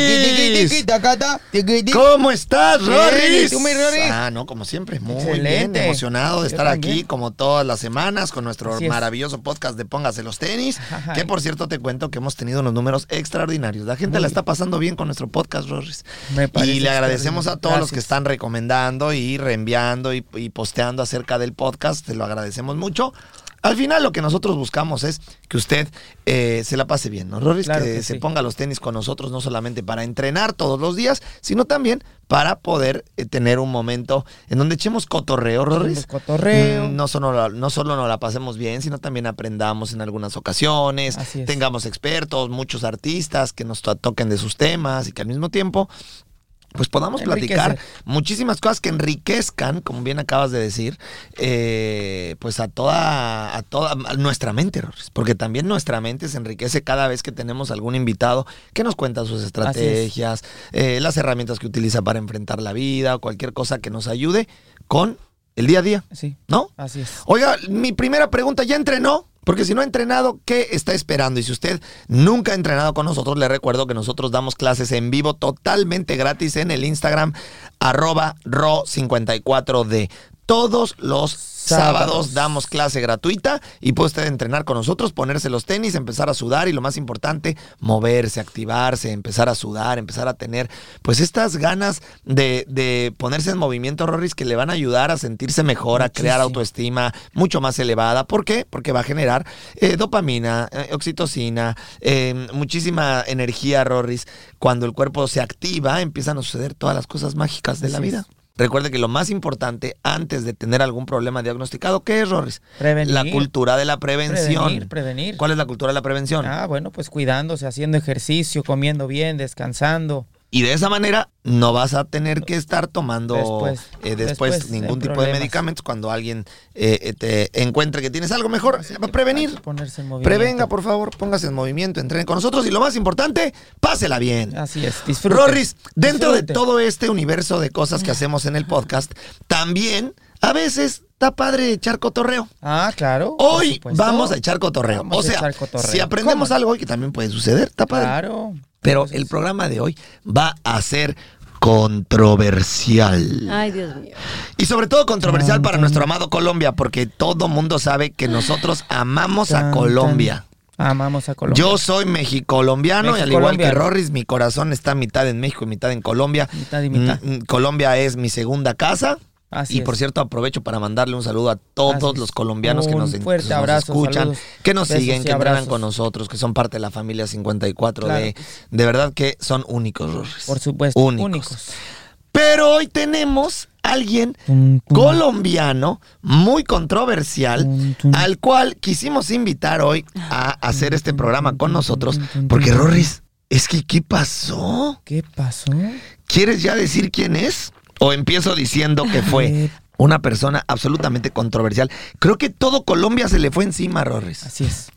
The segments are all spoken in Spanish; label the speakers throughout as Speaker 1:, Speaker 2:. Speaker 1: Rorris.
Speaker 2: Tiquita, acá está. Tiquití.
Speaker 1: ¿Cómo estás,
Speaker 2: Bien,
Speaker 1: Rorris?
Speaker 2: ¿y tú, mi Rorris?
Speaker 1: Ah, no, como siempre, muy bien,
Speaker 2: Excelente.
Speaker 1: emocionado de
Speaker 2: Yo
Speaker 1: estar aquí
Speaker 2: también.
Speaker 1: como todas las semanas con nuestro
Speaker 2: Así es.
Speaker 1: maravilloso podcast de Póngase los tenis,
Speaker 2: Ajá.
Speaker 1: que por cierto te cuento que hemos tenido unos números extraordinarios. La gente la está pasando bien con nuestro podcast, Rorris.
Speaker 2: Me parece
Speaker 1: Y le agradecemos a
Speaker 2: extraordinario.
Speaker 1: todos los que
Speaker 2: Gracias.
Speaker 1: están recomendando y reenviando y, y posteando acerca del podcast, te lo agradecemos mucho. Al final lo que nosotros buscamos es que usted eh, se la pase bien, ¿no, Rorris?
Speaker 2: Claro
Speaker 1: que,
Speaker 2: que
Speaker 1: se
Speaker 2: sí.
Speaker 1: ponga los tenis con nosotros no solamente para entrenar todos los días, sino también para poder eh, tener un momento en donde echemos cotorreo, Rorris.
Speaker 2: Echemos cotorreo.
Speaker 1: Mm, No solo, la- no solo nos la pasemos bien, sino también aprendamos en algunas ocasiones,
Speaker 2: Así es.
Speaker 1: tengamos expertos, muchos artistas que nos to- toquen de sus temas y que al mismo tiempo pues podamos platicar muchísimas cosas que enriquezcan, como bien acabas de decir, eh, pues a toda, a toda a nuestra mente, Rorris, porque también nuestra mente se enriquece cada vez que tenemos algún invitado que nos cuenta sus estrategias, eh, las herramientas que utiliza para enfrentar la vida, o cualquier cosa que nos ayude con el día a día,
Speaker 2: Sí,
Speaker 1: ¿no?
Speaker 2: así es.
Speaker 1: Oiga, mi primera pregunta, ¿ya entrenó? Porque si no ha entrenado, ¿qué está esperando? Y si usted nunca ha entrenado con nosotros, le recuerdo que nosotros damos clases en vivo totalmente gratis en el Instagram arroba ro54d. Todos los sábados.
Speaker 2: Sábados.
Speaker 1: damos clase gratuita y puede usted entrenar con nosotros, ponerse los tenis, empezar a sudar y lo más importante, moverse, activarse, empezar a sudar, empezar a tener pues estas ganas de, de ponerse en movimiento, Rorris, que le van a ayudar a sentirse mejor, a crear
Speaker 2: Muchísimo.
Speaker 1: autoestima autoestima mucho más elevada. ¿Por qué? Porque va a generar eh, dopamina, eh, oxitocina, eh, muchísima energía, Rorris. Cuando el cuerpo se activa, empiezan a suceder todas las cosas mágicas de la
Speaker 2: Así es.
Speaker 1: vida. Recuerde que lo más importante antes de tener algún problema diagnosticado, ¿qué es, Rorris?
Speaker 2: Prevenir.
Speaker 1: La cultura de la prevención.
Speaker 2: Prevenir, prevenir.
Speaker 1: ¿Cuál es la cultura de la prevención?
Speaker 2: Ah, bueno, pues cuidándose, haciendo ejercicio, comiendo bien, descansando.
Speaker 1: Y de esa manera no vas a tener que estar tomando eh,
Speaker 2: Después,
Speaker 1: después,
Speaker 2: después,
Speaker 1: ningún
Speaker 2: en
Speaker 1: tipo de
Speaker 2: problemas.
Speaker 1: medicamentos cuando alguien eh, eh, te encuentre que tienes algo mejor. eh, prevenir.
Speaker 2: Hay que ponerse en movimiento.
Speaker 1: Prevenga, por favor, póngase en movimiento, entrene con nosotros y lo más importante, pásela bien.
Speaker 2: Así es, Ah, disfrute.
Speaker 1: Rorris, dentro de
Speaker 2: Disfrute.
Speaker 1: todo este universo de cosas que hacemos en el podcast, también a veces está padre echar cotorreo.
Speaker 2: Ah, claro. por
Speaker 1: Hoy
Speaker 2: supuesto.
Speaker 1: vamos a echar cotorreo.
Speaker 2: Vamos
Speaker 1: O
Speaker 2: a
Speaker 1: sea,
Speaker 2: echar cotorreo.
Speaker 1: si aprendemos
Speaker 2: ¿Cómo?
Speaker 1: algo hoy, que también puede suceder, está padre.
Speaker 2: Claro.
Speaker 1: Pero el programa de hoy va a ser controversial.
Speaker 2: Ah.
Speaker 3: Ay, Dios mío.
Speaker 1: Y sobre todo controversial para nuestro amado Colombia, porque todo mundo sabe que nosotros amamos a
Speaker 2: Tan,
Speaker 1: Colombia.
Speaker 2: tan. Amamos a Colombia.
Speaker 1: Yo soy mexicolombiano y al igual que
Speaker 2: Mexicolombiano.
Speaker 1: Rorris, mi corazón está mitad en México y mitad en Colombia.
Speaker 2: Mitad y mitad.
Speaker 1: Mm, mm, Colombia es mi segunda casa.
Speaker 2: Así
Speaker 1: y
Speaker 2: es.
Speaker 1: por cierto, aprovecho para mandarle un saludo a todos
Speaker 2: Así es.
Speaker 1: los colombianos que
Speaker 2: Un
Speaker 1: nos, en- que
Speaker 2: fuerte
Speaker 1: nos
Speaker 2: abrazo,
Speaker 1: escuchan,
Speaker 2: saludos,
Speaker 1: que nos
Speaker 2: besos
Speaker 1: siguen,
Speaker 2: y
Speaker 1: que entrenan
Speaker 2: abrazos.
Speaker 1: con nosotros, que son parte de la familia 54
Speaker 2: Claro
Speaker 1: de,
Speaker 2: que sí.
Speaker 1: de verdad que son únicos, Rorris.
Speaker 2: Por supuesto.
Speaker 1: Únicos.
Speaker 2: Únicos.
Speaker 1: Pero hoy tenemos a alguien
Speaker 2: Tum, tum.
Speaker 1: colombiano muy controversial
Speaker 2: Tum, tum.
Speaker 1: al cual quisimos invitar hoy
Speaker 2: Ah,
Speaker 1: a hacer este programa con nosotros
Speaker 2: tum, tum,
Speaker 1: porque
Speaker 2: tum, tum.
Speaker 1: Rorris, es que ¿qué pasó?
Speaker 2: ¿Qué pasó?
Speaker 1: ¿Quieres ya decir quién es? O empiezo diciendo que fue
Speaker 2: Eh.
Speaker 1: una persona absolutamente controversial. Creo que todo Colombia se le fue encima, Rorris.
Speaker 2: Así es.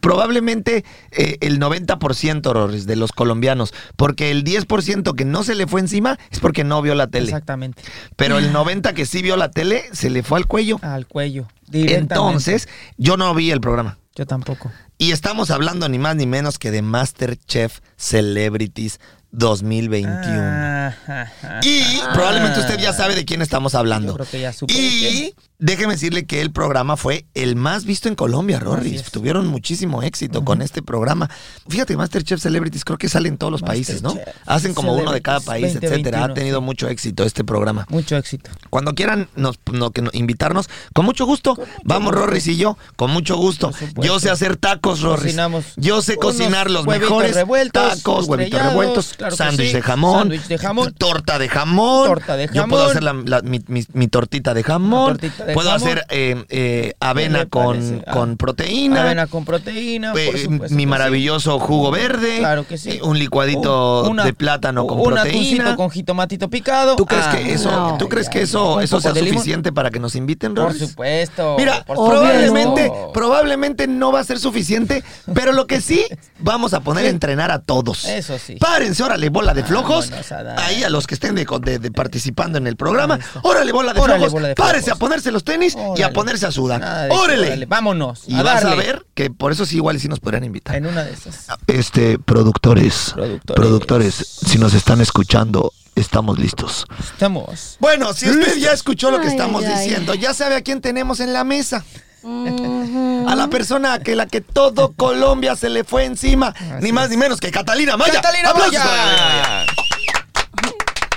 Speaker 1: Probablemente eh, el 90% Rorris, de los colombianos, porque el 10% que no se le fue encima es porque no vio la tele.
Speaker 2: Exactamente.
Speaker 1: Pero el 90% que sí vio la tele se le fue al cuello.
Speaker 2: Al cuello. Directamente.
Speaker 1: Entonces, yo no vi el programa.
Speaker 2: Yo tampoco.
Speaker 1: Y estamos hablando ni más ni menos que de Masterchef Celebrities 2021.
Speaker 2: Ah. Ajá.
Speaker 1: Y probablemente usted ya sabe de quién estamos hablando.
Speaker 2: Yo creo que ya supe de
Speaker 1: y
Speaker 2: quién.
Speaker 1: déjeme decirle que el programa fue el más visto en Colombia,
Speaker 2: Así
Speaker 1: Rorris.
Speaker 2: es.
Speaker 1: Tuvieron muchísimo éxito con este programa. Fíjate, Masterchef Celebrities creo que sale en todos los países, ¿no?
Speaker 2: Masterchef
Speaker 1: Hacen como uno de cada país,
Speaker 2: Celebrities
Speaker 1: etcétera. Ha
Speaker 2: 2021,
Speaker 1: tenido
Speaker 2: sí.
Speaker 1: mucho éxito este programa.
Speaker 2: Mucho éxito.
Speaker 1: Cuando quieran nos, no- que no- invitarnos, con mucho gusto. Vamos, Rorris y yo, con mucho gusto.
Speaker 2: Por supuesto.
Speaker 1: Yo sé hacer tacos, Rorris.
Speaker 2: Cocinamos
Speaker 1: Yo sé
Speaker 2: unos
Speaker 1: cocinar los
Speaker 2: huevitos
Speaker 1: mejores
Speaker 2: revueltos,
Speaker 1: tacos, huevitos
Speaker 2: estrellados,
Speaker 1: revueltos,
Speaker 2: claro que
Speaker 1: sándwich
Speaker 2: sí,
Speaker 1: de jamón,
Speaker 2: sándwich de jamón.
Speaker 1: torta de jamón.
Speaker 2: Torta de
Speaker 1: Yo puedo
Speaker 2: jamón.
Speaker 1: hacer la- la- mi, mi- mi tortita de jamón.
Speaker 2: La tortita de
Speaker 1: puedo
Speaker 2: jamón.
Speaker 1: hacer eh, eh, avena
Speaker 2: le
Speaker 1: con,
Speaker 2: parece? Ah.
Speaker 1: con proteína.
Speaker 2: Avena con proteína.
Speaker 1: eh,
Speaker 2: por supuesto
Speaker 1: mi
Speaker 2: que sí.
Speaker 1: maravilloso jugo verde,
Speaker 2: Claro que sí.
Speaker 1: eh, un licuadito
Speaker 2: Un- una-
Speaker 1: de plátano con
Speaker 2: un
Speaker 1: proteína,
Speaker 2: atuncito con jitomatito picado.
Speaker 1: ¿Tú crees
Speaker 2: Ah,
Speaker 1: que eso,
Speaker 3: no,
Speaker 1: ¿tú crees
Speaker 2: ya,
Speaker 1: que
Speaker 2: ya.
Speaker 1: eso,
Speaker 2: Un
Speaker 1: eso
Speaker 2: poco
Speaker 1: sea
Speaker 2: de limón.
Speaker 1: suficiente para que nos inviten,
Speaker 2: Por
Speaker 1: Rorris?
Speaker 2: supuesto.
Speaker 1: Mira,
Speaker 2: por supuesto.
Speaker 1: probablemente, probablemente no va a ser suficiente, pero lo que sí, vamos a poner a entrenar a todos.
Speaker 2: Eso sí. Ah,
Speaker 1: Párense, órale, bola de flojos.
Speaker 2: Vámonos a dar.
Speaker 1: Ahí a los que estén de- de- de participando en el programa.
Speaker 2: Ahí está.
Speaker 1: Órale, bola de
Speaker 2: Órale,
Speaker 1: flojos.
Speaker 2: bola de
Speaker 1: Párense a
Speaker 2: flojos.
Speaker 1: ponerse los los tenis y a
Speaker 2: Órale.
Speaker 1: ponerse a
Speaker 2: Nada
Speaker 1: sudar.
Speaker 2: de eso,
Speaker 1: ¡Órale!
Speaker 2: Vámonos.
Speaker 1: Y
Speaker 2: a
Speaker 1: vas
Speaker 2: darle.
Speaker 1: a ver que por eso sí, igual y sí nos podrían invitar.
Speaker 2: En una de esas.
Speaker 1: Este, productores,
Speaker 2: Productores.
Speaker 1: productores, si nos están escuchando, estamos listos.
Speaker 2: Estamos.
Speaker 1: Bueno, si usted ya escuchó lo que
Speaker 3: Ay,
Speaker 1: estamos
Speaker 3: ay, ay.
Speaker 1: diciendo, ya sabe a quién tenemos en la mesa.
Speaker 3: Ujú.
Speaker 1: A la persona que la que todo Colombia se le fue encima, ni más ni menos que Catalina Maya.
Speaker 2: ¡Catalina
Speaker 1: ¡Aplausos
Speaker 2: Maya!
Speaker 1: para Catalina Maya!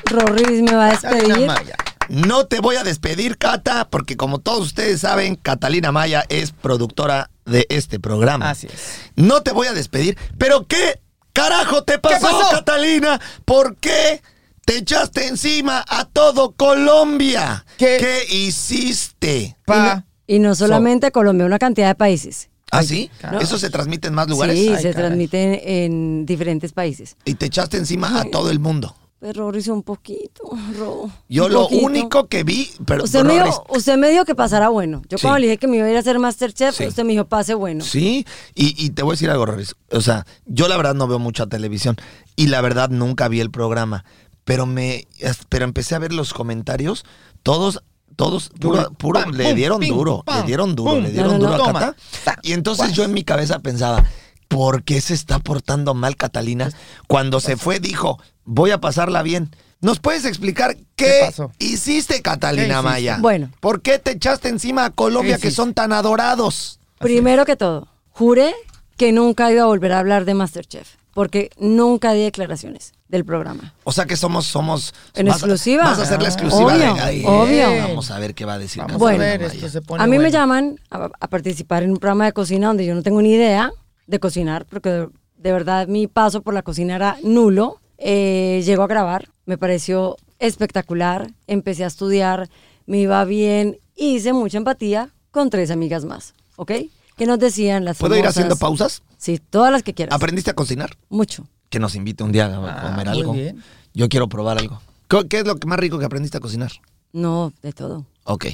Speaker 3: Rorris me va a
Speaker 2: Catalina
Speaker 3: despedir.
Speaker 2: Maya.
Speaker 1: No te voy a despedir, Cata, porque como todos ustedes saben, Catalina Maya es productora de este programa.
Speaker 2: Así es.
Speaker 1: No te voy a despedir, pero ¿qué carajo te pasó,
Speaker 2: pasó?
Speaker 1: Catalina? ¿Por qué te echaste encima a todo Colombia?
Speaker 2: ¿Qué?
Speaker 1: hiciste?
Speaker 2: Pa.
Speaker 3: Y no solamente a Colombia, una cantidad de países.
Speaker 1: ¿Ah, sí?
Speaker 2: caray.
Speaker 1: ¿Eso se transmite en más lugares?
Speaker 3: Sí,
Speaker 2: Ay,
Speaker 3: se
Speaker 2: caray.
Speaker 3: transmite en, en diferentes países.
Speaker 1: Y te echaste encima a todo el mundo.
Speaker 3: Pero Rorris un poquito, Ro,
Speaker 1: Yo
Speaker 3: un
Speaker 1: lo
Speaker 3: poquito.
Speaker 1: único que vi, pero
Speaker 3: Usted me,
Speaker 1: Rorris,
Speaker 3: dijo, usted me dijo que pasara bueno. Yo
Speaker 1: Sí.
Speaker 3: cuando le dije que me iba a ir a hacer Masterchef,
Speaker 1: Sí.
Speaker 3: usted me dijo pase bueno.
Speaker 1: Sí, y, y te voy a decir algo, Rorris. O sea, yo la verdad no veo mucha televisión y la verdad nunca vi el programa, pero me pero empecé a ver los comentarios, todos todos puro,
Speaker 2: Duro.
Speaker 1: puro-
Speaker 2: Pam,
Speaker 1: le
Speaker 2: pum,
Speaker 1: dieron
Speaker 2: pim,
Speaker 1: duro,
Speaker 2: pam,
Speaker 1: le dieron duro,
Speaker 2: pum.
Speaker 1: le dieron
Speaker 3: No, no,
Speaker 1: duro
Speaker 2: no.
Speaker 1: a
Speaker 2: Toma,
Speaker 1: Cata.
Speaker 2: ta,
Speaker 1: Y entonces
Speaker 2: guas.
Speaker 1: yo en mi cabeza pensaba, ¿por qué se está portando mal Catalina? Cuando se fue dijo, voy a pasarla bien. ¿Nos puedes explicar qué,
Speaker 2: pasó?
Speaker 1: hiciste, Catalina
Speaker 2: ¿Qué hiciste?
Speaker 1: Maya?
Speaker 3: Bueno.
Speaker 1: ¿Por qué te echaste encima a Colombia
Speaker 2: ¿Qué
Speaker 1: que son tan adorados?
Speaker 3: Primero que todo, juré que nunca iba a volver a hablar de Masterchef, porque nunca di declaraciones del programa.
Speaker 1: O sea que somos, somos.
Speaker 3: En
Speaker 1: vas a-
Speaker 3: exclusiva.
Speaker 1: Vas a hacer la exclusiva
Speaker 3: Obvio,
Speaker 1: de ahí.
Speaker 3: obvio.
Speaker 1: Vamos a ver qué va a decir.
Speaker 2: Vamos
Speaker 1: Catalina
Speaker 3: Bueno.
Speaker 2: a ver,
Speaker 1: Maya.
Speaker 2: esto se pone
Speaker 3: A mí me
Speaker 2: bueno.
Speaker 3: llaman a, a participar en un programa de cocina donde yo no tengo ni idea de cocinar, porque de, de verdad mi paso por la cocina era nulo. Eh, llego a grabar, me pareció espectacular, empecé a estudiar, me iba bien, hice mucha empatía con tres amigas más, ¿ok? Que nos decían las
Speaker 1: ¿Puedo ir
Speaker 3: famosas-
Speaker 1: haciendo pausas?
Speaker 3: Sí, todas las que quieras.
Speaker 1: ¿Aprendiste a cocinar?
Speaker 3: Mucho.
Speaker 1: Que nos invite un día a
Speaker 2: Ah,
Speaker 1: comer
Speaker 2: muy
Speaker 1: algo.
Speaker 2: bien.
Speaker 1: Yo quiero probar algo. ¿Qué, qué es lo que más rico que aprendiste a cocinar?
Speaker 3: No, de todo.
Speaker 1: Ok.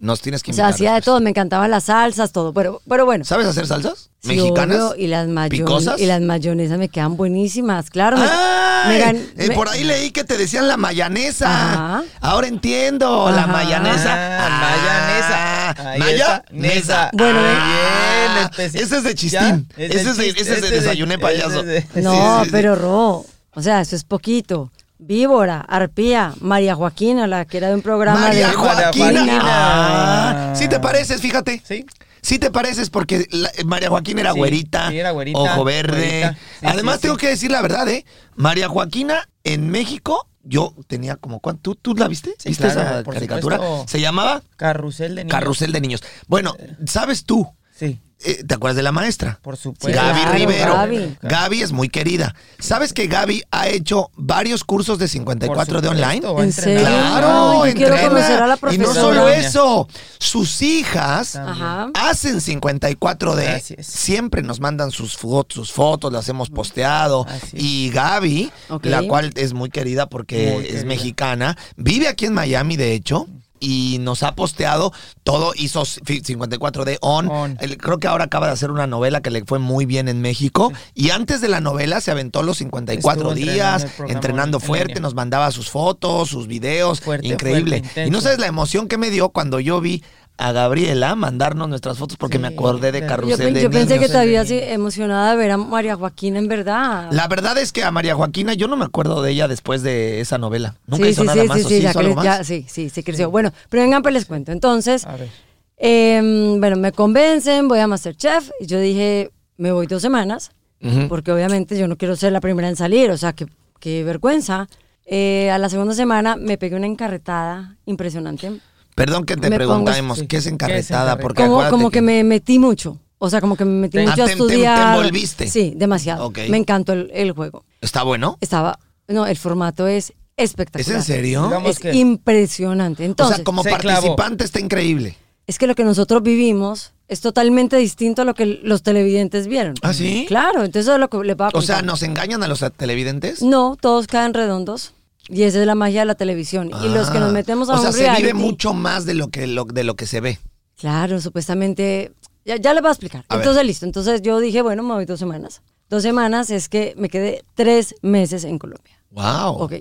Speaker 1: Nos tienes que
Speaker 3: O sea,
Speaker 1: invitar.
Speaker 3: hacía de
Speaker 1: después.
Speaker 3: todo, me encantaban las salsas, todo. Pero, pero bueno.
Speaker 1: ¿Sabes hacer salsas?
Speaker 3: Sí,
Speaker 1: ¿Mexicanas?
Speaker 3: obvio, y las mayonesas.
Speaker 1: ¿Picosas?
Speaker 3: Y las mayonesas me quedan buenísimas, claro. me-
Speaker 1: ¡Ay!
Speaker 3: me gan-
Speaker 1: Eh,
Speaker 3: me-
Speaker 1: por ahí leí que te decían la mayonesa.
Speaker 3: Ajá.
Speaker 1: Ahora entiendo. La
Speaker 3: Ajá.
Speaker 1: mayonesa.
Speaker 2: Ah, mayonesa. Ahí
Speaker 1: Maya.
Speaker 2: está, nesa.
Speaker 3: Bueno,
Speaker 2: bien, especial.
Speaker 1: Ah, Ese es de chistín.
Speaker 2: Ya,
Speaker 1: Ese es de,
Speaker 2: chiste,
Speaker 1: ese es de
Speaker 2: ese
Speaker 1: desayuné payaso.
Speaker 2: ese es de-
Speaker 1: Sí,
Speaker 3: No,
Speaker 1: sí, sí.
Speaker 3: pero Ro, o sea, eso es poquito. Víbora, Arpía, María Joaquina, la que era de un programa
Speaker 1: María
Speaker 3: de...
Speaker 1: Joaquina.
Speaker 2: Joaquina.
Speaker 1: Ah, sí te pareces, fíjate.
Speaker 2: Sí.
Speaker 1: Sí te pareces porque la- eh, María Joaquina era
Speaker 2: Sí,
Speaker 1: güerita,
Speaker 2: sí, era güerita,
Speaker 1: ojo verde.
Speaker 2: güerita. Sí,
Speaker 1: Además
Speaker 2: sí,
Speaker 1: tengo
Speaker 2: sí.
Speaker 1: que decir la verdad, ¿eh? María Joaquina en México yo tenía como cuánto ¿tú, tú la viste?
Speaker 2: Sí,
Speaker 1: ¿Viste
Speaker 2: claro,
Speaker 1: esa
Speaker 2: por
Speaker 1: caricatura?
Speaker 2: supuesto.
Speaker 1: Se llamaba
Speaker 2: Carrusel de niños.
Speaker 1: Carrusel de niños. Bueno, ¿sabes tú?
Speaker 2: Sí,
Speaker 1: Eh, ¿Te acuerdas de la maestra?
Speaker 2: por
Speaker 1: Gaby
Speaker 2: supuesto.
Speaker 3: claro,
Speaker 1: Rivero.
Speaker 3: Gaby.
Speaker 1: Gaby. es muy querida. ¿Sabes que Gaby ha hecho varios cursos de 54 de
Speaker 2: Por
Speaker 1: online?
Speaker 2: supuesto, va
Speaker 3: ¿En
Speaker 2: entrenando.
Speaker 3: serio?
Speaker 1: Claro,
Speaker 3: Ay, yo quiero
Speaker 1: entrena.
Speaker 3: conocer a la
Speaker 1: Y no
Speaker 3: profesora.
Speaker 1: solo eso, sus hijas
Speaker 3: Ajá.
Speaker 1: hacen 54 de
Speaker 2: Así es.
Speaker 1: siempre nos mandan sus fotos, sus fotos, las hemos posteado
Speaker 2: Así es.
Speaker 1: y Gaby,
Speaker 3: Ok.
Speaker 1: la cual es muy querida porque
Speaker 2: Muy
Speaker 1: es
Speaker 2: querida.
Speaker 1: mexicana, vive aquí en Miami de hecho. Y nos ha posteado todo, hizo 54 de on.
Speaker 2: On.
Speaker 1: El- creo que ahora acaba de hacer una novela que le fue muy bien en México. Y antes de la novela se aventó los 54
Speaker 2: Estuvo
Speaker 1: días,
Speaker 2: entrenando el programa
Speaker 1: entrenando
Speaker 2: en
Speaker 1: fuerte,
Speaker 2: línea.
Speaker 1: nos mandaba sus fotos, sus videos.
Speaker 2: Fuerte,
Speaker 1: increíble.
Speaker 2: fuerte,
Speaker 1: y no
Speaker 2: intenso.
Speaker 1: sabes la emoción que me dio cuando yo vi a Gabriela mandarnos nuestras fotos porque
Speaker 2: Sí,
Speaker 1: me acordé de
Speaker 2: claro.
Speaker 3: Yo,
Speaker 1: Carrusel
Speaker 3: pen-
Speaker 1: de
Speaker 3: yo pensé que
Speaker 1: Niños.
Speaker 3: te había así emocionada de ver a María Joaquina en verdad.
Speaker 1: La verdad es que a María Joaquina yo no me acuerdo de ella después de esa novela. Nunca
Speaker 3: sí,
Speaker 1: hizo
Speaker 3: sí,
Speaker 1: nada
Speaker 3: sí,
Speaker 1: más.
Speaker 3: sí,
Speaker 1: ¿o
Speaker 3: sí,
Speaker 1: sí
Speaker 3: ya
Speaker 1: hizo algo
Speaker 3: cre- ya,
Speaker 1: más? Ah.
Speaker 3: sí, sí, sí creció. Bueno, pero vengan, pues les cuento. Entonces,
Speaker 2: A ver.
Speaker 3: eh, bueno, me convencen, voy a Masterchef. Y yo dije, me voy dos semanas,
Speaker 1: Mm.
Speaker 3: porque obviamente yo no quiero ser la primera en salir, o sea, qué, qué vergüenza. Eh, a la segunda semana me pegué una encarretada impresionante.
Speaker 1: Perdón que te
Speaker 3: Me pongo-
Speaker 1: preguntemos,
Speaker 2: sí.
Speaker 1: ¿qué es encarretada?
Speaker 2: ¿Qué es
Speaker 1: Porque
Speaker 3: Como,
Speaker 1: acuérdate
Speaker 3: como que, me metí mucho. O sea, como que me metí
Speaker 2: Te-
Speaker 3: mucho
Speaker 1: Ah,
Speaker 3: a
Speaker 1: te- te- te
Speaker 3: estudiar.
Speaker 1: envolviste.
Speaker 3: Sí, demasiado.
Speaker 1: Ok.
Speaker 3: Me encantó el, el juego.
Speaker 1: ¿Está bueno?
Speaker 3: Estaba, no, el formato es espectacular.
Speaker 1: ¿Es en serio?
Speaker 2: Digamos-
Speaker 3: Es
Speaker 2: que-
Speaker 3: impresionante. Entonces,
Speaker 1: o sea, como
Speaker 2: se clavó.
Speaker 1: participante está increíble.
Speaker 3: es que lo que nosotros vivimos es totalmente distinto a lo que los televidentes vieron.
Speaker 1: ¿Ah, sí?
Speaker 3: Claro, entonces eso es lo que les va a
Speaker 1: O sea,
Speaker 3: contar.
Speaker 1: ¿nos engañan a los televidentes?
Speaker 3: No, todos caen redondos. Y esa es la magia de la televisión. y los que nos
Speaker 1: Ah.
Speaker 3: metemos a
Speaker 1: O
Speaker 3: un
Speaker 1: sea, se
Speaker 3: reality-
Speaker 1: vive mucho más de lo que, lo- de lo que se ve.
Speaker 3: Claro, supuestamente. Ya, ya les voy a explicar.
Speaker 1: A ver.
Speaker 3: entonces, listo. Entonces yo dije, bueno, me voy dos semanas. Dos semanas es que me quedé tres meses en Colombia.
Speaker 1: Wow.
Speaker 3: Ok.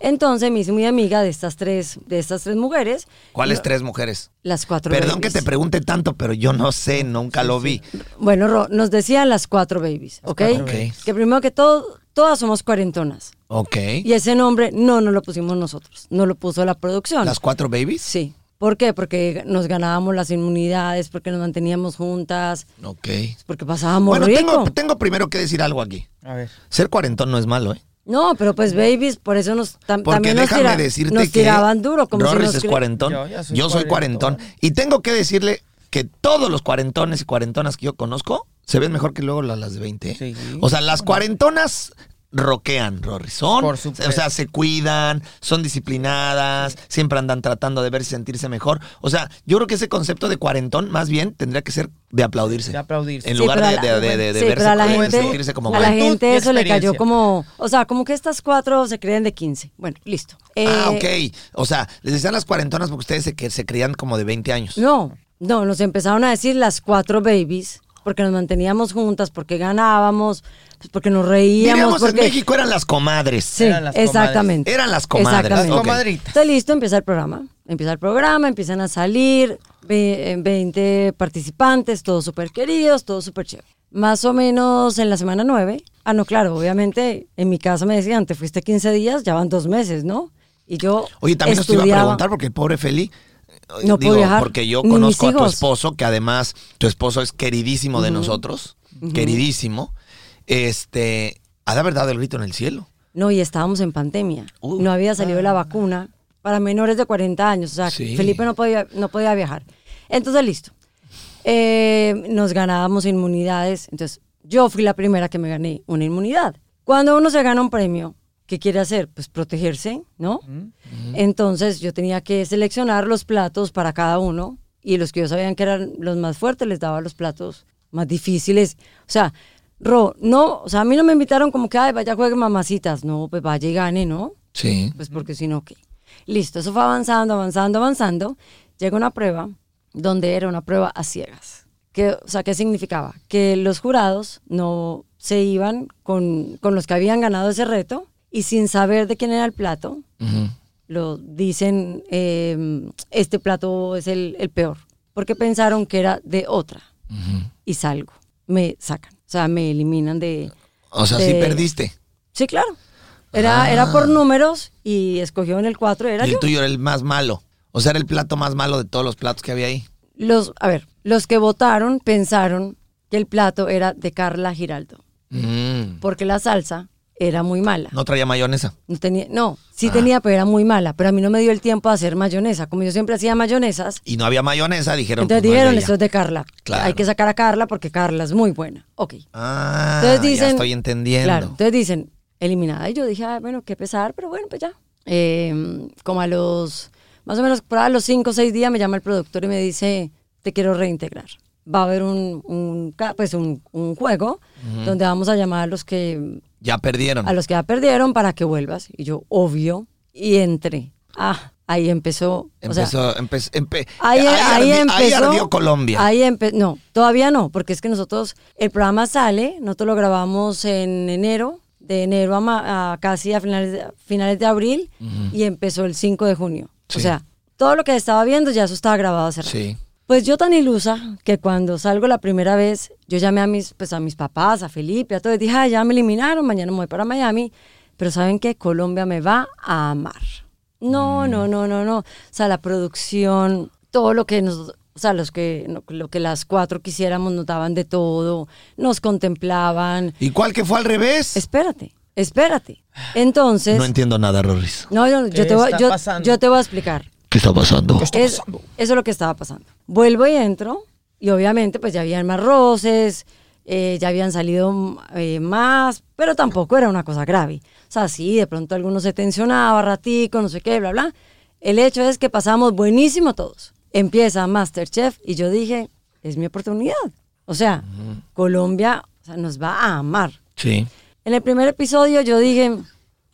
Speaker 3: Entonces me hice muy amiga de estas tres, de estas tres mujeres.
Speaker 1: ¿Cuáles
Speaker 3: Yo-
Speaker 1: tres mujeres?
Speaker 3: Las cuatro
Speaker 1: Perdón
Speaker 3: babies.
Speaker 1: que te pregunte tanto, pero yo no sé, nunca lo vi.
Speaker 3: Bueno, Ro, nos decían las cuatro babies, ¿ok?
Speaker 2: cuatro
Speaker 1: babies.
Speaker 3: Que primero que todo, todas somos cuarentonas.
Speaker 1: Ok.
Speaker 3: Y ese nombre no nos lo pusimos nosotros, no lo puso la producción.
Speaker 1: ¿Las cuatro babies?
Speaker 3: Sí. ¿Por qué? Porque nos ganábamos las inmunidades, porque nos manteníamos juntas,
Speaker 1: Ok.
Speaker 3: porque pasábamos
Speaker 1: Bueno,
Speaker 3: rico.
Speaker 1: tengo, tengo primero que decir algo aquí.
Speaker 2: A ver.
Speaker 1: Ser cuarentón no es malo, ¿eh?
Speaker 3: No, pero pues babies, por eso nos tam-
Speaker 1: Porque
Speaker 3: también nos,
Speaker 1: déjame
Speaker 3: tira-
Speaker 1: decirte
Speaker 3: nos
Speaker 1: que
Speaker 3: tiraban duro, como si
Speaker 1: Rorris
Speaker 3: nos
Speaker 1: es
Speaker 3: cre-
Speaker 1: cuarentón. Yo,
Speaker 2: Yo ya soy
Speaker 1: soy cuarentón.
Speaker 2: cuarentón.
Speaker 1: Y tengo que decirle que todos los cuarentones y cuarentonas que yo conozco se ven mejor que luego las, las de 20. ¿eh?
Speaker 2: Sí.
Speaker 1: O sea, las cuarentonas roquean, Rorris. Son,
Speaker 2: Por supuesto.
Speaker 1: o sea, se cuidan, son disciplinadas, siempre andan tratando de ver y sentirse mejor. O sea, yo creo que ese concepto de cuarentón más bien tendría que ser de aplaudirse.
Speaker 2: De aplaudirse.
Speaker 1: En
Speaker 3: Sí,
Speaker 1: lugar
Speaker 3: pero
Speaker 1: de,
Speaker 3: a
Speaker 1: de,
Speaker 3: la-
Speaker 1: de- de- de
Speaker 3: sí,
Speaker 1: verse,
Speaker 3: pero a la
Speaker 1: de
Speaker 3: gente,
Speaker 1: sentirse como
Speaker 3: a la
Speaker 1: mal.
Speaker 2: juventud
Speaker 3: gente
Speaker 2: y
Speaker 3: eso le cayó
Speaker 2: experiencia.
Speaker 3: como, o sea, como que estas cuatro se creen de 15. Bueno, listo.
Speaker 1: Ah,
Speaker 3: Eh,
Speaker 1: ok. O sea, les decían las cuarentonas porque ustedes se, que se creían como de 20 años.
Speaker 3: No, no, nos empezaron a decir las cuatro babies, porque nos manteníamos juntas, porque ganábamos, pues, porque nos reíamos.
Speaker 1: Diríamos
Speaker 3: Porque,
Speaker 1: en México eran las comadres.
Speaker 3: Sí,
Speaker 2: Eran las comadres.
Speaker 3: exactamente.
Speaker 1: Eran las comadres,
Speaker 3: Exactamente.
Speaker 1: ok.
Speaker 2: Las comadritas.
Speaker 3: Entonces, listo, empieza el programa. Empieza el programa, empiezan a salir ve- eh, 20 participantes, todos súper queridos, todos súper chévere. Más o menos en la semana 9. Ah, no, claro, obviamente en mi casa me decían, te fuiste 15 días, ya van dos meses, ¿no? Y yo
Speaker 1: Oye, también os te iba a
Speaker 3: estudiaba-
Speaker 1: preguntar porque el pobre Feli. eh,
Speaker 3: No
Speaker 1: digo,
Speaker 3: puedo viajar,
Speaker 1: porque yo
Speaker 3: ni mis
Speaker 1: conozco a tu
Speaker 3: hijos.
Speaker 1: esposo, que además tu esposo es queridísimo de nosotros, queridísimo. Este, a la verdad el grito en el cielo.
Speaker 3: No, y estábamos en pandemia.
Speaker 1: Uh.
Speaker 3: no había salido la vacuna para menores de 40 años. O sea,
Speaker 1: Sí.
Speaker 3: Felipe no podía, no podía viajar. Entonces, listo. Eh, nos ganábamos inmunidades. Entonces, yo fui la primera que me gané una inmunidad. Cuando uno se gana un premio, ¿qué quiere hacer? Pues protegerse, ¿no? Entonces, yo tenía que seleccionar los platos para cada uno y los que yo sabían que eran los más fuertes les daba los platos más difíciles. O sea, Ro, no, o sea, a mí no me invitaron como que, ay, vaya, juegue mamacitas. No, pues vaya y gane, ¿no?
Speaker 1: Sí.
Speaker 3: Pues porque si no, ¿qué? Listo, eso fue avanzando, avanzando, avanzando. Llega una prueba donde era una prueba a ciegas. Que, o sea, ¿qué significaba? Que los jurados no se iban con, con los que habían ganado ese reto y sin saber de quién era el plato, lo dicen, eh, este plato es el, el peor, porque pensaron que era de otra. Y salgo, me sacan, o sea, me eliminan de...
Speaker 1: O sea, sí
Speaker 3: de-
Speaker 1: perdiste.
Speaker 3: Sí, claro. Era, era por números y escogió en el 4, era
Speaker 1: Y el
Speaker 3: yo.
Speaker 1: tuyo era el más malo. O sea, era el plato más malo de todos los platos que había ahí.
Speaker 3: Los, a ver, los que votaron pensaron que el plato era de Carla Giraldo,
Speaker 1: Mm.
Speaker 3: porque la salsa era muy mala.
Speaker 1: No Ah. traía mayonesa.
Speaker 3: No tenía, no, sí tenía, pero era muy mala. Pero a mí no me dio el tiempo de hacer mayonesa. Como yo siempre hacía mayonesas,
Speaker 1: Y no había mayonesa, dijeron.
Speaker 3: entonces
Speaker 1: pues, no es de
Speaker 3: dijeron,
Speaker 1: ella.
Speaker 3: esto es de Carla.
Speaker 1: Claro.
Speaker 3: Hay que sacar a Carla porque Carla es muy buena. Ok.
Speaker 1: Ah,
Speaker 3: Entonces dicen,
Speaker 1: ya estoy entendiendo.
Speaker 3: Claro, entonces dicen, eliminada. Y yo dije, ah, bueno, qué pesar, pero bueno, pues ya. Eh, como a los, más o menos por ahí a los cinco o seis días me llama el productor y me dice, te quiero reintegrar. Va a haber un, un ca- pues un, un juego donde vamos a llamar a los que
Speaker 1: Ya perdieron.
Speaker 3: a los que ya perdieron para que vuelvas. Y yo, obvio, y entré. Ah, ahí empezó. o sea,
Speaker 1: Empezó, empe- empe-
Speaker 3: Ahí, em- ahí
Speaker 1: ardi-
Speaker 3: empezó.
Speaker 1: ahí ardió Colombia.
Speaker 3: Ahí empe- no, todavía no, porque es que nosotros, el programa sale, nosotros lo grabamos en enero, de enero a, ma- a casi a finales de, finales de abril, y empezó el 5 de junio.
Speaker 1: Sí.
Speaker 3: O sea, todo lo que estaba viendo ya eso estaba grabado hace rato.
Speaker 1: Sí.
Speaker 3: Pues yo tan ilusa que cuando salgo la primera vez, yo llamé a mis, pues a mis papás, a Felipe, a todos, dije, ah, ya me eliminaron, mañana me voy para Miami, pero ¿saben que Colombia me va a amar. No,
Speaker 2: Mm.
Speaker 3: no, no, no, no. O sea, la producción, todo lo que nos, o sea, los que, no, lo que las cuatro quisiéramos nos daban de todo, nos contemplaban.
Speaker 1: ¿Y cuál que fue al revés?
Speaker 3: Espérate, espérate. Entonces,
Speaker 1: no entiendo nada, Rorris.
Speaker 3: no, yo, yo
Speaker 2: ¿Qué
Speaker 3: te voy-
Speaker 2: está
Speaker 3: yo-
Speaker 2: pasando?
Speaker 3: yo te voy a explicar.
Speaker 1: ¿Qué está pasando?
Speaker 3: Es- eso es lo que estaba pasando. Vuelvo y entro, y obviamente pues ya habían más roces, eh, ya habían salido mm, eh, más, pero tampoco era una cosa grave. O sea, sí, de pronto alguno se tensionaba, ratico, no sé qué, bla, bla. El hecho es que pasamos buenísimo todos. Empieza Masterchef y yo dije, es mi oportunidad. O sea, Colombia o sea, nos va a amar.
Speaker 1: Sí.
Speaker 3: En el primer episodio yo dije,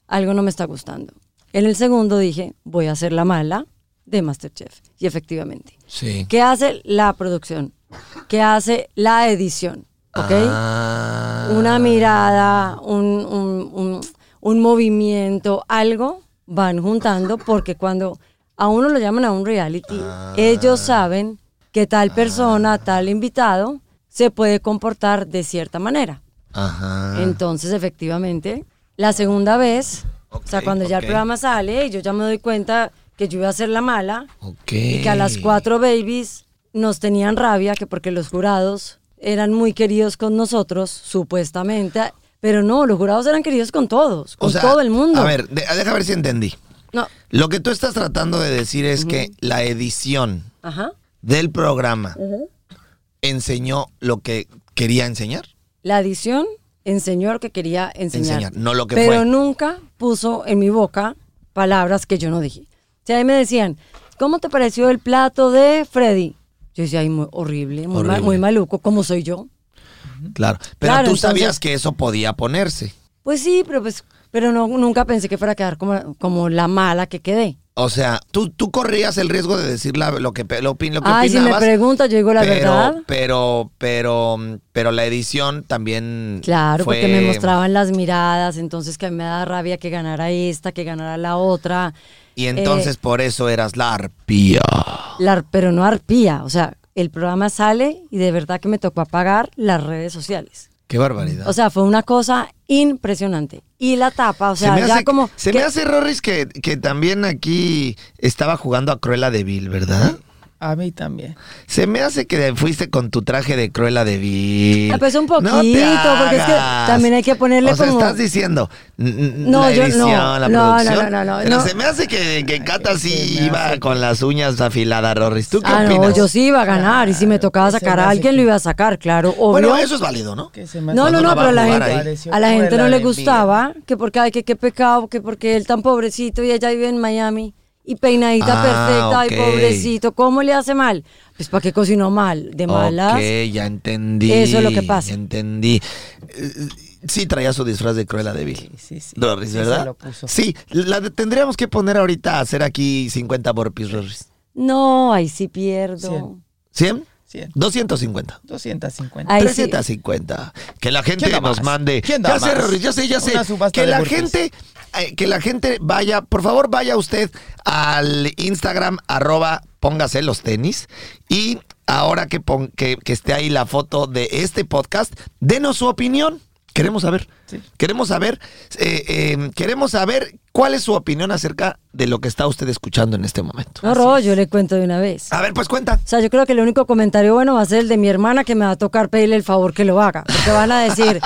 Speaker 3: algo no me está gustando. En el segundo dije, voy a hacer la mala de Masterchef. Y efectivamente.
Speaker 1: Sí.
Speaker 3: ¿Qué hace la producción? ¿Qué hace la edición? ¿Ok?
Speaker 1: Ah.
Speaker 3: Una mirada, un, un- un- un movimiento, algo van juntando porque cuando a uno lo llaman a un reality,
Speaker 1: Ah.
Speaker 3: ellos saben que tal persona, tal invitado, se puede comportar de cierta manera.
Speaker 1: Ajá.
Speaker 3: Entonces, efectivamente, la segunda vez, o sea,
Speaker 1: Ok,
Speaker 3: cuando ya el
Speaker 1: ok.
Speaker 3: programa sale, yo ya me doy cuenta que yo iba a ser la mala
Speaker 1: Ok.
Speaker 3: y que a las cuatro babies nos tenían rabia, que porque los jurados eran muy queridos con nosotros, supuestamente, pero no, los jurados eran queridos con todos,
Speaker 1: O
Speaker 3: con
Speaker 1: sea,
Speaker 3: todo el mundo.
Speaker 1: A ver, de- deja ver si entendí.
Speaker 3: No,
Speaker 1: Lo que tú estás tratando de decir es que la edición
Speaker 3: ajá.
Speaker 1: del programa enseñó lo que quería enseñar.
Speaker 3: La edición enseñó lo que quería enseñar.
Speaker 1: Enseñar, no lo que
Speaker 3: Pero
Speaker 1: fue.
Speaker 3: nunca puso en mi boca palabras que yo no dije. O sea, ahí me decían, ¿cómo te pareció el plato de Freddy? Yo decía, ay, muy horrible, muy, ma-
Speaker 1: Horrible.
Speaker 3: muy maluco, ¿cómo soy yo?
Speaker 1: Claro. Pero
Speaker 3: Claro,
Speaker 1: tú
Speaker 3: entonces-
Speaker 1: sabías que eso podía ponerse.
Speaker 3: Pues sí, pero pues, pero no, nunca pensé que fuera a quedar como, como la mala que quedé.
Speaker 1: O sea, tú, tú corrías el riesgo de decir la- lo que pe- lo, opin- lo que
Speaker 3: Ay, si me
Speaker 1: opinabas,
Speaker 3: pregunta, yo digo la
Speaker 1: pero,
Speaker 3: verdad.
Speaker 1: Pero, pero, pero la edición también.
Speaker 3: Claro,
Speaker 1: fue-
Speaker 3: porque me mostraban las miradas, entonces que a mí me da rabia que ganara esta, que ganara la otra.
Speaker 1: Y
Speaker 3: Eh,
Speaker 1: entonces por eso eras la arpía.
Speaker 3: La- pero no arpía, o sea, el programa sale y de verdad que me tocó apagar las redes sociales.
Speaker 1: Qué barbaridad.
Speaker 3: O sea, fue una cosa impresionante. Y la tapa, o sea,
Speaker 1: se me
Speaker 3: ya
Speaker 1: hace,
Speaker 3: como...
Speaker 1: se
Speaker 3: que-
Speaker 1: me hace Rorris que, que también aquí estaba jugando a Cruella de Vil, ¿verdad?
Speaker 2: A mí también.
Speaker 1: Se me hace que fuiste con tu traje de Cruella de Vil.
Speaker 3: Ah, pues un
Speaker 1: No te
Speaker 3: poquito, porque es que
Speaker 1: hagas.
Speaker 3: también hay que ponerle
Speaker 1: o sea,
Speaker 3: como-
Speaker 1: estás diciendo n- n-
Speaker 3: No,
Speaker 1: la
Speaker 3: yo no.
Speaker 1: edición, la
Speaker 3: No, no,
Speaker 1: producción.
Speaker 3: no, no, no,
Speaker 1: Pero
Speaker 3: no.
Speaker 1: se me hace que, que Cata
Speaker 2: se
Speaker 1: sí
Speaker 2: me
Speaker 1: iba
Speaker 2: hace.
Speaker 1: con las uñas afiladas, Rorris. ¿Tú qué
Speaker 3: Ah,
Speaker 1: opinas?
Speaker 3: no, yo sí iba a ganar y si me tocaba
Speaker 2: Ese
Speaker 3: sacar
Speaker 2: me
Speaker 3: a
Speaker 2: hace
Speaker 3: alguien
Speaker 2: que-
Speaker 3: lo iba a sacar, claro, obvio.
Speaker 1: Bueno, eso es válido, ¿no?
Speaker 2: Que se me
Speaker 3: No,
Speaker 2: hace-
Speaker 3: no,
Speaker 1: Cuando
Speaker 3: no,
Speaker 1: uno va
Speaker 3: pero
Speaker 1: a
Speaker 3: la
Speaker 1: jugar
Speaker 3: gente,
Speaker 2: ahí.
Speaker 3: a la gente no
Speaker 2: Cruella de
Speaker 3: le
Speaker 2: Vil.
Speaker 3: gustaba, que porque, ay, que qué pecado, que porque él tan pobrecito y ella vive en Miami y peinadita
Speaker 1: Ah,
Speaker 3: perfecta,
Speaker 1: ok.
Speaker 3: ay, pobrecito, ¿cómo le hace mal? Pues para qué cocinó mal, de malas.
Speaker 1: Ok, ya entendí.
Speaker 3: Eso es lo que pasa.
Speaker 1: Ya entendí. Eh, Sí traía su disfraz de Cruella de Vil.
Speaker 2: Sí, sí.
Speaker 1: Rorris,
Speaker 2: Sí, se
Speaker 1: ¿verdad?
Speaker 2: lo puso.
Speaker 1: Sí, la de- tendríamos que poner ahorita a hacer aquí 50 burpees, Rorris.
Speaker 3: No, ahí sí pierdo.
Speaker 2: Cien.
Speaker 1: ¿100?
Speaker 2: Cien.
Speaker 1: 250.
Speaker 2: 250.
Speaker 3: Ahí sí.
Speaker 1: 350. Que la gente
Speaker 2: ¿Quién da
Speaker 1: nos
Speaker 2: más?
Speaker 1: mande.
Speaker 2: ¿Quién da
Speaker 1: ya sé,
Speaker 2: más?
Speaker 1: Rorris, ya sé, ya sé.
Speaker 2: Una subasta
Speaker 1: Que
Speaker 2: de
Speaker 1: la
Speaker 2: burpees.
Speaker 1: gente, eh, que la gente vaya, por favor, vaya usted al Instagram, arroba, póngase los tenis. Y ahora que, pon- que, que esté ahí la foto de este podcast, denos su opinión. Queremos saber.
Speaker 2: Sí.
Speaker 1: Queremos saber, eh, eh, queremos saber cuál es su opinión acerca de lo que está usted escuchando en este momento.
Speaker 3: No, Ro, yo le cuento de una vez.
Speaker 1: A ver, pues cuenta.
Speaker 3: O sea, yo creo que el único comentario bueno va a ser el de mi hermana que me va a tocar pedirle el favor que lo haga. Porque van a decir,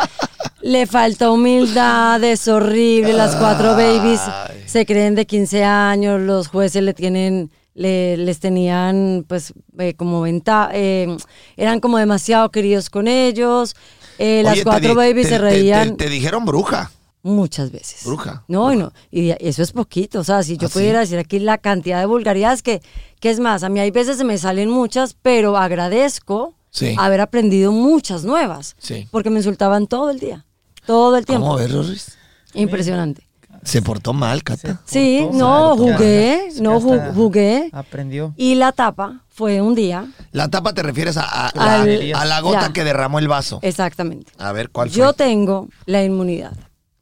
Speaker 3: le falta humildad, es horrible, las cuatro babies se creen de 15 años, los jueces le tienen, le- les tenían pues eh, como ventaja, eran como demasiado queridos con ellos, eh, las
Speaker 1: Oye, te
Speaker 3: cuatro
Speaker 1: di-
Speaker 3: babies
Speaker 1: te- te-
Speaker 3: se reían.
Speaker 1: te- te dijeron bruja.
Speaker 3: Muchas veces.
Speaker 1: Bruja,
Speaker 3: No, y no. Y eso es poquito. O sea, si yo
Speaker 1: ¿Ah, sí?
Speaker 3: pudiera decir aquí la cantidad de vulgaridades que, que es más, a mí hay veces se me salen muchas, pero agradezco
Speaker 1: Sí.
Speaker 3: haber aprendido muchas nuevas.
Speaker 1: Sí.
Speaker 3: Porque me insultaban todo el día. Todo el tiempo.
Speaker 1: ¿Cómo ves, Rorris?
Speaker 3: Impresionante.
Speaker 1: Se portó mal, Cata.
Speaker 3: Sí,
Speaker 2: Por todo,
Speaker 3: no,
Speaker 2: claro.
Speaker 3: jugué,
Speaker 2: Sí,
Speaker 3: no ju-
Speaker 2: hasta
Speaker 3: jugué.
Speaker 2: Aprendió.
Speaker 3: Y la tapa fue un día.
Speaker 1: La tapa te refieres a, a- a-
Speaker 3: Al-
Speaker 1: a la gota
Speaker 3: ya.
Speaker 1: que derramó el vaso.
Speaker 3: Exactamente.
Speaker 1: A ver, ¿cuál fue?
Speaker 3: Yo tengo la inmunidad.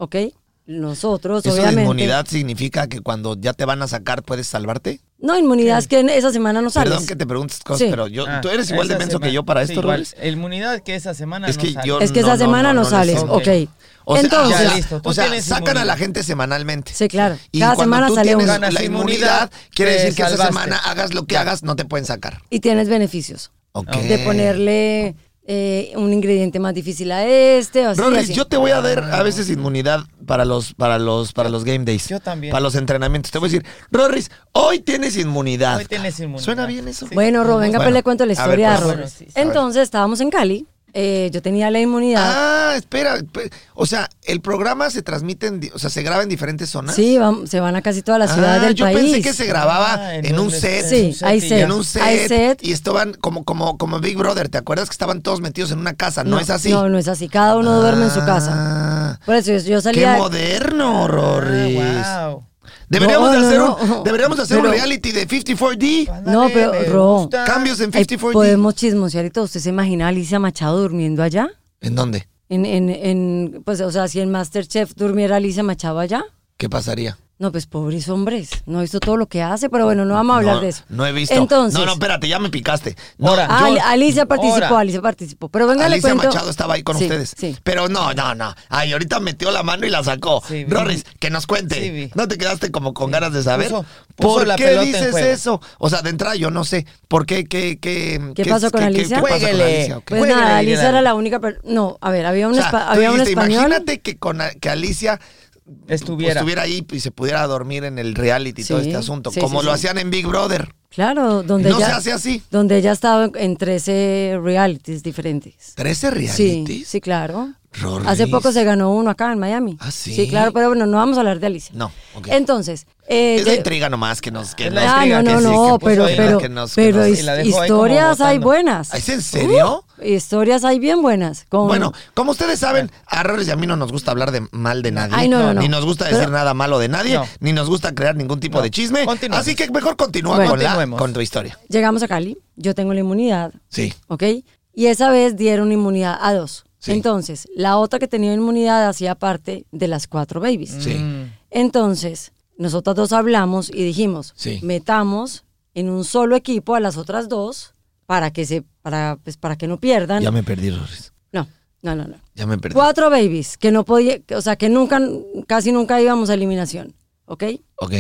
Speaker 3: ¿Ok? Nosotros,
Speaker 1: ¿Eso de
Speaker 3: obviamente.
Speaker 1: inmunidad significa que cuando ya te van a sacar puedes salvarte?
Speaker 3: No, inmunidad es que en esa semana no sales.
Speaker 1: Perdón que te preguntes cosas,
Speaker 3: Sí.
Speaker 1: pero yo,
Speaker 2: Ah,
Speaker 1: tú eres igual de
Speaker 2: esa
Speaker 1: menso que
Speaker 2: semana.
Speaker 1: yo para
Speaker 2: Sí,
Speaker 1: esto,
Speaker 2: igual.
Speaker 1: Rorris.
Speaker 2: El inmunidad que esa semana
Speaker 1: Es
Speaker 2: no
Speaker 1: que
Speaker 2: sale.
Speaker 1: yo
Speaker 3: Es que esa semana no
Speaker 1: le
Speaker 3: sales,
Speaker 1: sé.
Speaker 3: ok.
Speaker 1: O sea,
Speaker 3: Entonces-
Speaker 1: o sea,
Speaker 2: Ya, listo, tú
Speaker 1: o sea,
Speaker 2: tienes
Speaker 1: sacan a la
Speaker 2: inmunidad.
Speaker 1: gente semanalmente.
Speaker 3: Sí, claro.
Speaker 1: Y
Speaker 3: Cada
Speaker 1: cuando
Speaker 3: semana
Speaker 1: tú
Speaker 3: sale
Speaker 1: tienes
Speaker 3: uno.
Speaker 1: la
Speaker 2: Ganas
Speaker 1: inmunidad,
Speaker 2: inmunidad,
Speaker 1: quiere
Speaker 2: te
Speaker 1: decir que esa
Speaker 2: salvaste.
Speaker 1: semana hagas lo que hagas, no te pueden sacar.
Speaker 3: y tienes beneficios
Speaker 1: Ok.
Speaker 3: de ponerle eh, un ingrediente más difícil a este. o así,
Speaker 1: Rorris,
Speaker 3: así.
Speaker 1: yo te voy a dar a veces inmunidad para los, para los, para los game days.
Speaker 2: Yo también.
Speaker 1: Para los entrenamientos. Te voy a decir, Rorris, hoy tienes inmunidad.
Speaker 2: Hoy tienes inmunidad.
Speaker 1: ¿Suena bien eso?
Speaker 2: Sí.
Speaker 3: Bueno, Ro, venga, pues
Speaker 1: Bueno,
Speaker 3: le cuento la
Speaker 1: a ver,
Speaker 3: historia
Speaker 1: pues,
Speaker 3: a Ro.
Speaker 2: bueno, sí, sí.
Speaker 3: Entonces estábamos en Cali, eh, yo tenía la inmunidad.
Speaker 1: Ah, espera. pe- O sea, el programa se transmite, en di- o sea, se graba en diferentes zonas.
Speaker 3: sí, vam- se van a casi todas las
Speaker 1: Ah,
Speaker 3: ciudades del
Speaker 1: yo
Speaker 3: país.
Speaker 1: pensé que se grababa
Speaker 2: Ah,
Speaker 1: en,
Speaker 2: en
Speaker 1: un
Speaker 2: un
Speaker 1: set.
Speaker 2: estudio.
Speaker 3: Sí,
Speaker 2: en un
Speaker 3: hay
Speaker 2: set y
Speaker 3: set.
Speaker 1: En un set,
Speaker 3: Hay set.
Speaker 1: y estaban como, como, como Big Brother, ¿te acuerdas que estaban todos metidos en una casa? No, es así.
Speaker 3: No, no es así. Cada uno duerme en su casa.
Speaker 1: Ah,
Speaker 3: Por eso yo, yo
Speaker 1: Qué
Speaker 3: salía.
Speaker 1: moderno, Rorris.
Speaker 2: Ah, wow.
Speaker 1: Deberíamos,
Speaker 3: No,
Speaker 1: de
Speaker 3: no,
Speaker 1: hacer
Speaker 3: no.
Speaker 1: un, deberíamos de hacer un
Speaker 3: Pero-
Speaker 1: reality de 54D.
Speaker 2: Ándale,
Speaker 3: No, pero,
Speaker 2: me
Speaker 3: Ro.
Speaker 2: gusta.
Speaker 1: Cambios en
Speaker 3: Ay,
Speaker 1: 54D.
Speaker 3: podemos chismosear y todo. ¿Usted se imagina a Alicia Machado durmiendo allá?
Speaker 1: ¿En dónde?
Speaker 3: En, en, en, pues, o sea, si en Masterchef durmiera Alicia Machado allá.
Speaker 1: ¿Qué pasaría?
Speaker 3: No, pues pobres hombres. No he visto todo lo que hace, pero bueno, no vamos a hablar
Speaker 1: no,
Speaker 3: de eso.
Speaker 1: No he visto.
Speaker 3: Entonces,
Speaker 1: no, no, espérate, ya me picaste. No,
Speaker 2: Ahora,
Speaker 3: Ah,
Speaker 2: yo-
Speaker 3: Ali- Alicia participó,
Speaker 2: Ahora.
Speaker 3: Alicia participó. Pero venga, le
Speaker 1: Alicia
Speaker 3: cuento.
Speaker 1: Machado estaba ahí con
Speaker 3: Sí,
Speaker 1: ustedes.
Speaker 3: Sí.
Speaker 1: Pero no, no, no. Ay, ahorita metió la mano y la sacó.
Speaker 2: Sí, vi.
Speaker 1: Rorris, que nos cuente.
Speaker 2: Sí, vi.
Speaker 1: ¿No te quedaste como con ganas de saber?
Speaker 2: Puso- puso
Speaker 1: ¿Por
Speaker 2: la
Speaker 1: qué
Speaker 2: pelota en
Speaker 1: dices
Speaker 2: juego.
Speaker 1: eso? O sea, de entrada yo no sé. ¿Por qué? ¿Qué, qué,
Speaker 3: ¿Qué pasó con Alicia?
Speaker 1: ¿Qué, pasó con
Speaker 2: Juéguele.
Speaker 1: Alicia? Ok.
Speaker 3: Pues
Speaker 2: Juega, Aguilar.
Speaker 3: nada, Alicia era la única. per- No, a ver, había un,
Speaker 1: O sea,
Speaker 3: espa-
Speaker 1: tú
Speaker 3: había un
Speaker 1: dijiste,
Speaker 3: español.
Speaker 1: Imagínate que, con, que Alicia pues,
Speaker 2: Estuviera.
Speaker 1: estuviera ahí y se pudiera dormir en el reality y todo
Speaker 3: Sí,
Speaker 1: este asunto,
Speaker 3: sí,
Speaker 1: como
Speaker 3: sí,
Speaker 1: lo
Speaker 3: sí.
Speaker 1: hacían en Big Brother.
Speaker 3: Claro, donde
Speaker 1: No
Speaker 3: ella.
Speaker 1: se hace así.
Speaker 3: Donde ella estaba en- en 13 realities diferentes.
Speaker 1: ¿13
Speaker 3: Sí,
Speaker 1: realities?
Speaker 3: sí, claro.
Speaker 1: Rorris.
Speaker 3: Hace poco se ganó uno acá en Miami.
Speaker 1: Ah, ¿sí?
Speaker 3: claro, pero bueno, no vamos a hablar de Alicia.
Speaker 1: No, ok.
Speaker 3: Entonces, eh,
Speaker 1: Es la
Speaker 3: yo-
Speaker 1: intriga nomás que nos... Que
Speaker 2: Es la
Speaker 1: nos-
Speaker 3: Ah,
Speaker 2: intriga
Speaker 3: no, no,
Speaker 1: que sí, que
Speaker 3: no,
Speaker 1: puso
Speaker 3: pero,
Speaker 1: ahí la
Speaker 3: pero,
Speaker 1: que nos- que
Speaker 3: pero
Speaker 1: nos-
Speaker 3: his-
Speaker 2: Y la dejó ahí como
Speaker 3: historias hay
Speaker 2: votando.
Speaker 3: buenas.
Speaker 1: ¿Es ¿Ah, en serio?
Speaker 3: Historias hay bien buenas. con-
Speaker 1: Bueno, como ustedes saben, a Rorris y a mí no nos gusta hablar de mal de nadie.
Speaker 3: Ay, no, no, no.
Speaker 1: Ni nos gusta decir
Speaker 3: Pero-
Speaker 1: nada malo de nadie,
Speaker 2: No.
Speaker 1: ni nos gusta crear ningún tipo
Speaker 2: No.
Speaker 1: de chisme.
Speaker 2: Continuemos.
Speaker 1: Así que mejor continúa
Speaker 3: Bueno.
Speaker 1: con, la-
Speaker 2: Continuemos.
Speaker 1: con tu historia.
Speaker 3: Llegamos a Cali, yo tengo la inmunidad,
Speaker 1: Sí.
Speaker 3: ¿ok? Y esa vez dieron inmunidad a dos.
Speaker 1: Sí.
Speaker 3: Entonces, la otra que tenía inmunidad hacía parte de las cuatro babies.
Speaker 1: Sí.
Speaker 2: Mm.
Speaker 3: Entonces, nosotras dos hablamos y dijimos,
Speaker 1: Sí.
Speaker 3: metamos en un solo equipo a las otras dos para que se para pues, para que no pierdan.
Speaker 1: Ya me perdí, Rorris.
Speaker 3: No, no, no, no.
Speaker 1: Ya me perdí.
Speaker 3: Cuatro babies que no podía, o sea, que nunca casi nunca íbamos a eliminación, ¿ok?
Speaker 1: Ok,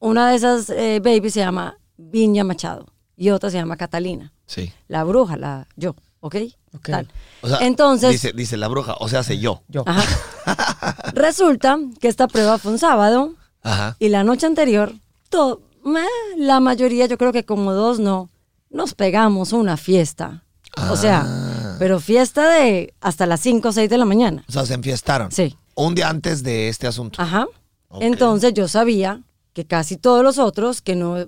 Speaker 3: Una de esas eh, babies se llama Viña Machado y otra se llama Catalina,
Speaker 1: sí.
Speaker 3: la bruja, la yo, ¿ok?
Speaker 2: Ok.
Speaker 3: Tal.
Speaker 1: O sea,
Speaker 3: Entonces,
Speaker 1: dice, dice la bruja, o sea, hace yo.
Speaker 2: Yo.
Speaker 3: ajá. resulta que esta prueba fue un sábado.
Speaker 1: Ajá.
Speaker 3: Y la noche anterior, todo, meh, la mayoría, yo creo que como dos no, nos pegamos una fiesta. O
Speaker 1: Ah.
Speaker 3: sea, pero fiesta de hasta las 5 o 6 de la mañana.
Speaker 1: O sea, se enfiestaron.
Speaker 3: Sí. Ah.
Speaker 1: Un día antes de este asunto.
Speaker 3: Ajá.
Speaker 1: Ok.
Speaker 3: Entonces yo sabía que casi todos los otros, que no,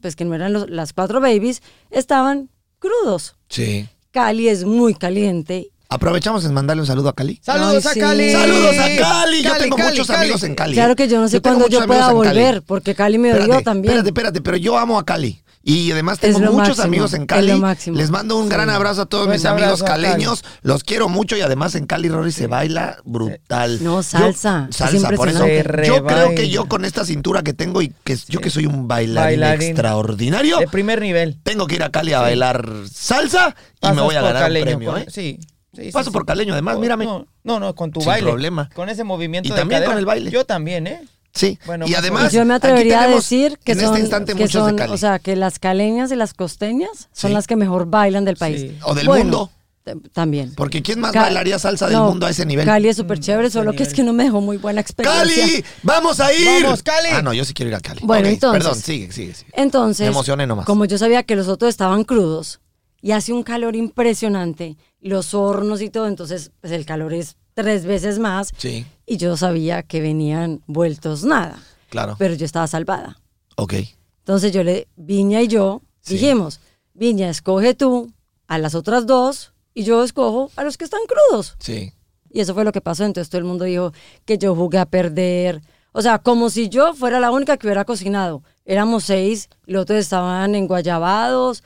Speaker 3: pues que no eran los- las cuatro babies, estaban crudos.
Speaker 1: Sí.
Speaker 3: Cali es muy caliente.
Speaker 1: Aprovechamos en mandarle un saludo a Cali.
Speaker 2: Saludos
Speaker 3: Ay,
Speaker 2: a
Speaker 3: sí.
Speaker 2: Cali.
Speaker 1: Saludos a Cali. Yo tengo
Speaker 2: Cali,
Speaker 1: muchos
Speaker 2: Cali.
Speaker 1: amigos en Cali.
Speaker 3: Claro que yo no sé
Speaker 1: tengo
Speaker 3: cuándo yo
Speaker 1: muchos
Speaker 3: pueda
Speaker 1: amigos en Cali.
Speaker 3: volver, porque Cali me odió
Speaker 1: Espérate,
Speaker 3: también.
Speaker 1: Espérate, espérate, pero yo amo a Cali. Y además tengo
Speaker 3: Es lo
Speaker 1: muchos
Speaker 3: máximo,
Speaker 1: amigos en
Speaker 3: es
Speaker 1: Cali.
Speaker 3: lo máximo.
Speaker 1: Les mando un gran abrazo a todos
Speaker 2: Buen
Speaker 1: mis amigos
Speaker 2: abrazo a Cali.
Speaker 1: caleños. Los quiero mucho y además en Cali Rory se baila brutal.
Speaker 3: No,
Speaker 1: Yo-
Speaker 3: salsa. Es
Speaker 1: salsa, por eso.
Speaker 2: impresionante.
Speaker 1: Yo creo
Speaker 2: Rebaila.
Speaker 1: que yo con esta cintura que tengo y que yo que soy un bailarín,
Speaker 2: Bailarín.
Speaker 1: extraordinario,
Speaker 2: De primer nivel.
Speaker 1: tengo que ir a Cali a bailar salsa y
Speaker 2: Pasas
Speaker 1: me voy a
Speaker 2: por
Speaker 1: ganar
Speaker 2: caleño
Speaker 1: un premio,
Speaker 2: con-
Speaker 1: ¿eh?
Speaker 2: Sí. sí, sí,
Speaker 1: Paso
Speaker 2: sí.
Speaker 1: por caleño, además,
Speaker 2: Con-
Speaker 1: mírame.
Speaker 2: No, no, no, con tu
Speaker 1: Sin
Speaker 2: baile.
Speaker 1: problema.
Speaker 2: Con ese movimiento
Speaker 1: Y
Speaker 2: de
Speaker 1: también
Speaker 2: cadera.
Speaker 1: con el baile.
Speaker 2: Yo también, ¿eh?
Speaker 1: Sí,
Speaker 2: Bueno,
Speaker 1: y
Speaker 2: más o
Speaker 1: además.
Speaker 3: yo me
Speaker 1: aquí
Speaker 3: atrevería a
Speaker 1: tenemos
Speaker 3: decir que
Speaker 1: en
Speaker 3: son,
Speaker 1: este instante
Speaker 3: que
Speaker 1: muchos de
Speaker 3: son-
Speaker 1: Cali.
Speaker 3: o sea, que las caleñas y las costeñas son
Speaker 1: Sí.
Speaker 3: las que mejor bailan del país.
Speaker 2: Sí.
Speaker 1: O del mundo.
Speaker 3: t- También.
Speaker 1: porque ¿quién más
Speaker 3: Ca-
Speaker 1: bailaría salsa del
Speaker 3: No,
Speaker 1: mundo a ese nivel?
Speaker 3: Cali es súper chévere, solo que es que no me dejó muy buena experiencia.
Speaker 1: ¡Cali! ¡Vamos a ir!
Speaker 2: ¡Vamos, Cali!
Speaker 1: Ah, no, yo sí quiero ir a Cali.
Speaker 3: Bueno,
Speaker 1: Ok,
Speaker 3: entonces- Eh,
Speaker 1: Perdón, sigue, sigue, sigue.
Speaker 3: Entonces,
Speaker 1: Me emocioné nomás.
Speaker 3: como yo sabía que los otros estaban crudos y hace un calor impresionante, los hornos y todo, entonces pues el calor es tres veces más
Speaker 1: Sí,
Speaker 3: y yo sabía que venían vueltos nada,
Speaker 1: claro.
Speaker 3: pero yo estaba salvada.
Speaker 1: ok.
Speaker 3: Entonces yo le, Viña y yo,
Speaker 1: Sí.
Speaker 3: dijimos, Viña, escoge tú a las otras dos y yo escojo a los que están crudos.
Speaker 1: Sí.
Speaker 3: Y eso fue lo que pasó. Entonces todo el mundo dijo que yo jugué a perder. O sea, como si yo fuera la única que hubiera cocinado. Éramos seis, los otros estaban en guayabados,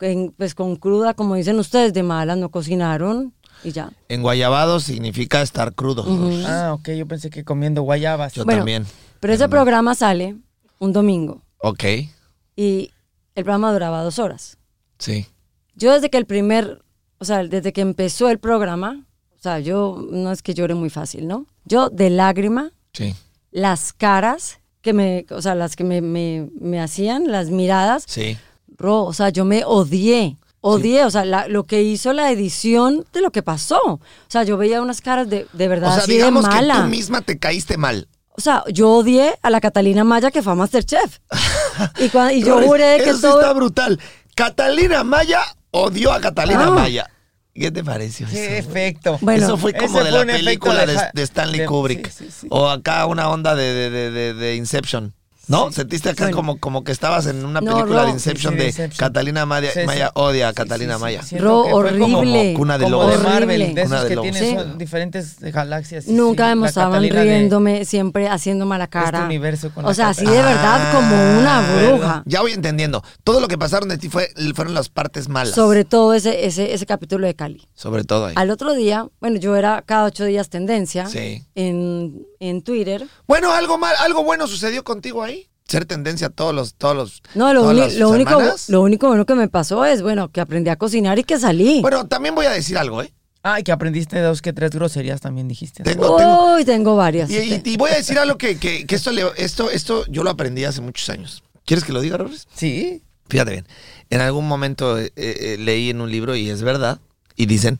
Speaker 3: en- pues con cruda, como dicen ustedes, de malas no cocinaron y ya.
Speaker 1: En Guayabado significa estar crudo.
Speaker 2: Ah, ok, yo pensé que comiendo guayabas.
Speaker 1: Yo
Speaker 3: Bueno,
Speaker 1: también.
Speaker 3: Pero ese programa sale un domingo
Speaker 1: Ok.
Speaker 3: y el programa duraba dos horas.
Speaker 1: Sí.
Speaker 3: Yo desde que el primer, o sea, desde que empezó el programa, o sea, yo no es que llore muy fácil, ¿no? Yo de lágrima,
Speaker 1: Sí.
Speaker 3: las caras que me, o sea, las que me, me- me hacían, las miradas,
Speaker 1: Sí.
Speaker 3: Ro, o sea, yo me odié. Odié, o sea, la- lo que hizo la edición de lo que pasó. O sea, yo veía unas caras de, de verdad
Speaker 1: O sea,
Speaker 3: así de
Speaker 1: digamos que
Speaker 3: mala.
Speaker 1: tú misma te caíste mal.
Speaker 3: O sea, yo odié a la Catalina Maya que fue a Masterchef. y, cuan- y yo
Speaker 1: Flores,
Speaker 3: juré que
Speaker 1: eso sí
Speaker 3: todo.
Speaker 1: está brutal. Catalina Maya odió a Catalina
Speaker 3: Ah.
Speaker 1: Maya. ¿Qué te pareció
Speaker 2: Qué
Speaker 1: eso?
Speaker 2: efecto.
Speaker 3: Bueno,
Speaker 1: eso fue
Speaker 2: ese
Speaker 1: como de
Speaker 2: fue
Speaker 1: la
Speaker 2: un efecto
Speaker 1: película de,
Speaker 2: de-
Speaker 1: de Stanley
Speaker 2: de-
Speaker 1: Kubrick.
Speaker 2: sí, sí, sí.
Speaker 1: O acá una onda de, de- de- de- de Inception. ¿No? ¿Sentiste acá
Speaker 3: Bueno.
Speaker 1: como, como que estabas en una
Speaker 3: No,
Speaker 1: película
Speaker 3: Ro.
Speaker 1: de Inception
Speaker 2: Sí, sí, de
Speaker 1: de
Speaker 2: Inception.
Speaker 1: Catalina Maya,
Speaker 2: Sí, sí.
Speaker 1: Maya odia a
Speaker 2: Sí,
Speaker 1: Catalina
Speaker 2: sí, sí,
Speaker 1: Maya?
Speaker 2: siento
Speaker 3: Ro,
Speaker 2: que fue como-
Speaker 3: horrible.
Speaker 1: Cuna de
Speaker 2: como
Speaker 1: lobos.
Speaker 2: de Marvel, de
Speaker 1: Cuna
Speaker 3: Horrible.
Speaker 2: esos
Speaker 1: de
Speaker 2: que
Speaker 1: lobos.
Speaker 2: tienen
Speaker 3: Sí.
Speaker 2: son diferentes galaxias.
Speaker 3: Nunca
Speaker 2: sí,
Speaker 3: me
Speaker 2: la
Speaker 3: mostraban
Speaker 2: Catalina de- este
Speaker 3: riéndome, siempre haciendo mala cara.
Speaker 2: universo con
Speaker 3: o
Speaker 2: la
Speaker 3: sea, así
Speaker 2: Catalina.
Speaker 3: de verdad, como
Speaker 1: Ah,
Speaker 3: una bruja.
Speaker 1: Ya voy entendiendo. Todo lo que pasaron de ti fue, fueron las partes malas.
Speaker 3: Sobre todo ese, ese, ese capítulo de Cali.
Speaker 1: Sobre todo ahí.
Speaker 3: Al otro día, bueno, yo era cada ocho días tendencia
Speaker 1: Sí.
Speaker 3: en, en Twitter.
Speaker 1: Bueno, algo mal, algo bueno sucedió contigo ahí. Ser tendencia todos los, todos los.
Speaker 3: No, lo,
Speaker 1: todas
Speaker 3: uni-
Speaker 1: las
Speaker 3: lo único,
Speaker 1: semanas.
Speaker 3: lo único bueno que me pasó es, bueno, que aprendí a cocinar y que salí.
Speaker 1: Bueno, también voy a decir algo, ¿eh?
Speaker 2: Ay, que aprendiste dos que tres groserías también dijiste. ¿no?
Speaker 1: Tengo, tengo-
Speaker 3: Uy, tengo varias.
Speaker 1: Y, y- y voy a decir algo que, que- que esto, le- esto, esto yo lo aprendí hace muchos años. ¿Quieres que lo diga, Rores?
Speaker 2: Sí.
Speaker 1: Fíjate bien. En algún momento eh, eh, leí en un libro, y es verdad, y dicen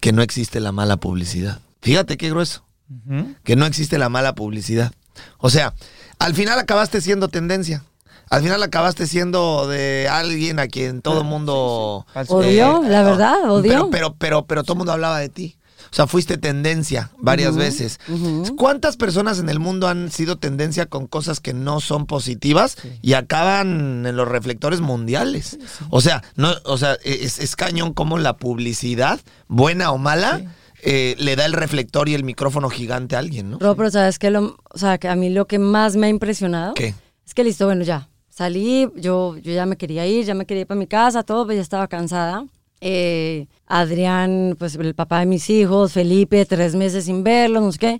Speaker 1: que no existe la mala publicidad. Fíjate qué grueso.
Speaker 2: Ujú.
Speaker 1: que no existe la mala publicidad. O sea, al final acabaste siendo tendencia. Al final acabaste siendo de alguien a quien todo el mundo eh,
Speaker 2: sí, sí.
Speaker 3: Ah, Odió, la verdad,
Speaker 1: pero-
Speaker 3: odió.
Speaker 1: Pero, pero, pero, todo el mundo hablaba de ti. O sea, fuiste tendencia varias veces.
Speaker 3: ujú.
Speaker 1: ¿Cuántas personas en el mundo han sido tendencia con cosas que no son positivas y acaban en los reflectores mundiales? O sea, no, o sea, e-, es, es cañón como la publicidad, buena o mala, eh, le da el reflector y el micrófono gigante a alguien, ¿no?
Speaker 3: Ro, pero ¿sabes qué? Lo, o sea, que a mí lo que más me ha impresionado
Speaker 1: ¿Qué?
Speaker 3: es que listo, bueno, ya salí, yo, yo ya me quería ir, ya me quería ir para mi casa, todo, pues ya estaba cansada. Eh, Adrián, pues el papá de mis hijos, Felipe, tres meses sin verlo, no sé qué.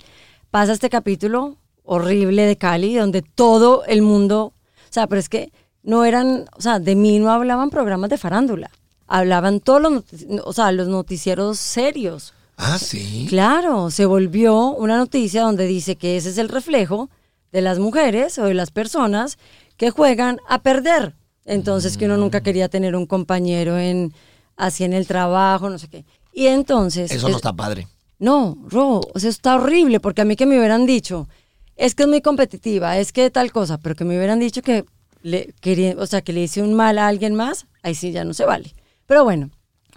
Speaker 3: Pasa este capítulo horrible de Cali, donde todo el mundo, o sea, pero es que no eran, o sea, de mí no hablaban programas de farándula, hablaban todos los, noti- o sea, los noticieros serios.
Speaker 1: Ah, sí.
Speaker 3: Claro, se volvió una noticia donde dice que ese es el reflejo de las mujeres o de las personas que juegan a perder. Entonces que uno
Speaker 1: Mm.
Speaker 3: nunca quería tener un compañero en así en el trabajo, no sé qué. Y entonces
Speaker 1: Eso no
Speaker 3: es-
Speaker 1: está padre.
Speaker 3: no, Ro, o sea, está horrible porque a mí que me hubieran dicho, es que es muy competitiva, es que tal cosa, pero que me hubieran dicho que le, quería, o sea, que le hice un mal a alguien más, ahí sí ya no se vale. Pero bueno,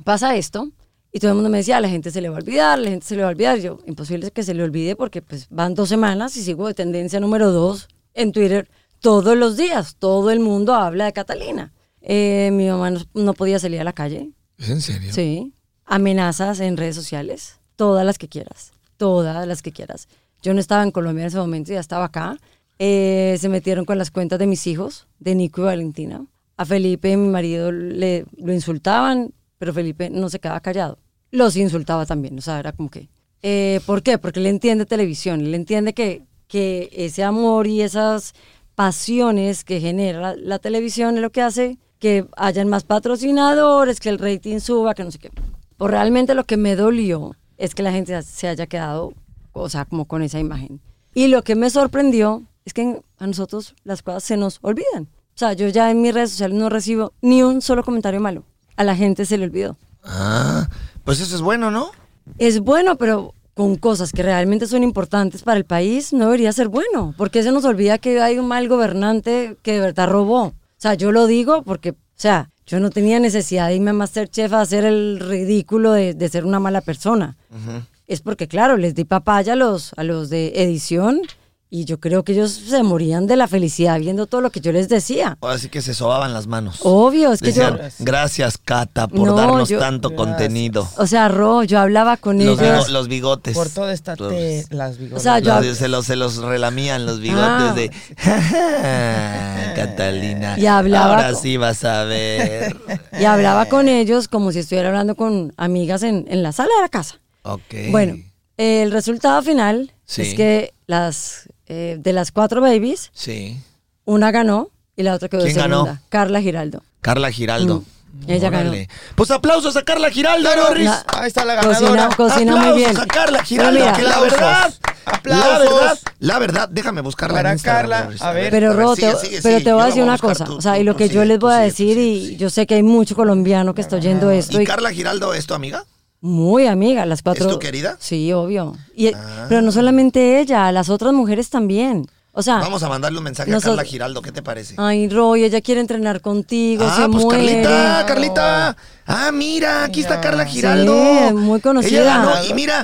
Speaker 3: pasa esto y todo el mundo me decía, "A la gente se le va a olvidar, la gente se le va a olvidar. Yo, imposible que se le olvide porque pues van dos semanas y sigo de tendencia número dos en Twitter todos los días. Todo el mundo habla de Catalina. Eh, mi mamá no, no podía salir a la calle,
Speaker 1: ¿Es en serio?
Speaker 3: Sí. Amenazas en redes sociales, todas las que quieras, todas las que quieras. Yo no estaba en Colombia en ese momento, ya estaba acá. Eh, se metieron con las cuentas de mis hijos, de Nico y Valentina. A Felipe, mi marido, le, lo insultaban, pero Felipe no se quedaba callado. Los insultaba también, o sea, era como que... eh, ¿Por qué? Porque él entiende televisión, él entiende que, que ese amor y esas pasiones que genera la televisión es lo que hace que hayan más patrocinadores, que el rating suba, que no sé qué. Pues realmente lo que me dolió es que la gente se haya quedado, o sea, como con esa imagen. Y lo que me sorprendió es que a nosotros las cosas se nos olvidan. O sea, yo ya en mis redes sociales no recibo ni un solo comentario malo. A la gente se le olvidó.
Speaker 1: Ah, pues eso es bueno, ¿no?
Speaker 3: Es bueno, pero con cosas que realmente son importantes para el país, no debería ser bueno, porque se nos olvida que hay un mal gobernante que de verdad robó. O sea, yo lo digo porque, o sea, yo no tenía necesidad de irme a Masterchef a hacer el ridículo de, de ser una mala persona. Es porque, claro, les di papaya a los, a los de edición y yo creo que ellos se morían de la felicidad viendo todo lo que yo les decía.
Speaker 1: Ahora sí que se sobaban las manos.
Speaker 3: Obvio, es que yo...
Speaker 1: Decían, gracias, Cata, por
Speaker 3: No,
Speaker 1: darnos
Speaker 3: yo-
Speaker 1: tanto
Speaker 2: Gracias.
Speaker 1: contenido.
Speaker 3: O sea, Ro, yo hablaba con
Speaker 1: Los, bigo-
Speaker 3: ellos.
Speaker 1: los bigotes.
Speaker 2: Por toda esta
Speaker 1: Los-
Speaker 2: te- las bigotes.
Speaker 3: O sea, yo-
Speaker 1: los- se, los, se los relamían los bigotes
Speaker 3: Ah.
Speaker 1: de "Ja, ja, Catalina.
Speaker 3: Y hablaba
Speaker 1: Ahora
Speaker 3: con-
Speaker 1: sí vas a ver.
Speaker 3: Y
Speaker 1: Eh.
Speaker 3: hablaba con ellos como si estuviera hablando con amigas en, en la sala de la casa.
Speaker 1: Ok.
Speaker 3: Bueno, el resultado final
Speaker 1: Sí.
Speaker 3: es que las eh, de las cuatro babies,
Speaker 1: Sí.
Speaker 3: una ganó y la otra quedó
Speaker 1: ¿Quién
Speaker 3: segunda.
Speaker 1: ganó?
Speaker 3: Carla Giraldo.
Speaker 1: Carla Giraldo.
Speaker 3: Mm, ella ganó.
Speaker 1: Órale. Pues aplausos a Carla Giraldo, Norris.
Speaker 3: La-
Speaker 2: Ahí está la
Speaker 3: Cocina,
Speaker 2: ganadora.
Speaker 3: cocina muy bien.
Speaker 1: Aplausos a Carla
Speaker 3: Pero
Speaker 1: Giraldo,
Speaker 3: mira,
Speaker 1: que la
Speaker 2: aplausos.
Speaker 1: verdad, la
Speaker 2: Aplausos.
Speaker 1: verdad, la verdad, déjame buscarla
Speaker 2: Para
Speaker 1: en Instagram,
Speaker 2: Carla,
Speaker 1: Norris.
Speaker 2: a ver.
Speaker 3: Pero, Ro, te,
Speaker 1: sigue, sigue,
Speaker 3: pero
Speaker 1: sigue.
Speaker 3: te
Speaker 1: Yo
Speaker 3: voy
Speaker 1: la
Speaker 3: a decir
Speaker 1: voy a
Speaker 3: una
Speaker 1: buscar.
Speaker 3: cosa.
Speaker 1: Tú-
Speaker 3: o sea, y
Speaker 1: tú-
Speaker 3: lo
Speaker 1: tú
Speaker 3: que yo
Speaker 1: sigue,
Speaker 3: les
Speaker 1: tú
Speaker 3: voy a
Speaker 1: sigue, tú
Speaker 3: decir,
Speaker 1: sigue,
Speaker 3: y
Speaker 1: tú sigue.
Speaker 3: yo sé que hay mucho colombiano que está oyendo esto.
Speaker 1: Ah. ¿Y
Speaker 3: y-
Speaker 1: Carla Giraldo es tu amiga?
Speaker 3: Muy amiga, las cuatro.
Speaker 1: tu querida? Ah.
Speaker 3: Sí, obvio. Y, Pero no solamente ella, las otras mujeres también. O sea,
Speaker 1: Vamos a mandarle un mensaje
Speaker 3: Ah. nosotros- Ah,
Speaker 1: a Carla Giraldo, ¿qué te parece?
Speaker 3: ay, Roy, ella quiere entrenar contigo,
Speaker 1: Ah,
Speaker 3: se
Speaker 1: pues
Speaker 3: muere.
Speaker 1: Carlita, Carlita. Ah, mira, aquí está
Speaker 2: Mira.
Speaker 1: Carla Giraldo.
Speaker 3: Sí, muy conocida.
Speaker 1: Ella ganó, y mira.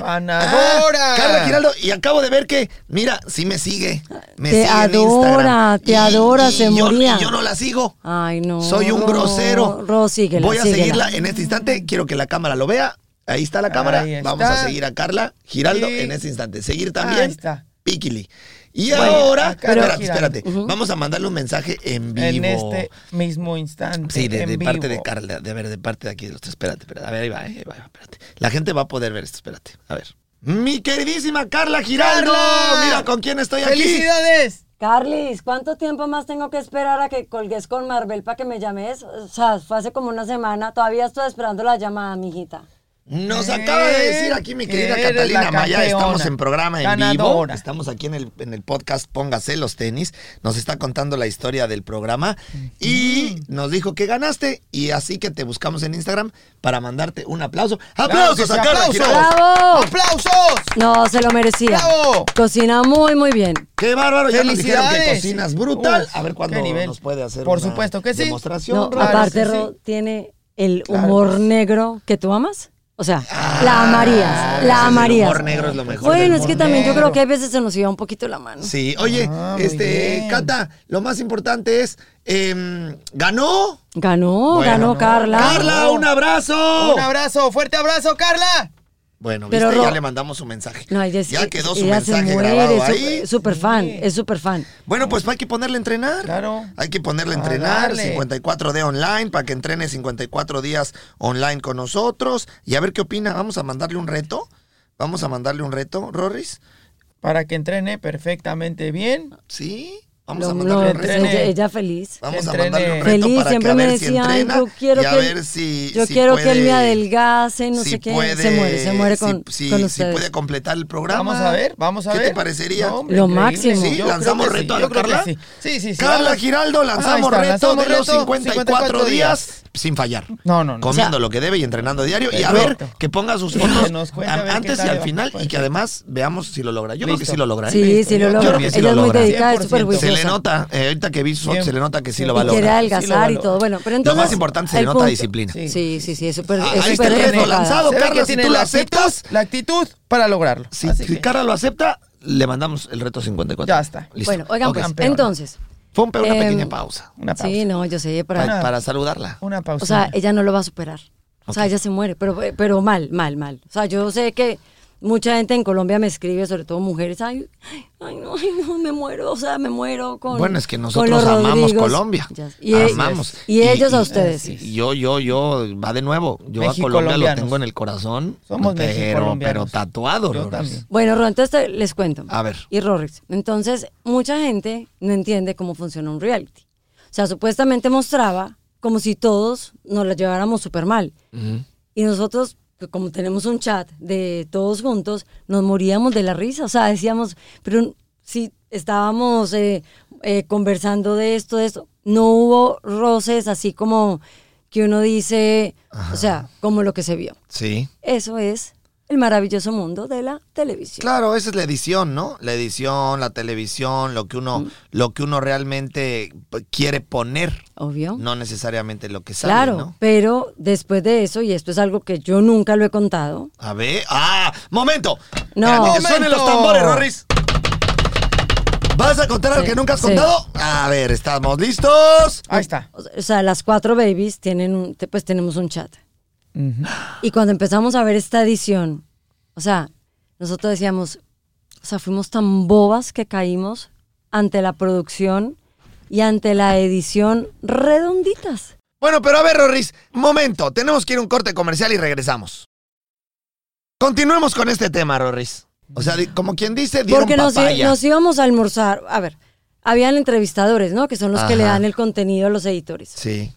Speaker 1: ah,
Speaker 2: Ganadora.
Speaker 1: Carla Giraldo. Y acabo de ver que, mira, sí me sigue. Me
Speaker 3: Te
Speaker 1: sigue en
Speaker 3: adora,
Speaker 1: Instagram.
Speaker 3: te adora, se Ah.
Speaker 1: yo,
Speaker 3: moría.
Speaker 1: y yo no la sigo.
Speaker 3: Ay, no.
Speaker 1: Soy un
Speaker 3: Ro,
Speaker 1: grosero.
Speaker 3: Ro, síguela,
Speaker 1: Voy a
Speaker 3: síguela.
Speaker 1: seguirla en este instante. Quiero que la cámara lo vea. Ahí está la cámara.
Speaker 2: Ahí está.
Speaker 1: Vamos a seguir a Carla Giraldo
Speaker 2: Y-
Speaker 1: en este instante. Seguir también.
Speaker 2: Ahí está.
Speaker 1: Piquili. Y
Speaker 2: Bueno,
Speaker 1: ahora,
Speaker 2: a Carla
Speaker 1: espérate,
Speaker 2: Giraldo.
Speaker 1: espérate. Vamos a mandarle un mensaje en vivo.
Speaker 2: En este mismo instante.
Speaker 1: Sí, de,
Speaker 2: en
Speaker 1: de parte de
Speaker 2: vivo.
Speaker 1: Carla, de a ver, de parte de aquí de los tres. Espérate, espérate. A ver, ahí va, eh, ahí va, espérate. La gente va a poder ver esto, espérate. A ver. Mi queridísima Carla Giraldo.
Speaker 2: ¡Carla!
Speaker 1: Mira con quién estoy aquí.
Speaker 2: ¡Felicidades!
Speaker 3: Carlis, ¿cuánto tiempo más tengo que esperar a que colgues con Marvel para que me llames? O sea, fue hace como una semana, todavía estoy esperando la llamada, mijita.
Speaker 1: Nos acaba de decir aquí mi querida
Speaker 2: Eres
Speaker 1: Catalina
Speaker 2: la
Speaker 1: Maya,
Speaker 2: campeona.
Speaker 1: estamos en programa en vivo,
Speaker 2: Ganadora.
Speaker 1: estamos aquí en el, en el podcast Póngase los tenis, nos está contando la historia del programa y nos dijo que ganaste y así que te buscamos en Instagram para mandarte un aplauso. ¡Aplausos
Speaker 2: Claro que sí,
Speaker 1: a Carla
Speaker 2: aplausos.
Speaker 1: Giraldo!
Speaker 3: ¡Bravo!
Speaker 2: ¡Aplausos!
Speaker 3: No, se lo merecía.
Speaker 2: ¡Bravo!
Speaker 3: Cocina muy, muy bien.
Speaker 1: ¡Qué bárbaro! Ya nos dijeron
Speaker 2: ¡Felicidades!
Speaker 1: que cocinas brutal.
Speaker 2: Uf,
Speaker 1: a ver cuándo
Speaker 2: qué nivel.
Speaker 1: nos puede hacer
Speaker 2: Por
Speaker 1: una
Speaker 2: supuesto que sí.
Speaker 1: demostración.
Speaker 3: No,
Speaker 1: Ro.
Speaker 2: Claro,
Speaker 3: aparte,
Speaker 2: sí, sí.
Speaker 3: Ro, tiene el
Speaker 1: Claro. pues. Ah,
Speaker 3: humor negro que tú amas. O sea, la amarías,
Speaker 1: ese es
Speaker 3: la
Speaker 1: el
Speaker 3: amarías.
Speaker 1: humor negro es lo mejor del
Speaker 3: Bueno, es que
Speaker 1: mundo.
Speaker 3: también yo
Speaker 2: negro.
Speaker 3: creo que a veces se nos iba un poquito la mano.
Speaker 1: Sí, oye,
Speaker 2: Ah, muy
Speaker 1: este,
Speaker 2: bien.
Speaker 1: Cata, lo más importante es, em, ¿ganó?
Speaker 3: Ganó,
Speaker 1: Bueno,
Speaker 3: Oh, ganó Carla. Oh.
Speaker 1: Carla, un abrazo.
Speaker 2: Un abrazo, fuerte abrazo, Carla.
Speaker 1: Bueno,
Speaker 3: Pero
Speaker 1: viste, ya
Speaker 3: Ro-
Speaker 1: le mandamos su mensaje.
Speaker 3: No, ella es-
Speaker 1: ya quedó su
Speaker 3: ella se
Speaker 1: mensaje
Speaker 3: muere,
Speaker 1: grabado
Speaker 3: su-
Speaker 1: ahí.
Speaker 3: Súper fan,
Speaker 2: Sí.
Speaker 3: es súper fan.
Speaker 1: Bueno, pues hay que ponerle a entrenar.
Speaker 2: Claro.
Speaker 1: Hay que ponerle a
Speaker 3: Ah,
Speaker 2: A
Speaker 1: entrenar.
Speaker 2: darle.
Speaker 1: 54D online para que entrene 54 días online con nosotros. Y a ver qué opina. Vamos a mandarle un reto. Vamos a mandarle un reto, Rorris.
Speaker 2: Para que entrene perfectamente bien.
Speaker 1: Sí. Vamos
Speaker 3: Lo-
Speaker 1: a
Speaker 3: lo-
Speaker 1: mandarle un reto.
Speaker 2: entrene.
Speaker 3: ella, ella feliz.
Speaker 1: Vamos a
Speaker 2: Entrene.
Speaker 1: mandarle un reto
Speaker 3: Feliz,
Speaker 1: para que
Speaker 3: siempre
Speaker 1: a
Speaker 3: me
Speaker 1: ver si
Speaker 3: decía,
Speaker 1: entrena
Speaker 3: "Ay, yo quiero
Speaker 1: y a
Speaker 3: que,
Speaker 1: ver si
Speaker 3: yo
Speaker 1: si
Speaker 3: quiero que él me
Speaker 1: puede-
Speaker 3: adelgase, no
Speaker 1: si
Speaker 3: sé qué. se
Speaker 1: puede-
Speaker 3: muere, se muere
Speaker 1: si-
Speaker 3: con,
Speaker 1: si,
Speaker 3: con
Speaker 1: si
Speaker 3: ustedes.
Speaker 1: puede completar el programa.
Speaker 2: Vamos a ver, vamos a
Speaker 1: ¿Qué
Speaker 2: ver.
Speaker 1: te parecería?
Speaker 2: No, hombre,
Speaker 3: Lo
Speaker 2: increíble.
Speaker 3: máximo.
Speaker 2: Yo
Speaker 1: Sí,
Speaker 2: creo
Speaker 1: lanzamos
Speaker 2: que sí,
Speaker 1: reto a
Speaker 2: yo
Speaker 1: la
Speaker 2: creo que
Speaker 1: Carla.
Speaker 2: Sí, sí, sí. sí,
Speaker 1: Carla
Speaker 2: vamos.
Speaker 1: Giraldo,
Speaker 2: Ahí
Speaker 1: lanzamos
Speaker 2: está,
Speaker 1: reto
Speaker 2: lanzamos
Speaker 1: de los
Speaker 2: reto,
Speaker 1: 54,
Speaker 2: 54
Speaker 1: días, sin fallar.
Speaker 2: No, no, no.
Speaker 1: Comiendo
Speaker 3: O sea,
Speaker 1: lo que debe y entrenando diario. Y a ver,
Speaker 2: perfecto.
Speaker 1: que ponga sus
Speaker 2: Que
Speaker 1: fotos
Speaker 2: nos cuente a
Speaker 1: an-
Speaker 2: ver qué
Speaker 1: antes y
Speaker 2: tal
Speaker 1: al
Speaker 2: va.
Speaker 1: final. Y que
Speaker 2: Perfecto.
Speaker 1: además veamos si lo logra. Yo creo que
Speaker 2: Listo.
Speaker 1: sí lo logra. ¿eh?
Speaker 3: Sí,
Speaker 2: Listo,
Speaker 3: sí, lo
Speaker 2: yo
Speaker 3: logra.
Speaker 1: creo que sí
Speaker 3: Ella
Speaker 1: lo
Speaker 3: es muy
Speaker 1: logra.
Speaker 3: dedicada, es
Speaker 2: 100%.
Speaker 3: súper
Speaker 1: Se le
Speaker 3: juiciosa.
Speaker 1: nota, eh, ahorita que vi sus fotos,
Speaker 2: Bien.
Speaker 1: se le nota que sí lo
Speaker 2: Y
Speaker 1: va a
Speaker 3: Y quiere
Speaker 1: lograr.
Speaker 2: Sí, lo
Speaker 3: adelgazar
Speaker 2: valora.
Speaker 3: y todo. Bueno, pero
Speaker 1: Lo
Speaker 3: entonces.
Speaker 1: más importante se
Speaker 3: el
Speaker 1: le nota
Speaker 3: punto.
Speaker 1: disciplina.
Speaker 2: Sí.
Speaker 3: Sí, sí, sí, es súper.
Speaker 1: Ah,
Speaker 3: es
Speaker 1: ahí está
Speaker 3: súper
Speaker 1: el reto
Speaker 3: enfocada.
Speaker 1: lanzado.
Speaker 2: Se ve
Speaker 1: Carla,
Speaker 2: que
Speaker 1: si
Speaker 2: tiene
Speaker 1: tú lo
Speaker 2: la actitud,
Speaker 1: aceptas.
Speaker 2: La actitud para lograrlo.
Speaker 1: Si
Speaker 2: Así que-
Speaker 1: Carla lo acepta, le mandamos el reto 54.
Speaker 2: Ya está.
Speaker 1: Listo.
Speaker 3: Bueno, oigan,
Speaker 1: Ok.
Speaker 3: pues,
Speaker 2: Campeona.
Speaker 3: entonces.
Speaker 1: Fue un pe- una
Speaker 3: em,
Speaker 1: pequeña pausa.
Speaker 2: Una pausa.
Speaker 3: Sí, no, yo sé, para.
Speaker 1: pa- para saludarla.
Speaker 2: Una pausa.
Speaker 3: O sea, ella no lo va a superar. O sea, ella se muere, pero, pero mal, mal, mal. O sea, yo sé que mucha gente en Colombia me escribe, sobre todo mujeres, ay, ay no, ay, no, me muero, o sea, me muero con
Speaker 1: Bueno, es que
Speaker 3: con
Speaker 1: nosotros
Speaker 3: los
Speaker 1: amamos
Speaker 3: Rodrigos.
Speaker 1: Colombia.
Speaker 3: Ya, Y, e-
Speaker 1: amamos.
Speaker 3: Y, ellos a
Speaker 1: y-
Speaker 3: ustedes.
Speaker 1: y Yo, yo, yo, va de nuevo. Yo a
Speaker 2: México
Speaker 1: Colombia lo
Speaker 2: colombianos.
Speaker 1: tengo en el corazón.
Speaker 2: Somos
Speaker 1: pero,
Speaker 2: mexicolombianos.
Speaker 1: pero tatuado,
Speaker 2: Yo
Speaker 1: Lourdes.
Speaker 2: también.
Speaker 3: Bueno, Ro, entonces te- les cuento.
Speaker 1: A ver.
Speaker 3: Y Rorix. Entonces, mucha gente no entiende cómo funciona un reality. O sea, supuestamente mostraba como si todos nos la lleváramos súper mal.
Speaker 1: Ujú.
Speaker 3: Y nosotros, pues, como tenemos un chat de todos juntos, nos moríamos de la risa. O sea, decíamos, pero si estábamos eh, eh, conversando de esto, de esto, no hubo roces así como que uno dice, o sea, como lo que se vio.
Speaker 1: Sí.
Speaker 3: Eso es el maravilloso mundo de la televisión.
Speaker 1: Claro, esa es la edición, ¿no? La edición, la televisión, lo que uno,
Speaker 3: Mm.
Speaker 1: lo que uno realmente p- quiere poner,
Speaker 3: Obvio.
Speaker 1: no necesariamente lo que sale,
Speaker 3: claro,
Speaker 1: ¿no?
Speaker 3: pero después de eso, y esto es algo que yo nunca lo he contado,
Speaker 1: A ver. ¡Ah! ¡Momento!
Speaker 3: No.
Speaker 1: Espérate que suenen
Speaker 2: ¡Momento!
Speaker 1: los tambores, Rorris. ¿Vas a contar algo
Speaker 3: Sí,
Speaker 1: que nunca has
Speaker 3: sí.
Speaker 1: contado? A ver, ¿estamos listos?
Speaker 2: Ahí está.
Speaker 3: o sea, las cuatro babies tienen, un- te- pues tenemos un chat. Y cuando empezamos a ver esta edición, o sea, nosotros decíamos, o sea, fuimos tan bobas que caímos ante la producción y ante la edición redonditas.
Speaker 1: Bueno, pero a ver, Rorris, momento, tenemos que ir a un corte comercial y regresamos. Continuemos con este tema, Rorris. O sea, di- como quien dice, dieron
Speaker 3: Porque nos, i-
Speaker 1: papaya.
Speaker 3: nos íbamos a almorzar, a ver, habían entrevistadores, ¿no? Que son los que le
Speaker 1: Ajá.
Speaker 3: dan el contenido a los editores.
Speaker 1: Sí.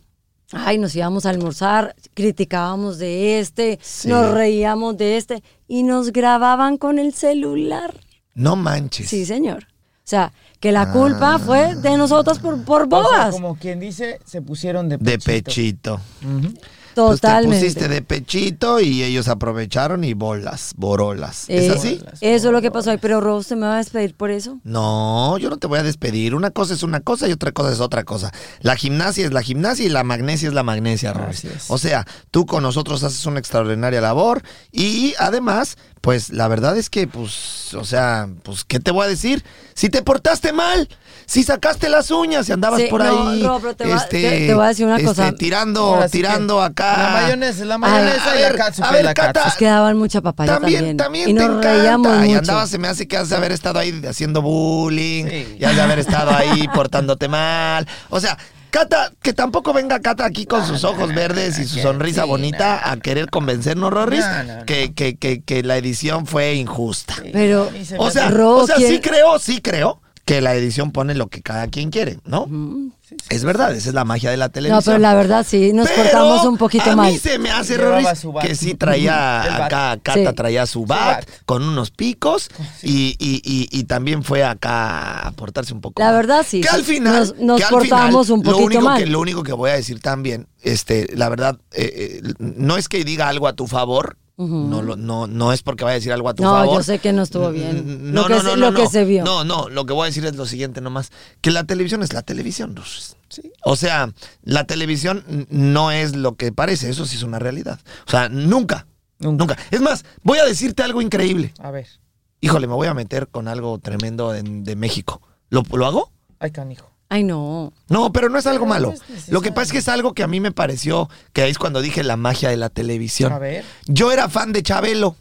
Speaker 3: Ay, nos íbamos a almorzar, criticábamos de este,
Speaker 1: Sí.
Speaker 3: nos reíamos de este y nos grababan con el celular.
Speaker 1: No manches.
Speaker 3: Sí, señor. O sea, que
Speaker 1: Ah.
Speaker 3: la culpa fue de nosotros por, por
Speaker 2: O sea,
Speaker 1: Pues
Speaker 3: bobas.
Speaker 2: como quien dice, se pusieron de
Speaker 1: De
Speaker 2: pechito.
Speaker 1: pechito.
Speaker 2: Ujú.
Speaker 1: Totalmente.
Speaker 3: Totalmente.
Speaker 1: Pues te pusiste de pechito y ellos aprovecharon y bolas, borolas. ¿Es
Speaker 3: Eh,
Speaker 1: así?
Speaker 3: Eso es lo que pasó ahí, pero Rose, ¿te me va a despedir por eso?
Speaker 1: No, yo no te voy a despedir. Una cosa es una cosa y otra cosa es otra cosa. La gimnasia es la gimnasia y la magnesia es la magnesia, Roris.
Speaker 2: Así es.
Speaker 1: O sea, tú con nosotros haces una extraordinaria labor y además, pues la verdad es que, pues, o sea, pues, ¿qué te voy a decir? Si te portaste mal, si sacaste las uñas y andabas
Speaker 3: Sí,
Speaker 1: por
Speaker 3: no,
Speaker 1: ahí,
Speaker 3: no, pero te va- te- te voy a decir una
Speaker 1: este,
Speaker 3: cosa.
Speaker 1: tirando,
Speaker 2: Ahora sí que
Speaker 1: tirando acá.
Speaker 2: La mayonesa, la
Speaker 1: a
Speaker 2: mayonesa y
Speaker 1: ver,
Speaker 2: la
Speaker 1: a
Speaker 2: catsup
Speaker 1: ver,
Speaker 2: y la
Speaker 1: Cata,
Speaker 2: catsup.
Speaker 3: Es que daban mucha papaya
Speaker 1: Ah, También,
Speaker 3: también.
Speaker 1: también
Speaker 3: y
Speaker 1: te
Speaker 3: nos
Speaker 1: encanta.
Speaker 3: reíamos
Speaker 1: Y
Speaker 3: mucho.
Speaker 1: andaba, se me hace que has de haber estado ahí haciendo bullying,
Speaker 2: Sí.
Speaker 1: y has de haber estado ahí portándote mal. O sea, Cata, que tampoco venga Cata aquí con sus ojos verdes y su
Speaker 2: que-
Speaker 1: sonrisa
Speaker 2: sí,
Speaker 1: bonita a querer convencernos, Rorris,
Speaker 2: No, no, no.
Speaker 1: Que, que, que, que la edición fue injusta.
Speaker 3: Pero-
Speaker 2: A mí se me
Speaker 1: O sea,
Speaker 2: hace-
Speaker 3: Ro
Speaker 1: o sea, sí
Speaker 3: quiere-
Speaker 1: creo, sí creo que la edición pone lo que cada quien quiere, ¿no? Es verdad, esa es la magia de la televisión.
Speaker 3: No, pero la verdad sí, nos
Speaker 1: Pero
Speaker 3: portamos un poquito
Speaker 1: a
Speaker 3: mal.
Speaker 1: mí se me hace,
Speaker 2: Llevaba
Speaker 1: Rorris,
Speaker 2: su bat.
Speaker 1: que sí traía
Speaker 2: El bat.
Speaker 1: acá, Cata
Speaker 3: Sí.
Speaker 1: traía su bat
Speaker 2: bat.
Speaker 1: con unos picos y, y- y- y también fue acá a portarse un poco
Speaker 3: La
Speaker 1: mal.
Speaker 3: verdad, sí.
Speaker 1: Que al final...
Speaker 3: Nos- nos
Speaker 1: que al final,
Speaker 3: portamos un
Speaker 1: lo
Speaker 3: poquito
Speaker 1: único
Speaker 3: mal.
Speaker 1: Que, lo único que voy a decir también, este, la verdad, eh, eh, no es que diga algo a tu favor, no, lo- no, no es porque vaya a decir algo a tu
Speaker 3: No,
Speaker 1: favor.
Speaker 3: yo sé que no estuvo bien.
Speaker 1: Mm,
Speaker 3: Lo que se- lo que se vio.
Speaker 1: No, no, lo que voy a decir es lo siguiente nomás, que la televisión es la televisión, Rorris.
Speaker 2: Sí.
Speaker 1: O sea, la televisión n- no es lo que parece, eso sí es una realidad. O sea, nunca,
Speaker 2: Nunca.
Speaker 1: nunca. Es más, voy a decirte algo increíble.
Speaker 2: A ver.
Speaker 1: Híjole, me voy a meter con algo tremendo de, de México. ¿Lo, ¿Lo hago?
Speaker 2: Ay, canijo.
Speaker 3: Ay, no.
Speaker 1: No, pero no es algo
Speaker 2: No, no
Speaker 1: malo.
Speaker 2: es necesario.
Speaker 1: Lo que pasa es que es algo que a mí me pareció, que ahí es cuando dije la magia de la televisión.
Speaker 2: A ver.
Speaker 1: Yo era fan de Chabelo.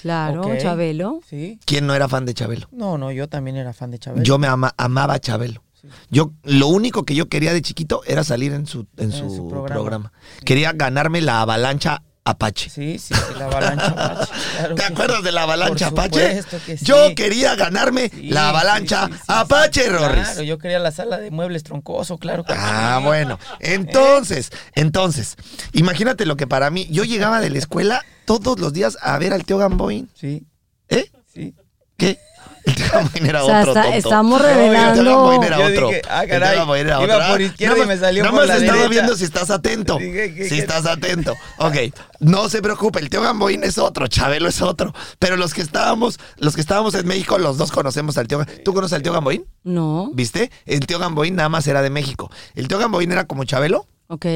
Speaker 3: Claro,
Speaker 2: Ok.
Speaker 3: Chabelo.
Speaker 2: Sí.
Speaker 1: ¿Quién no era fan de Chabelo?
Speaker 2: No, no, yo también era fan de Chabelo.
Speaker 1: Yo me ama- amaba a Chabelo. Yo lo único que yo quería de chiquito era salir en su, en su,
Speaker 2: su
Speaker 1: programa.
Speaker 2: programa.
Speaker 1: Quería ganarme la avalancha Apache.
Speaker 2: Sí, sí, sí, la avalancha Apache. claro
Speaker 1: ¿Te
Speaker 2: que
Speaker 1: acuerdas
Speaker 2: sí.
Speaker 1: de la avalancha
Speaker 2: Por
Speaker 1: Apache?
Speaker 2: supuesto que sí.
Speaker 1: Yo quería ganarme
Speaker 2: Sí,
Speaker 1: la avalancha
Speaker 2: sí, sí, sí, sí.
Speaker 1: Apache, Rorris.
Speaker 2: Claro, yo quería la sala de muebles troncoso, claro. que
Speaker 1: Ah,
Speaker 2: sí.
Speaker 1: bueno.
Speaker 2: ¿Eh?
Speaker 1: Entonces, entonces, imagínate lo que para mí, yo llegaba de la escuela todos los días a ver al Teo Gamboín.
Speaker 2: Sí,
Speaker 1: ¿Eh?
Speaker 2: sí.
Speaker 1: ¿Qué? El Teo Gamboín era
Speaker 3: O sea,
Speaker 1: otro
Speaker 3: está-
Speaker 1: tonto.
Speaker 3: estamos
Speaker 1: El Teo Gamboín
Speaker 3: revelando.
Speaker 1: era
Speaker 2: Yo
Speaker 1: otro.
Speaker 2: dije, ah,
Speaker 1: El Teo
Speaker 2: caray,
Speaker 1: Gamboín era
Speaker 2: iba
Speaker 1: otro. Ah,
Speaker 2: por izquierda
Speaker 1: Nada
Speaker 2: y me
Speaker 1: más-
Speaker 2: salió
Speaker 1: nada
Speaker 2: por
Speaker 1: más
Speaker 2: la
Speaker 1: estaba
Speaker 2: derecha.
Speaker 1: viendo si estás atento.
Speaker 2: Dije, ¿qué-
Speaker 1: si
Speaker 2: qué?
Speaker 1: estás atento. Ok, no se preocupe, el Teo Gamboín es otro, Chabelo es otro. Pero los que estábamos, los que estábamos en México, los dos conocemos al Teo Gamboín. ¿Tú conoces al Teo Gamboín?
Speaker 3: No.
Speaker 1: ¿Viste? El Teo Gamboín nada más era de México. El Teo Gamboín era como Chabelo.
Speaker 3: Ok.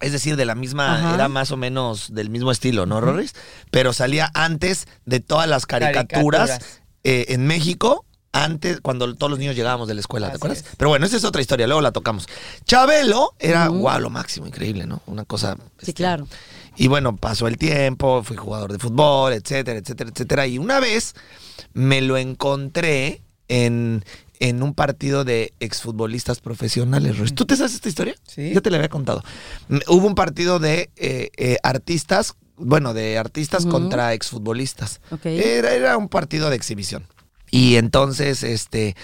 Speaker 1: Es decir, de la misma,
Speaker 3: Ajá.
Speaker 1: era más o menos del mismo estilo, ¿no, Rorris? Pero salía antes de todas las caricaturas,
Speaker 2: Caricaturas.
Speaker 1: eh, en México, antes, cuando todos los niños llegábamos de la escuela, ¿te
Speaker 2: Así
Speaker 1: acuerdas?
Speaker 2: es.
Speaker 1: Pero bueno, esa es otra historia, luego la tocamos. Chabelo era, wow, lo máximo, increíble, ¿no? Una cosa.
Speaker 3: Sí,
Speaker 1: este,
Speaker 3: claro.
Speaker 1: y bueno, pasó el tiempo, fui jugador de fútbol, etcétera, etcétera, etcétera. Y una vez me lo encontré en, en un partido de exfutbolistas profesionales. Ruiz. ¿Tú te sabes esta historia?
Speaker 2: Sí.
Speaker 1: Yo te la había contado. Mm, Hubo un partido de eh, eh, artistas, bueno, de artistas contra exfutbolistas.
Speaker 3: Ok.
Speaker 1: Era, era un partido de exhibición. Y entonces, este,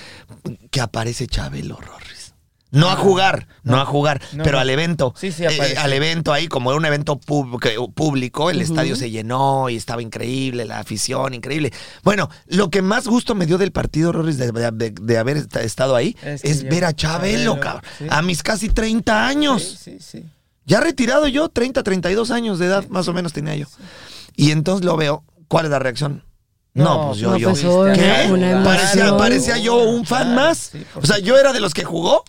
Speaker 1: que aparece Chabelo Rorris. No a jugar, no a jugar,
Speaker 2: Ah. No,
Speaker 1: pero
Speaker 2: no.
Speaker 1: al evento.
Speaker 2: Sí, sí,
Speaker 1: Eh,
Speaker 2: apareció.
Speaker 1: al evento ahí, como era un evento pub- que- público, el estadio se llenó y estaba increíble, la afición, increíble. Bueno, lo que más gusto me dio del partido, Rorris, de, de- de- de haber est- estado ahí, es,
Speaker 2: Es que yo-
Speaker 1: ver a Chabelo,
Speaker 2: Chabelo,
Speaker 1: cabrón.
Speaker 2: sí.
Speaker 1: A mis casi 30 años.
Speaker 2: Sí, sí, sí.
Speaker 1: Ya retirado yo, 30, 32 años de edad, más o menos tenía yo. Y entonces lo veo, ¿cuál es la reacción? No,
Speaker 2: No,
Speaker 1: pues yo,
Speaker 3: no,
Speaker 1: yo.
Speaker 3: pues, obvio,
Speaker 1: ¿Qué?
Speaker 3: una
Speaker 1: Parecía,
Speaker 3: emoción.
Speaker 1: parecía yo un fan
Speaker 2: Claro,
Speaker 1: más.
Speaker 2: sí, por
Speaker 1: O sea, yo era de los que jugó,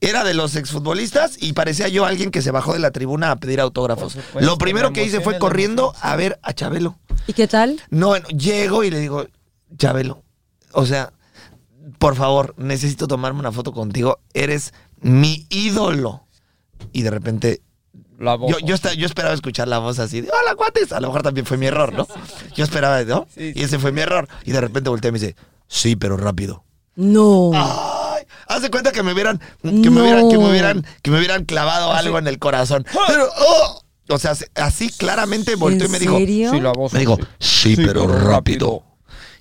Speaker 1: era de los exfutbolistas y parecía yo alguien que se bajó de la tribuna a pedir autógrafos.
Speaker 2: Por supuesto,
Speaker 1: Lo primero
Speaker 2: la
Speaker 1: que hice
Speaker 2: emoción
Speaker 1: fue
Speaker 2: es la
Speaker 1: corriendo
Speaker 2: emoción, sí.
Speaker 1: a ver a Chabelo.
Speaker 3: ¿Y qué tal?
Speaker 1: No, bueno, llego y le digo, Chabelo, o sea, por favor, necesito tomarme una foto contigo. Eres mi ídolo. Y de repente
Speaker 2: Lo
Speaker 1: yo,
Speaker 2: abojo.
Speaker 1: yo, esta- yo esperaba escuchar la voz así de hola cuates. A lo mejor también fue mi error, ¿no? Yo esperaba, ¿no?
Speaker 2: Sí,
Speaker 1: Y ese fue mi error. Y de repente volteé y me dice, sí, pero rápido.
Speaker 3: No.
Speaker 1: Ah, ¡Ay! Haz de cuenta que me hubieran, que me hubieran,
Speaker 3: No.
Speaker 1: que me hubieran, que me hubieran clavado algo en el corazón. Pero, oh, o sea, así claramente volteó y
Speaker 3: ¿En
Speaker 1: me dijo,
Speaker 3: serio?
Speaker 2: Sí, lo abojo.
Speaker 1: me dijo, sí,
Speaker 2: sí.
Speaker 1: pero rápido.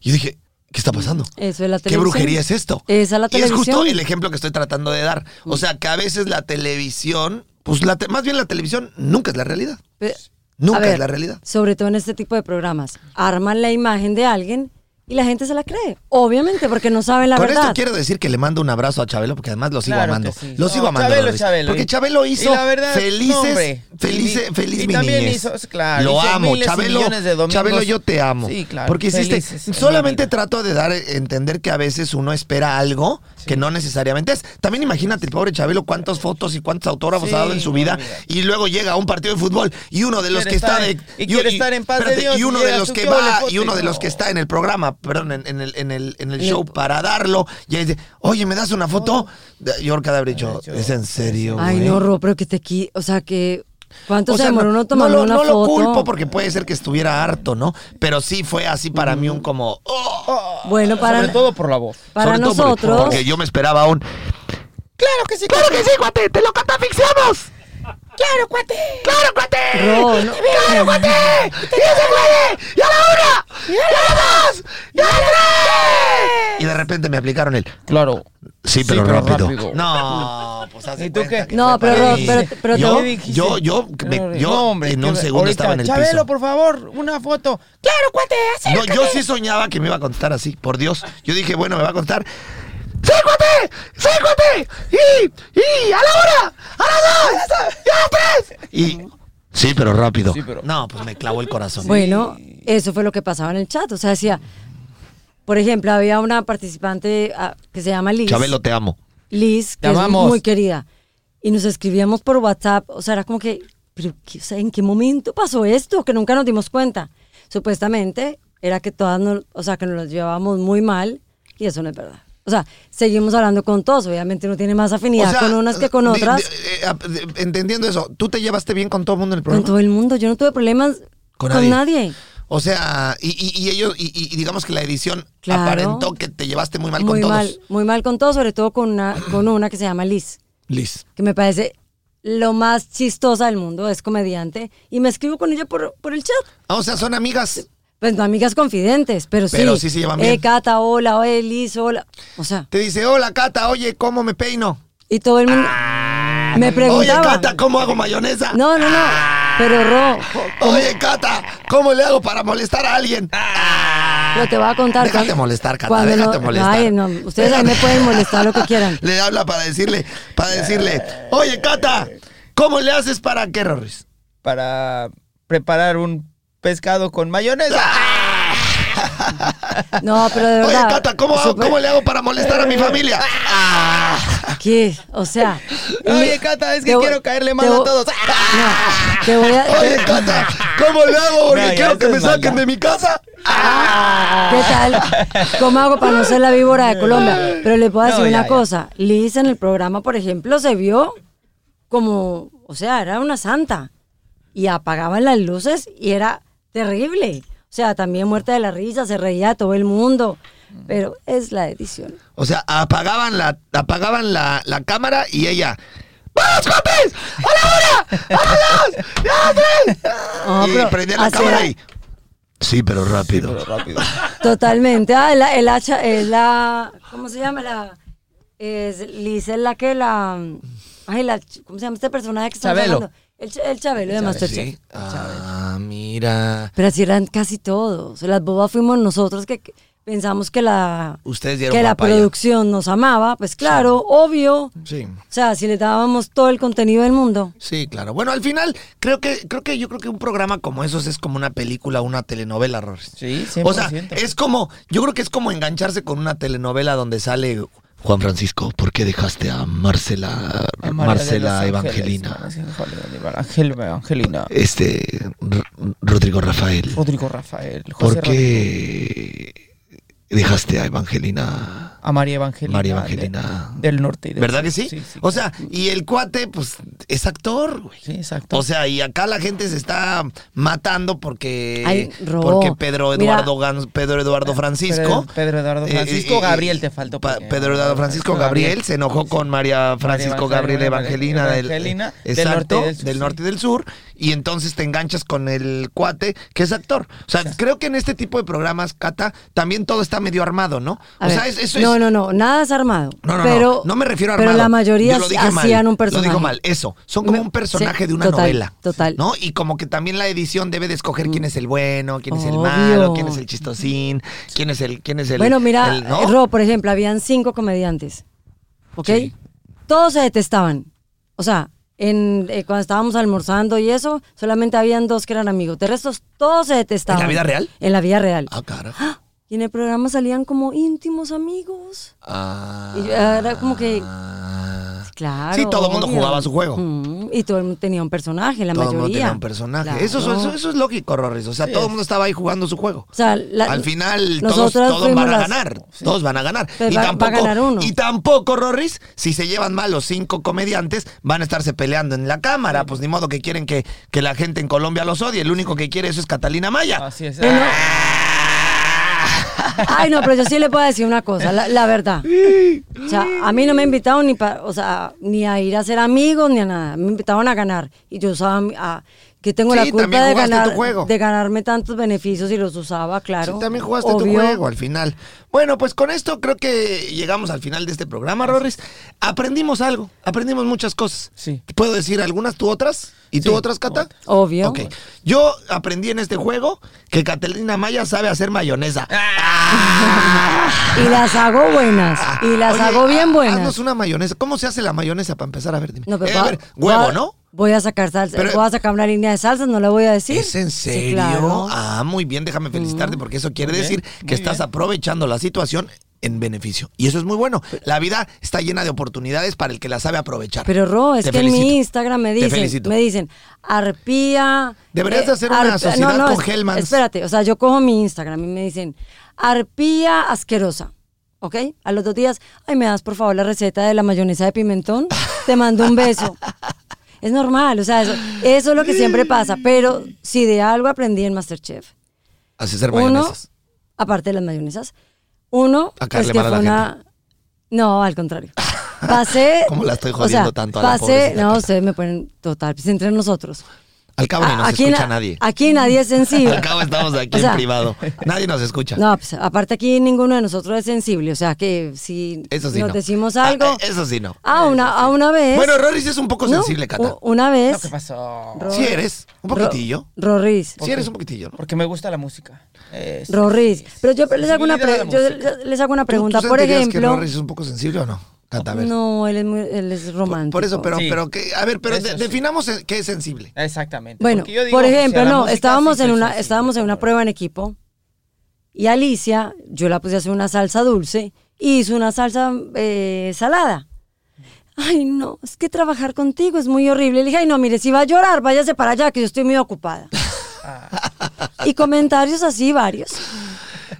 Speaker 1: Y dije, ¿qué está pasando?
Speaker 3: Eso es la
Speaker 1: ¿Qué
Speaker 3: televisión.
Speaker 1: brujería es esto?
Speaker 3: Esa es
Speaker 1: y
Speaker 3: la
Speaker 1: es
Speaker 3: televisión.
Speaker 1: justo el ejemplo que estoy tratando de dar. O sea, que a veces la televisión, pues la te- más bien la televisión nunca es la realidad.
Speaker 3: Pe-
Speaker 1: Nunca
Speaker 3: A ver,
Speaker 1: es la realidad.
Speaker 3: Sobre todo en este tipo de programas. Arman la imagen de alguien Y la gente se la cree, obviamente, porque no sabe la
Speaker 1: Con
Speaker 3: verdad.
Speaker 1: esto quiero decir que le mando un abrazo a Chabelo, porque además lo sigo
Speaker 2: Claro
Speaker 1: amando.
Speaker 2: que sí.
Speaker 1: Lo sigo
Speaker 2: No,
Speaker 1: amando.
Speaker 2: Chabelo,
Speaker 1: Lourdes,
Speaker 2: Chabelo.
Speaker 1: Porque Chabelo hizo
Speaker 2: Y la verdad,
Speaker 1: felices,
Speaker 2: no, hombre.
Speaker 1: felices,
Speaker 2: Y-
Speaker 1: feliz
Speaker 2: y
Speaker 1: mi
Speaker 2: también
Speaker 1: niñez.
Speaker 2: hizo- claro,
Speaker 1: lo
Speaker 2: hizo
Speaker 1: amo,
Speaker 2: miles y
Speaker 1: Chabelo.
Speaker 2: millones de domingos.
Speaker 1: Chabelo, yo te amo.
Speaker 2: Sí, claro,
Speaker 1: Porque hiciste.
Speaker 2: felices en la
Speaker 1: Solamente
Speaker 2: vida.
Speaker 1: trato de dar a entender que a veces uno espera algo que no necesariamente es. También imagínate el pobre Chabelo cuántas fotos y cuántos autógrafos
Speaker 2: Sí,
Speaker 1: ha dado en su
Speaker 2: no,
Speaker 1: vida
Speaker 2: mira.
Speaker 1: y luego llega a un partido de fútbol y uno de los
Speaker 2: Quiere
Speaker 1: que está
Speaker 2: estar
Speaker 1: de
Speaker 2: en- y quiere estar en paz de Dios,
Speaker 1: y uno
Speaker 2: y
Speaker 1: de
Speaker 2: llega
Speaker 1: los
Speaker 2: su
Speaker 1: que
Speaker 2: tío, le
Speaker 1: va
Speaker 2: foto
Speaker 1: y uno
Speaker 2: y
Speaker 1: de los
Speaker 2: no.
Speaker 1: que está en el programa, perdón, en, en el en el en el
Speaker 3: el- Oh.
Speaker 1: show para darlo y ahí dice, "Oye, ¿me das una foto?" Yorka de haber dicho,
Speaker 2: Haber dicho,
Speaker 1: "¿Es en serio?"
Speaker 3: Ay,
Speaker 1: güey?"
Speaker 3: no, Ro, pero que te qui... O sea, que... ¿Cuánto
Speaker 1: O
Speaker 3: se
Speaker 1: sea,
Speaker 3: demoró uno tomando
Speaker 1: no lo,
Speaker 3: una
Speaker 1: no lo
Speaker 3: foto?
Speaker 1: culpo porque puede ser que estuviera harto, ¿no? Pero sí fue así para mí un como. "Oh".
Speaker 3: Bueno, para,
Speaker 2: Ah, Sobre todo por la voz.
Speaker 3: para
Speaker 1: Sobre todo porque-
Speaker 3: nosotros...
Speaker 1: Porque, yo me esperaba un.
Speaker 2: Claro que sí.
Speaker 1: ¡Claro que sí, cuate! ¡Te lo cantafixamos!
Speaker 2: Claro, cuate.
Speaker 1: ¡Claro, cuate!
Speaker 3: Ro, no.
Speaker 1: ¡Claro, cuate! ¡Y ese güey! ¡Y a la una! ¡Y a la dos! ¡Y a la tres! Y de repente me aplicaron el.
Speaker 2: Claro.
Speaker 1: Sí, pero, rápido.
Speaker 2: No.
Speaker 1: No, pues haz de
Speaker 2: ¿Y tú
Speaker 1: cuenta
Speaker 2: qué?
Speaker 1: que
Speaker 3: No,
Speaker 1: fue
Speaker 3: pero
Speaker 1: para
Speaker 3: Ro-
Speaker 1: mí.
Speaker 3: pero- pero
Speaker 1: yo,
Speaker 2: te-
Speaker 1: yo, yo, me-
Speaker 2: No,
Speaker 1: yo
Speaker 2: hombre,
Speaker 1: en
Speaker 2: qué
Speaker 1: un
Speaker 2: ver-
Speaker 1: segundo
Speaker 2: ahorita,
Speaker 1: estaba en el
Speaker 2: Chabelo,
Speaker 1: piso.
Speaker 2: por favor, una foto. Claro, cuate,
Speaker 1: No,
Speaker 2: acércate.
Speaker 1: yo sí soñaba que me iba a contar así, por Dios. Yo dije, bueno, me va a contar. ¡Sí, cuate! ¡Sí, cuate! ¡Y! ¡Y! ¡A la hora! ¡A las dos! ¡Y a las tres! Y. Sí, pero rápido.
Speaker 2: Sí, pero-
Speaker 1: No, pues me clavó el corazón.
Speaker 3: Bueno, eso fue lo que pasaba en el chat. O sea, decía, por ejemplo, había una participante ah, que se llama Liz.
Speaker 1: Chabelo, te amo.
Speaker 3: Liz, que
Speaker 2: Te
Speaker 3: es
Speaker 2: amamos.
Speaker 3: muy querida. Y nos escribíamos por WhatsApp. O sea, era como que, pero, ¿qué- o sea, ¿en qué momento pasó esto? Que nunca nos dimos cuenta. Supuestamente era que todas, nos, o sea, que nos llevábamos muy mal y eso no es verdad. O sea, seguimos hablando con todos. Obviamente uno tiene más afinidad
Speaker 1: O sea,
Speaker 3: con unas que con
Speaker 1: di- di-
Speaker 3: otras.
Speaker 1: eh, ap- de- entendiendo eso, ¿tú te llevaste bien con todo el mundo en el
Speaker 3: con
Speaker 1: programa?
Speaker 3: todo el mundo. Yo no tuve problemas
Speaker 1: Con
Speaker 3: con,
Speaker 1: nadie.
Speaker 3: nadie.
Speaker 1: O sea, y, y- y ellos, y, y- y digamos que la edición
Speaker 3: Claro.
Speaker 1: aparentó que te llevaste muy mal
Speaker 3: muy
Speaker 1: con todos.
Speaker 3: mal, muy mal con todos, sobre todo con una, con una que se llama Liz,
Speaker 1: Liz.
Speaker 3: que me parece lo más chistosa del mundo, es comediante, y me escribo con ella por, por el chat.
Speaker 1: Ah, o sea, son amigas.
Speaker 3: Pues no amigas confidentes, pero sí.
Speaker 1: Pero sí se llevan bien.
Speaker 3: Eh, Cata, hola, oye, Liz, hola. O sea,
Speaker 1: Te dice, hola Cata, oye, ¿cómo me peino?
Speaker 3: y todo el mundo
Speaker 1: Ah,
Speaker 3: me
Speaker 1: Oye,
Speaker 3: preguntaba.
Speaker 1: Cata, ¿cómo Ah. hago mayonesa?
Speaker 3: No, no, no. Pero Ro,
Speaker 1: Oye, Cata, ¿cómo le hago para molestar a alguien?
Speaker 2: Ah.
Speaker 3: lo te voy a contar.
Speaker 1: Déjate
Speaker 3: cuando-
Speaker 1: molestar, Cata,
Speaker 3: cuando
Speaker 1: déjate molestar.
Speaker 3: Ay, no, ustedes ahí me pueden molestar lo que quieran.
Speaker 1: Le habla para decirle, para decirle, oye, Cata, ¿cómo le haces para qué, Rorris?
Speaker 2: Para preparar un pescado con mayonesa.
Speaker 3: No, pero de
Speaker 1: Ah. Oye,
Speaker 3: verdad.
Speaker 1: Cata, ¿cómo, hago-
Speaker 3: súper-
Speaker 1: ¿cómo le hago para molestar a mi familia? Ah.
Speaker 3: ¿Qué? O sea.
Speaker 2: Oye,
Speaker 3: y-
Speaker 2: Cata, es
Speaker 3: te
Speaker 2: que
Speaker 3: voy-
Speaker 2: quiero caerle mal
Speaker 3: te
Speaker 2: a
Speaker 3: voy-
Speaker 2: todos.
Speaker 3: No, te voy a.
Speaker 1: Oye,
Speaker 3: te-
Speaker 1: Cata, ¿cómo le hago? Porque
Speaker 2: No, ya,
Speaker 1: quiero que
Speaker 2: eso
Speaker 1: me
Speaker 2: es
Speaker 1: saquen
Speaker 2: maldad.
Speaker 1: de mi casa.
Speaker 3: ¿Qué tal? ¿Cómo hago para no ser la víbora de Colombia? Pero le puedo
Speaker 2: No,
Speaker 3: decir
Speaker 2: ya,
Speaker 3: una
Speaker 2: ya.
Speaker 3: cosa. Liz en el programa, por ejemplo, se vio como, o sea, era una santa. Y apagaban las luces y era terrible. O sea, también muerta de la risa, se reía de todo el mundo. Pero es la edición.
Speaker 1: O sea, apagaban la, apagaban la, la cámara y ella. ¡Vamos, cuates! ¡A la hora! ¡A las dos! ¡Y a las tres!
Speaker 3: No,
Speaker 1: y
Speaker 3: pero
Speaker 1: prendían la
Speaker 3: hacer-
Speaker 1: cámara y. Sí, pero rápido.
Speaker 2: Rápido.
Speaker 3: Totalmente. Ah, el, el hacha, es la. ¿Cómo se llama? La. Es Liz es la que la. Ay, la, ¿cómo se llama este personaje que estamos
Speaker 2: Chabelo.
Speaker 3: hablando? El, Ch- el Chabelo de Masterchef.
Speaker 1: Sí. Ah, mira.
Speaker 3: Pero así eran casi todos. Las bobas fuimos nosotros que que pensamos que la.
Speaker 1: Ustedes dieron
Speaker 3: Que la
Speaker 1: papaya.
Speaker 3: producción nos amaba, pues claro, obvio.
Speaker 1: Sí.
Speaker 3: O sea, si le dábamos todo el contenido del mundo.
Speaker 1: Sí, claro. Bueno, al final, creo que, creo que yo creo que un programa como esos es como una película, una telenovela, Rorris.
Speaker 2: Sí,
Speaker 1: O sea,
Speaker 2: 100%.
Speaker 1: es como, yo creo que es como engancharse con una telenovela donde sale Juan Francisco, ¿por qué dejaste a Marcela,
Speaker 2: A María de los
Speaker 1: Marcela
Speaker 2: Ángeles,
Speaker 1: Evangelina?
Speaker 2: Marcela Ángel- Evangelina.
Speaker 1: Este, R- Rodrigo Rafael,
Speaker 2: Rodrigo Rafael. José
Speaker 1: ¿por qué dejaste a Evangelina?
Speaker 2: Rodrigo, A María Evangelina.
Speaker 1: María Evangelina.
Speaker 2: de- del norte. y del
Speaker 1: ¿Verdad que
Speaker 2: sur.
Speaker 1: sí? o sea, y el cuate, pues, es actor, güey.
Speaker 2: Sí, exacto.
Speaker 1: O sea, y acá la gente se está matando porque,
Speaker 3: Ay, Ro,
Speaker 1: porque Pedro
Speaker 3: mira.
Speaker 1: Eduardo Gans- Pedro Eduardo Francisco. Eh,
Speaker 2: Pedro- Pedro Eduardo Francisco Gabriel te faltó,
Speaker 1: Pa-
Speaker 2: porque-
Speaker 1: Pedro Eduardo Francisco Gabriel, se enojó con María Francisco
Speaker 2: Evangelina,
Speaker 1: Gabriel Evangelina, del, eh,
Speaker 2: Evangelina, del
Speaker 1: exacto,
Speaker 2: norte y del sur,
Speaker 1: del
Speaker 2: sí.
Speaker 1: norte y del sur, y entonces te enganchas con el cuate que es actor. O sea, creo que en este tipo de programas, Cata, también todo está medio armado, ¿no?
Speaker 3: A
Speaker 1: o
Speaker 3: ver,
Speaker 1: sea, es- eso
Speaker 3: no,
Speaker 1: es...
Speaker 3: no, no, nada es armado.
Speaker 1: No, no,
Speaker 3: pero,
Speaker 1: no, no me refiero a
Speaker 3: Pero
Speaker 1: armado.
Speaker 3: la mayoría
Speaker 1: Yo lo dije
Speaker 3: hacían
Speaker 1: mal,
Speaker 3: un personaje.
Speaker 1: Lo digo mal, eso. Son como
Speaker 3: Me-
Speaker 1: un personaje
Speaker 3: sí,
Speaker 1: de una
Speaker 3: total,
Speaker 1: novela.
Speaker 3: total.
Speaker 1: ¿No? Y como que también la edición debe de escoger quién es el bueno, quién es el
Speaker 3: Obvio.
Speaker 1: malo, quién es el chistosín, quién es el, quién es el.
Speaker 3: bueno, mira,
Speaker 1: el- ¿no?
Speaker 3: eh, Ro, por ejemplo, habían cinco comediantes. ¿Ok?
Speaker 1: Sí.
Speaker 3: Todos se detestaban. O sea, en, eh, cuando estábamos almorzando y eso, solamente habían dos que eran amigos. De resto, todos se detestaban.
Speaker 1: vida real?
Speaker 3: En la vida real.
Speaker 1: Ah, carajo.
Speaker 3: Y en el programa salían como íntimos amigos.
Speaker 1: Ah.
Speaker 3: Y yo era como que- Claro.
Speaker 1: Sí, todo el mundo
Speaker 3: obvio.
Speaker 1: jugaba su juego.
Speaker 3: Mm, y todo el mundo tenía un personaje, la
Speaker 1: todo el
Speaker 3: mayoría.
Speaker 1: mundo tenía un personaje.
Speaker 3: Claro.
Speaker 1: Eso, eso, eso es lógico, Rorris. O sea, todo el mundo estaba ahí jugando su juego.
Speaker 3: O sea, la-
Speaker 1: Al final todos,
Speaker 3: nosotras
Speaker 1: todos van a
Speaker 3: fuimos las-
Speaker 1: ganar. Todos van a ganar.
Speaker 3: Pues
Speaker 1: y
Speaker 3: va- va a
Speaker 1: tampoco,
Speaker 3: ganar uno.
Speaker 1: Y tampoco, Rorris, si se llevan mal los cinco comediantes, van a estarse peleando en la cámara. Pues ni modo que quieren que, que la gente en Colombia los odie. El único que quiere eso es Catalina Maya.
Speaker 2: Así es.
Speaker 3: Bueno, Ay, no, pero yo sí le puedo decir una cosa, la, la verdad. O sea, a mí no me invitaron ni, pa- o sea, ni a ir a ser amigos ni a nada. Me invitaron a ganar. Y yo usaba mi- a- que tengo
Speaker 1: Sí,
Speaker 3: la culpa
Speaker 1: también
Speaker 3: de,
Speaker 1: jugaste
Speaker 3: ganar,
Speaker 1: tu juego.
Speaker 3: de ganarme tantos beneficios y los usaba, claro.
Speaker 1: Sí, también jugaste
Speaker 3: obvio.
Speaker 1: tu juego al final. Bueno, pues con esto creo que llegamos al final de este programa, Rorris. Aprendimos algo, aprendimos muchas cosas.
Speaker 2: Sí.
Speaker 1: ¿Puedo decir algunas, tú otras? ¿Y tú
Speaker 2: Sí,
Speaker 1: otras, Cata?
Speaker 3: Obvio.
Speaker 1: Ok. Yo aprendí en este juego que Catalina Maya sabe hacer mayonesa.
Speaker 3: Y las hago buenas. Y las
Speaker 1: Oye,
Speaker 3: hago bien
Speaker 1: ha-
Speaker 3: buenas.
Speaker 1: Haznos una mayonesa. ¿Cómo se hace la mayonesa para empezar a ver? Dime.
Speaker 3: No, pero
Speaker 1: Eh, a
Speaker 3: va-
Speaker 1: ver, huevo,
Speaker 3: va-
Speaker 1: ¿no?
Speaker 3: Voy a sacar salsa.
Speaker 1: Pero-
Speaker 3: voy a sacar una línea de salsa, no la voy a decir.
Speaker 1: ¿Es en
Speaker 3: Sí,
Speaker 1: serio?
Speaker 3: claro. Mm,
Speaker 1: Ah, muy bien, déjame felicitarte porque eso quiere
Speaker 2: Muy bien,
Speaker 1: decir que
Speaker 2: muy
Speaker 1: estás
Speaker 2: bien.
Speaker 1: aprovechando la situación en beneficio. Y eso es muy bueno. La vida está llena de oportunidades para el que la sabe aprovechar.
Speaker 3: Pero Ro, es
Speaker 1: Te
Speaker 3: que en
Speaker 1: felicito.
Speaker 3: mi Instagram me
Speaker 1: Te
Speaker 3: dicen,
Speaker 1: felicito.
Speaker 3: me dicen, arpía. eh,
Speaker 1: Deberías de hacer una
Speaker 3: arp-
Speaker 1: sociedad con
Speaker 3: es-
Speaker 1: Hellmann's.
Speaker 3: Espérate, o sea, yo cojo mi Instagram y me dicen, arpía asquerosa. ¿Ok? A los dos días, ay, me das por favor la receta de la mayonesa de pimentón, te mando un beso. es normal, o sea, eso, eso es lo que siempre pasa. Pero si de algo aprendí en Masterchef,
Speaker 1: Así ser
Speaker 3: uno,
Speaker 1: mayonesas.
Speaker 3: aparte de las mayonesas, uno,
Speaker 1: A
Speaker 3: pues
Speaker 1: caerle
Speaker 3: que
Speaker 1: mal a
Speaker 3: fue
Speaker 1: la
Speaker 3: una. No, al contrario. Pasé.
Speaker 1: ¿Cómo la estoy
Speaker 3: o
Speaker 1: jodiendo
Speaker 3: sea,
Speaker 1: tanto a la
Speaker 3: Pasé.
Speaker 1: pobrecita
Speaker 3: no,
Speaker 1: Cata?
Speaker 3: ustedes me ponen total, pues entre nosotros.
Speaker 1: Al cabo ni
Speaker 3: A-
Speaker 1: nos
Speaker 3: aquí
Speaker 1: escucha
Speaker 3: na-
Speaker 1: nadie.
Speaker 3: Aquí nadie es sensible.
Speaker 1: Al cabo estamos aquí
Speaker 3: O sea,
Speaker 1: en privado. Nadie nos escucha.
Speaker 3: No, pues aparte aquí ninguno de nosotros es sensible. O sea que si
Speaker 1: Eso sí
Speaker 3: nos
Speaker 1: no.
Speaker 3: decimos algo.
Speaker 1: Ah, eh, eso sí no.
Speaker 3: Ah, una, a una vez.
Speaker 1: Bueno, Rorris es un poco
Speaker 3: no,
Speaker 1: sensible, Cata.
Speaker 3: u- Una
Speaker 2: No,
Speaker 3: vez.
Speaker 2: ¿Qué pasó?
Speaker 3: Ro-
Speaker 1: Sí eres, un
Speaker 3: Ro-
Speaker 1: poquitillo.
Speaker 3: Rorris.
Speaker 1: Sí eres un poquitillo, ¿no?
Speaker 2: Porque me gusta la música. Es-
Speaker 3: Rorris. Pero yo
Speaker 2: Sí,
Speaker 3: les hago una,
Speaker 2: de la
Speaker 3: pre- yo
Speaker 2: música.
Speaker 3: les hago una
Speaker 1: ¿Tú-
Speaker 3: pregunta.
Speaker 1: ¿Tú,
Speaker 3: Por
Speaker 1: sentirías que
Speaker 3: ejemplo.
Speaker 1: Rorris es un poco sensible o no? Cata, a ver.
Speaker 3: No, él es, muy- él es romántico.
Speaker 1: Por eso, pero,
Speaker 2: Sí.
Speaker 1: pero que, a ver, pero
Speaker 2: Eso
Speaker 1: de-
Speaker 2: sí.
Speaker 1: definamos en- qué es sensible.
Speaker 2: Exactamente.
Speaker 3: Bueno,
Speaker 2: Porque yo digo,
Speaker 3: por
Speaker 2: o sea,
Speaker 3: ejemplo,
Speaker 2: la
Speaker 3: no,
Speaker 2: música
Speaker 3: estábamos
Speaker 2: sí
Speaker 3: en
Speaker 2: soy
Speaker 3: una,
Speaker 2: sensible,
Speaker 3: estábamos en una
Speaker 2: pero-
Speaker 3: prueba en equipo y Alicia, yo la puse a hacer una salsa dulce y hizo una salsa eh, salada. Ay, no, es que trabajar contigo es muy horrible. Le dije, ay, no, mire, si va a llorar, váyase para allá, que yo estoy muy ocupada.
Speaker 2: Ah,
Speaker 3: Y comentarios así, varios.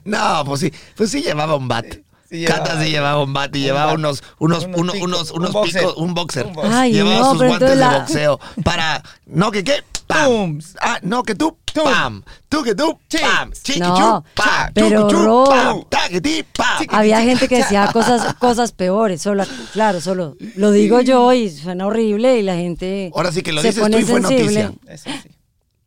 Speaker 1: No, pues sí, pues sí llevaba un bat.
Speaker 2: Sí llevaba-
Speaker 1: Cata sí llevaba un bat y
Speaker 2: un
Speaker 1: llevaba
Speaker 2: bat.
Speaker 1: unos, unos,
Speaker 2: Unos
Speaker 1: unos,
Speaker 2: picos,
Speaker 1: unos,
Speaker 2: un
Speaker 1: unos
Speaker 2: boxer.
Speaker 1: picos, un boxer.
Speaker 2: Un boxer.
Speaker 3: Ay,
Speaker 1: llevaba
Speaker 3: no,
Speaker 1: sus
Speaker 3: pero
Speaker 1: guantes
Speaker 3: entonces
Speaker 1: de
Speaker 3: la-
Speaker 1: boxeo para, no, que qué, pam.
Speaker 2: Tums.
Speaker 1: Ah, no, que tú,
Speaker 2: Tum.
Speaker 1: pam. Tú que tú, pam. Chiqui,
Speaker 3: No,
Speaker 1: chu, pam.
Speaker 3: pero
Speaker 1: Chucu, chu,
Speaker 3: Ro-
Speaker 1: pam. Taquiti, pam.
Speaker 3: Había gente que decía cosas, cosas peores, solo, claro, solo lo digo yo y suena horrible y la gente
Speaker 1: Ahora sí que lo
Speaker 3: se
Speaker 1: dices
Speaker 3: pone
Speaker 1: tú y fue
Speaker 3: sensible.
Speaker 1: noticia.
Speaker 2: Eso sí.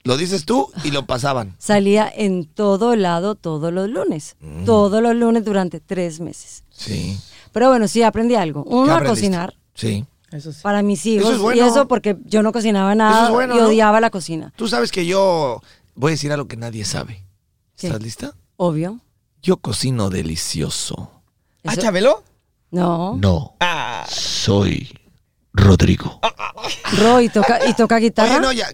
Speaker 1: Lo dices tú y lo pasaban.
Speaker 3: salía en todo lado todos los lunes.
Speaker 1: Mm.
Speaker 3: Todos los lunes durante tres meses.
Speaker 1: Sí.
Speaker 3: Pero bueno, sí aprendí algo.
Speaker 1: ¿Qué
Speaker 3: Uno a
Speaker 1: aprendiste?
Speaker 3: cocinar
Speaker 1: Sí.
Speaker 2: Eso sí.
Speaker 3: para mis hijos.
Speaker 1: Eso es bueno.
Speaker 3: Y eso porque yo no cocinaba nada
Speaker 1: Eso es bueno,
Speaker 3: y
Speaker 1: ¿no?
Speaker 3: odiaba la cocina.
Speaker 1: Tú sabes que yo voy a decir algo que nadie sabe.
Speaker 3: ¿Qué?
Speaker 1: ¿Estás lista?
Speaker 3: Obvio.
Speaker 1: Yo cocino delicioso.
Speaker 2: ¿Ah,
Speaker 3: Eso-
Speaker 2: Chabelo?
Speaker 3: no.
Speaker 1: No,
Speaker 2: Ah,
Speaker 1: soy Rodrigo.
Speaker 3: Roy y toca, y toca guitarra.
Speaker 1: Ah, Oye, no, ya.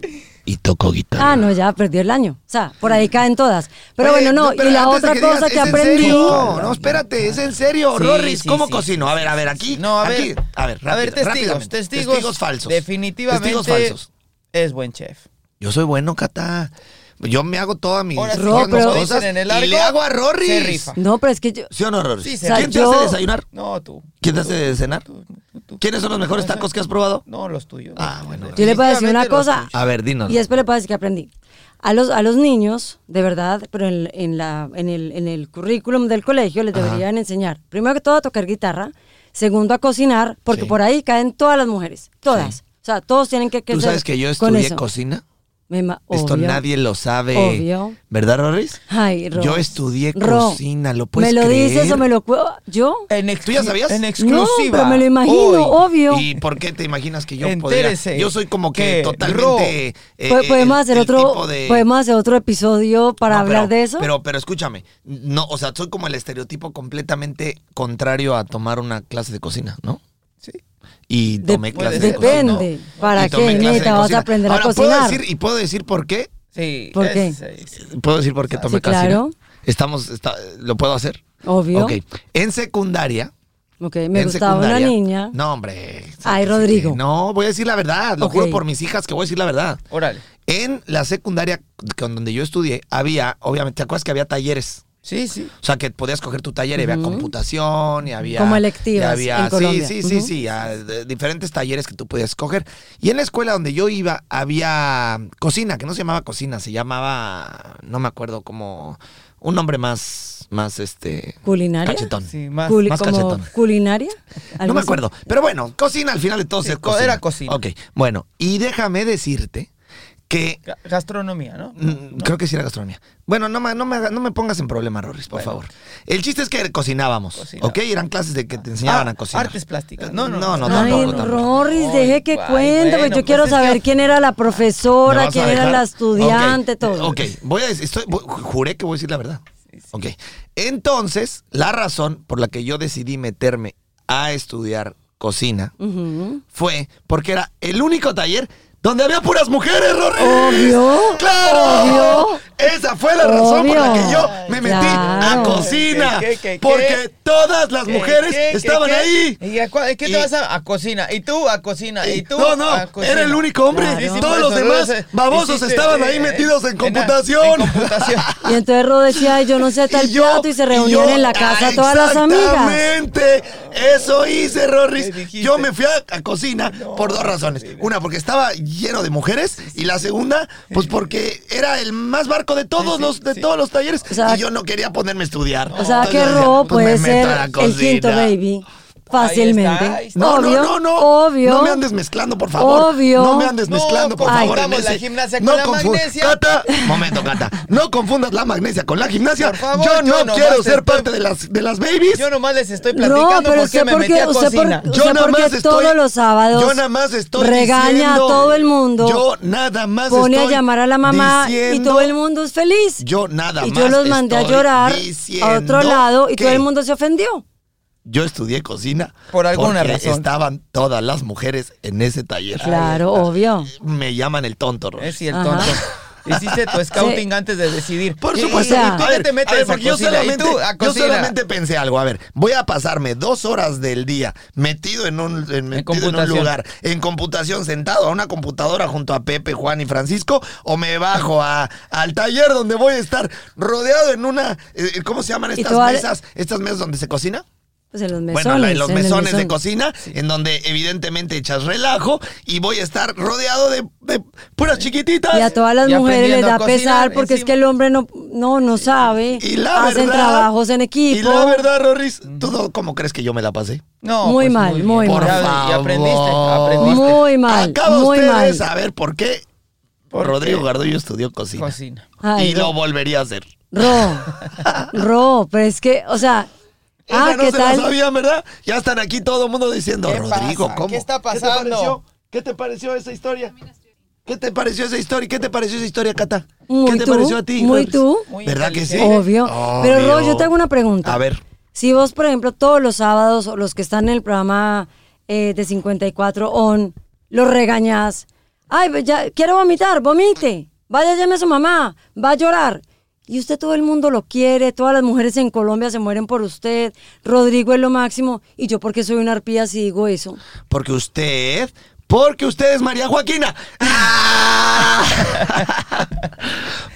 Speaker 1: Y toco guitarra.
Speaker 3: Ah, no, ya perdió el año. O sea, por ahí caen todas. Pero
Speaker 1: Oye,
Speaker 3: bueno, no.
Speaker 1: pero
Speaker 3: y la
Speaker 1: antes de
Speaker 3: otra
Speaker 1: que digas,
Speaker 3: cosa que
Speaker 1: ¿es en
Speaker 3: aprendí.
Speaker 1: serio? No, espérate, es en serio.
Speaker 2: Sí,
Speaker 1: Rorris,
Speaker 2: sí,
Speaker 1: ¿cómo
Speaker 2: sí,
Speaker 1: cocino? A ver, a ver, aquí.
Speaker 2: No, a ver.
Speaker 1: aquí, a ver,
Speaker 2: a ver,
Speaker 1: rápido,
Speaker 2: testigos,
Speaker 1: rápidamente.
Speaker 2: testigos.
Speaker 1: falsos.
Speaker 2: Definitivamente.
Speaker 1: Testigos falsos.
Speaker 2: Es buen chef.
Speaker 1: Yo soy bueno, Cata. Yo me hago todas mis
Speaker 2: Ahora sí,
Speaker 3: Ro,
Speaker 1: mis
Speaker 3: pero-
Speaker 1: cosas
Speaker 2: dicen en el
Speaker 1: y
Speaker 2: arco,
Speaker 1: le hago a Rorris.
Speaker 2: se rifa.
Speaker 3: No, pero es que yo.
Speaker 1: ¿Sí o no, Rorris?
Speaker 2: Sí, se
Speaker 1: ¿Quién
Speaker 3: rifa.
Speaker 1: te hace
Speaker 3: Yo-
Speaker 1: desayunar?
Speaker 2: No, tú.
Speaker 1: ¿Quién te hace de cenar?
Speaker 2: tú, tú, tú.
Speaker 1: ¿Quiénes son los mejores tacos que has probado?
Speaker 2: No, los tuyos.
Speaker 1: Ah, bueno.
Speaker 3: Yo le voy a decir una
Speaker 2: Definitivamente los
Speaker 3: cosa.
Speaker 2: tuyos.
Speaker 1: A ver, dinos.
Speaker 3: Y después le puedo decir que aprendí. A los, a los niños, de verdad, pero en, en la, en, el, en el currículum del colegio les deberían enseñar, primero que todo, a tocar guitarra, segundo, a cocinar, porque
Speaker 1: Sí.
Speaker 3: por ahí caen todas las mujeres, todas. O sea, todos tienen que
Speaker 1: ¿Tú
Speaker 3: crecer
Speaker 1: sabes que yo
Speaker 3: con
Speaker 1: estudié
Speaker 3: eso.
Speaker 1: cocina?
Speaker 3: Me ma-
Speaker 1: Esto
Speaker 3: obvio.
Speaker 1: nadie lo sabe.
Speaker 3: Obvio.
Speaker 1: ¿Verdad, Rorris?
Speaker 3: Ay, Ro.
Speaker 1: Yo estudié
Speaker 3: Ro,
Speaker 1: cocina, ¿lo
Speaker 3: ¿Me
Speaker 1: puedes
Speaker 3: lo
Speaker 1: creer? Eh,
Speaker 3: dices o me lo cu- ¿Yo?
Speaker 2: En ex-
Speaker 1: ¿Tú ya sabías?
Speaker 2: En
Speaker 1: No,
Speaker 2: exclusiva.
Speaker 3: No, pero me lo imagino, oh.
Speaker 2: hoy.
Speaker 3: obvio.
Speaker 1: ¿Y por qué te imaginas que yo podría?
Speaker 2: Entérese
Speaker 1: Yo soy como que
Speaker 2: que Ro-
Speaker 1: totalmente. eh,
Speaker 3: Po-
Speaker 1: eh,
Speaker 3: podemos
Speaker 1: el-
Speaker 3: hacer
Speaker 1: el
Speaker 3: otro
Speaker 1: tipo de-
Speaker 3: podemos hacer otro episodio para
Speaker 1: No,
Speaker 3: hablar
Speaker 1: pero-
Speaker 3: de eso.
Speaker 1: Pero, pero escúchame, no, o sea, soy como el estereotipo completamente contrario a tomar una clase de cocina, ¿no?
Speaker 2: Sí.
Speaker 1: Y
Speaker 3: De- pues,
Speaker 1: tomé clase de cocina.
Speaker 3: depende. ¿Para
Speaker 1: Y tomé
Speaker 3: qué,
Speaker 1: clase de
Speaker 3: neta? Vas a
Speaker 1: cocina.
Speaker 3: aprender a
Speaker 1: Ahora, ¿puedo
Speaker 3: cocinar.
Speaker 1: decir, y puedo decir por qué.
Speaker 2: Sí.
Speaker 3: ¿Por qué?
Speaker 2: es- es-
Speaker 1: Puedo decir por qué tomé
Speaker 3: Ah, Sí,
Speaker 1: cocina?
Speaker 3: claro.
Speaker 1: Estamos, está- lo puedo hacer.
Speaker 3: Obvio.
Speaker 1: Ok. En secundaria.
Speaker 3: Ok, me
Speaker 1: en
Speaker 3: gustaba una
Speaker 1: secundaria-
Speaker 3: niña.
Speaker 1: No, hombre.
Speaker 3: Ay, Rodrigo.
Speaker 1: No, voy a decir la verdad. Lo
Speaker 3: Ok.
Speaker 1: juro por mis hijas que voy a decir la verdad.
Speaker 2: Órale.
Speaker 1: En la secundaria con donde yo estudié, había, obviamente, ¿te acuerdas que había talleres?
Speaker 2: Sí, sí.
Speaker 1: O sea, que podías coger tu taller y había computación y había...
Speaker 3: Como electivas
Speaker 1: y había-
Speaker 3: en
Speaker 1: sí,
Speaker 3: Colombia.
Speaker 1: Sí, sí,
Speaker 3: Ujú.
Speaker 1: sí, a- de- diferentes talleres que tú podías coger. Y en la escuela donde yo iba había cocina, que no se llamaba cocina, se llamaba, no me acuerdo, como un nombre más, más este...
Speaker 3: ¿Culinaria?
Speaker 1: Cachetón.
Speaker 2: Sí, más.
Speaker 3: Culi-
Speaker 1: más
Speaker 3: como
Speaker 1: cachetón.
Speaker 3: culinaria.
Speaker 1: No
Speaker 3: algo
Speaker 1: me
Speaker 3: así.
Speaker 1: acuerdo. Pero bueno, cocina al final de todo
Speaker 2: Sí,
Speaker 1: se
Speaker 2: co- era cocina.
Speaker 1: Ok, bueno, y déjame decirte que
Speaker 2: Ga- Gastronomía, ¿no?
Speaker 1: Mm, Creo que sí era gastronomía. Bueno, no me, no me, haga- no me pongas en problema, Rorris, por
Speaker 2: Bueno.
Speaker 1: favor. El chiste es que cocinábamos,
Speaker 2: Cocinábamos.
Speaker 1: ¿ok? Eran clases de que te enseñaban
Speaker 2: Ah,
Speaker 1: a cocinar.
Speaker 2: artes plásticas. No, no,
Speaker 1: no.
Speaker 2: no.
Speaker 3: Ay,
Speaker 1: tampoco, tampoco.
Speaker 3: Rorris, deje que
Speaker 2: Ay,
Speaker 3: cuente, pues
Speaker 2: bueno,
Speaker 3: yo quiero
Speaker 2: pues es que-
Speaker 3: saber quién era la profesora, quién era la estudiante, todo.
Speaker 1: Ok, voy a decir, estoy, voy- juré que voy a decir la verdad.
Speaker 2: Sí, sí.
Speaker 1: Ok. Entonces, la razón por la que yo decidí meterme a estudiar cocina
Speaker 3: Ujú.
Speaker 1: fue porque era el único taller donde había puras mujeres, Rorris.
Speaker 3: Obvio,
Speaker 1: ¡Claro!
Speaker 3: obvio.
Speaker 1: Esa fue la razón por la
Speaker 3: Obvio.
Speaker 1: que yo me metí a
Speaker 3: Claro.
Speaker 1: cocina.
Speaker 2: ¿Qué, qué, qué, qué?
Speaker 1: Porque todas las
Speaker 2: ¿Qué,
Speaker 1: mujeres
Speaker 2: qué, qué,
Speaker 1: estaban
Speaker 2: qué?
Speaker 1: ahí.
Speaker 2: ¿Y a cua- qué
Speaker 1: Y-
Speaker 2: te vas a, a cocina? ¿Y tú a cocina? ¿Y tú
Speaker 1: no, no,
Speaker 2: a cocina?
Speaker 1: era el único hombre.
Speaker 3: Claro. Sí, sí,
Speaker 1: Todos
Speaker 2: por
Speaker 1: los
Speaker 2: eso,
Speaker 1: demás
Speaker 2: entonces,
Speaker 1: babosos
Speaker 2: hiciste,
Speaker 1: estaban ahí
Speaker 2: eh,
Speaker 1: metidos en
Speaker 2: en-
Speaker 1: computación.
Speaker 2: en computación.
Speaker 3: Y entonces Ro decía, "Ay, yo no sé tal
Speaker 1: Y yo-
Speaker 3: plato, y se reunían
Speaker 1: yo-
Speaker 3: en la
Speaker 1: Ah,
Speaker 3: casa todas las amigas.
Speaker 1: Exactamente. Eso hice, Rorris.
Speaker 2: ¿Qué dijiste?
Speaker 1: Yo me fui a, a cocina por dos razones. Una, porque estaba lleno de mujeres. Y la segunda, pues porque era el más barco de todos
Speaker 2: Sí, sí,
Speaker 1: los, de
Speaker 2: sí.
Speaker 1: todos los talleres.
Speaker 3: O sea,
Speaker 1: y yo no quería ponerme a estudiar.
Speaker 3: O sea,
Speaker 1: Entonces
Speaker 3: que
Speaker 1: yo decía,
Speaker 3: Ro
Speaker 1: pues,
Speaker 3: puede
Speaker 1: me meto a la
Speaker 3: ser el quinto
Speaker 1: cocina.
Speaker 3: baby fácilmente.
Speaker 2: ahí está.
Speaker 1: No,
Speaker 3: obvio,
Speaker 1: no, no, no.
Speaker 3: obvio.
Speaker 1: No me andes mezclando, por favor.
Speaker 3: Obvio.
Speaker 1: No me andes
Speaker 2: No,
Speaker 1: mezclando, por favor. en
Speaker 2: confundamos la
Speaker 1: ese-
Speaker 2: gimnasia
Speaker 1: no
Speaker 2: con la
Speaker 1: confu-
Speaker 2: magnesia.
Speaker 1: Cata, momento, Cata. No confundas la magnesia con la gimnasia.
Speaker 2: Por favor,
Speaker 1: yo
Speaker 2: yo
Speaker 1: no
Speaker 2: nomás
Speaker 1: quiero ser
Speaker 2: estoy-
Speaker 1: parte de las, de las babies.
Speaker 2: Yo nomás les estoy
Speaker 3: No,
Speaker 2: platicando
Speaker 3: pero
Speaker 2: por qué
Speaker 3: usted
Speaker 2: me
Speaker 3: porque,
Speaker 2: metí a
Speaker 3: usted
Speaker 2: cocina.
Speaker 3: por-
Speaker 1: Yo
Speaker 3: O sea,
Speaker 1: nada
Speaker 3: porque
Speaker 1: más estoy.
Speaker 3: todos los sábados
Speaker 1: Yo nada más estoy.
Speaker 3: regaña a
Speaker 1: diciendo-
Speaker 3: todo el mundo.
Speaker 1: Yo nada más
Speaker 3: Pone a
Speaker 1: Pues estoy
Speaker 3: llamar a la mamá y
Speaker 1: diciendo-
Speaker 3: todo el mundo es feliz.
Speaker 1: Yo nada
Speaker 3: y
Speaker 1: más.
Speaker 3: yo los mandé a
Speaker 1: estoy
Speaker 3: llorar a
Speaker 1: diciendo
Speaker 3: otro lado y
Speaker 1: que
Speaker 3: todo el mundo se ofendió.
Speaker 1: Yo estudié cocina.
Speaker 2: Por alguna
Speaker 1: porque
Speaker 2: razón.
Speaker 1: Estaban todas las mujeres en ese taller.
Speaker 3: Claro, obvio.
Speaker 1: Me llaman el tonto, Rorris.
Speaker 2: Es cierto.
Speaker 3: Ajá.
Speaker 2: Hiciste tu scouting antes de decidir.
Speaker 1: Por
Speaker 2: Y-
Speaker 1: supuesto.
Speaker 2: ¿Y,
Speaker 3: sea,
Speaker 2: tú
Speaker 1: A
Speaker 2: qué
Speaker 1: ver,
Speaker 2: te metes
Speaker 1: a ver,
Speaker 2: a
Speaker 1: porque yo
Speaker 2: cocina?
Speaker 1: solamente,
Speaker 2: ¿Y tú a
Speaker 1: yo
Speaker 2: cocina?
Speaker 1: solamente pensé algo. A ver, voy a pasarme dos horas del día metido en un, en- metido en un
Speaker 2: computación.
Speaker 1: lugar, en computación, sentado a una computadora junto a Pepe, Juan y Francisco, o me bajo a, al taller donde voy a estar rodeado en una. eh, ¿Cómo se llaman
Speaker 3: Y
Speaker 1: estas
Speaker 3: tú al-
Speaker 1: mesas? ¿Estas mesas donde se cocina?
Speaker 3: Pues en los mesones.
Speaker 1: Bueno, la- en los
Speaker 3: en el
Speaker 1: mesones de
Speaker 3: mesón.
Speaker 1: cocina, en donde evidentemente echas relajo y voy a estar rodeado de, de puras chiquititas.
Speaker 3: Y a todas las
Speaker 2: Y
Speaker 3: mujeres les
Speaker 2: aprendiendo
Speaker 3: da
Speaker 2: a cocinar
Speaker 3: pesar porque es
Speaker 2: encima.
Speaker 3: que el hombre no, no, no sabe.
Speaker 1: Y la
Speaker 3: Hacen
Speaker 1: verdad-
Speaker 3: trabajos en equipo.
Speaker 1: Y la verdad, Rorris, ¿tú no- cómo crees que yo me la pasé?
Speaker 2: No, pues,
Speaker 3: Muy mal,
Speaker 2: bien.
Speaker 3: muy
Speaker 1: Por
Speaker 3: mal.
Speaker 2: Ya-
Speaker 1: favor.
Speaker 2: Y aprendiste, aprendiste.
Speaker 3: muy mal,
Speaker 1: este, Acaba
Speaker 3: muy
Speaker 1: usted de
Speaker 3: mal.
Speaker 1: saber por qué
Speaker 2: ¿Por
Speaker 1: Rodrigo
Speaker 2: qué?
Speaker 1: Gardullo estudió cocina.
Speaker 2: Cocina.
Speaker 3: Ay,
Speaker 1: y
Speaker 3: Ro,
Speaker 1: lo volvería a hacer.
Speaker 3: Ro, Ro, pero es que, o sea, ah,
Speaker 1: Esa no
Speaker 3: ¿qué
Speaker 1: se
Speaker 3: tal?
Speaker 1: la sabían, ¿verdad? Ya están aquí todo el mundo diciendo,
Speaker 2: ¿Qué
Speaker 1: Rodrigo,
Speaker 2: pasa?
Speaker 1: ¿cómo?
Speaker 2: ¿Qué está
Speaker 1: ¿Qué te
Speaker 2: pasando?
Speaker 1: pareció? ¿Qué te pareció esa historia? ¿Qué te pareció esa historia? ¿Qué te pareció esa historia, Cata?
Speaker 3: Muy
Speaker 1: ¿Qué te
Speaker 3: tú,
Speaker 1: pareció a ti?
Speaker 3: muy
Speaker 1: Rorris?
Speaker 3: tú.
Speaker 2: Muy
Speaker 1: ¿Verdad que sí?
Speaker 2: inteligente.
Speaker 3: Obvio. Pero Ro, yo te hago una pregunta.
Speaker 1: A ver.
Speaker 3: Si vos, por ejemplo, todos los sábados, o los que están en el programa eh, de 54 on, los regañás, ay, pues ya quiero vomitar, vomite, vaya, llame a su mamá, va a llorar. Y usted todo el mundo lo quiere, todas las mujeres en Colombia se mueren por usted, Rodrigo es lo máximo, y yo porque soy una arpía si digo eso.
Speaker 1: Porque usted, porque usted es María Joaquina. ¡Ah!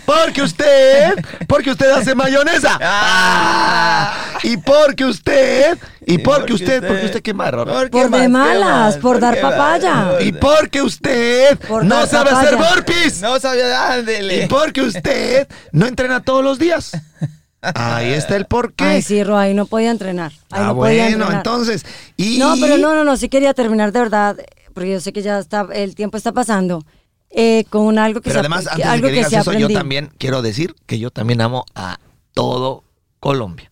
Speaker 1: Porque usted, porque usted hace mayonesa. ¡Ah! Y porque usted, y porque usted, porque usted qué marrón.
Speaker 3: Por de malas, por dar
Speaker 2: qué mal?
Speaker 3: papaya.
Speaker 2: Por-
Speaker 1: Y porque usted
Speaker 3: Por
Speaker 1: no
Speaker 3: dar
Speaker 1: sabe hacer
Speaker 3: papaya.
Speaker 1: burpees.
Speaker 2: No sabía,
Speaker 1: Y
Speaker 2: ándele.
Speaker 1: porque usted no entrena todos los días. Ahí está el porqué.
Speaker 3: Ay, sí, Ro, ahí no podía entrenar. Ahí
Speaker 1: ah,
Speaker 3: no podía
Speaker 1: bueno,
Speaker 3: entrenar.
Speaker 1: entonces. Y...
Speaker 3: No, pero no, no, no, sí quería terminar de verdad, porque yo sé que ya está, el tiempo está pasando. eh, con algo que
Speaker 1: Pero
Speaker 3: se
Speaker 1: además,
Speaker 3: apre-
Speaker 1: antes de
Speaker 3: algo
Speaker 1: que digas
Speaker 3: se
Speaker 1: eso, yo
Speaker 3: aprendí.
Speaker 1: también quiero decir que yo también amo a todo Colombia.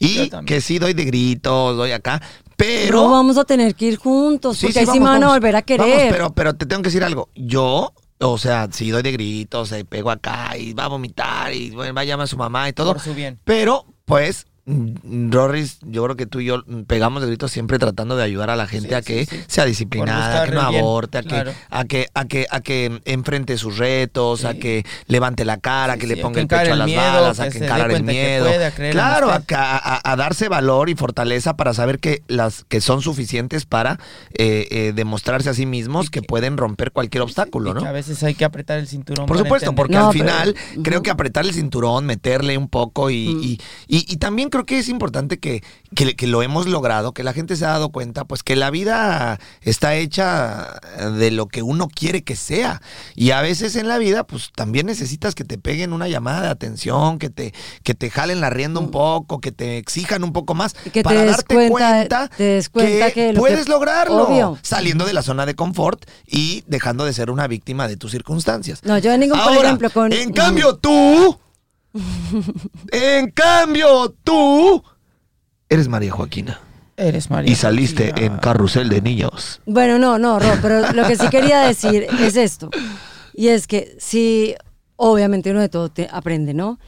Speaker 1: Y
Speaker 2: Yo también.
Speaker 1: que sí doy de gritos, doy acá, pero...
Speaker 3: No vamos a tener que ir juntos, porque ahí sí me
Speaker 1: vamos,
Speaker 3: van a
Speaker 1: vamos.
Speaker 3: volver a querer.
Speaker 1: Vamos, pero, pero te tengo que decir algo. Yo, o sea, sí doy de gritos, eh, pego acá y va a vomitar y bueno, va a llamar a su mamá y todo.
Speaker 2: Por su bien.
Speaker 1: Pero, pues, mm, Rorris, yo creo que tú y yo mm, pegamos de gritos siempre tratando de ayudar a la gente
Speaker 2: Sí,
Speaker 1: a que
Speaker 2: sí, sí.
Speaker 1: sea disciplinada, a que
Speaker 2: buscarle
Speaker 1: no
Speaker 2: el bien,
Speaker 1: aborte, a que,
Speaker 2: claro.
Speaker 1: a que, a que, a que enfrente sus retos, a
Speaker 2: Sí.
Speaker 1: que levante la cara,
Speaker 2: Sí,
Speaker 1: que
Speaker 2: sí,
Speaker 1: le
Speaker 2: a
Speaker 1: ponga
Speaker 2: que
Speaker 1: el pecho
Speaker 2: encare
Speaker 1: a
Speaker 2: el
Speaker 1: las
Speaker 2: miedo,
Speaker 1: balas, a
Speaker 2: que
Speaker 1: que
Speaker 2: se dé
Speaker 1: encare el
Speaker 2: cuenta que
Speaker 1: miedo.
Speaker 2: puede, a creer en
Speaker 1: claro, a,
Speaker 2: usted.
Speaker 1: a- a- a darse valor y fortaleza para saber que las que son suficientes para eh, eh, demostrarse a sí mismos que pueden romper cualquier obstáculo,
Speaker 2: Y
Speaker 1: ¿no?
Speaker 2: que a veces hay que apretar el cinturón.
Speaker 1: Por
Speaker 2: para
Speaker 1: supuesto,
Speaker 2: entender.
Speaker 1: porque
Speaker 3: No,
Speaker 1: al
Speaker 3: pero-
Speaker 1: final
Speaker 3: Ujú.
Speaker 1: creo que apretar el cinturón, meterle un poco y,
Speaker 3: Mm.
Speaker 1: y, y- y también creo que es importante que, que, que lo hemos logrado, que la gente se ha dado cuenta, pues que la vida está hecha de lo que uno quiere que sea. Y a veces en la vida, pues también necesitas que te peguen una llamada de atención, que te, que te jalen la rienda un poco, que te exijan un poco más,
Speaker 3: Mm. Y que te
Speaker 1: para
Speaker 3: des
Speaker 1: darte
Speaker 3: cuenta- te des cuenta que lo que-
Speaker 1: puedes lograrlo,
Speaker 3: Obvio.
Speaker 1: saliendo de la zona de confort y dejando de ser una víctima de tus circunstancias.
Speaker 3: No, yo en ningún, por
Speaker 1: Ahora,
Speaker 3: ejemplo, con...
Speaker 1: En cambio, tú. en cambio, tú. Eres María Joaquina.
Speaker 2: Eres María.
Speaker 1: Y saliste
Speaker 2: Joaquina.
Speaker 1: en Carrusel de Niños.
Speaker 3: mm, Bueno, no, no, Ro, pero lo que sí quería decir es esto. Y es que sí, obviamente uno de todo te aprende, ¿no?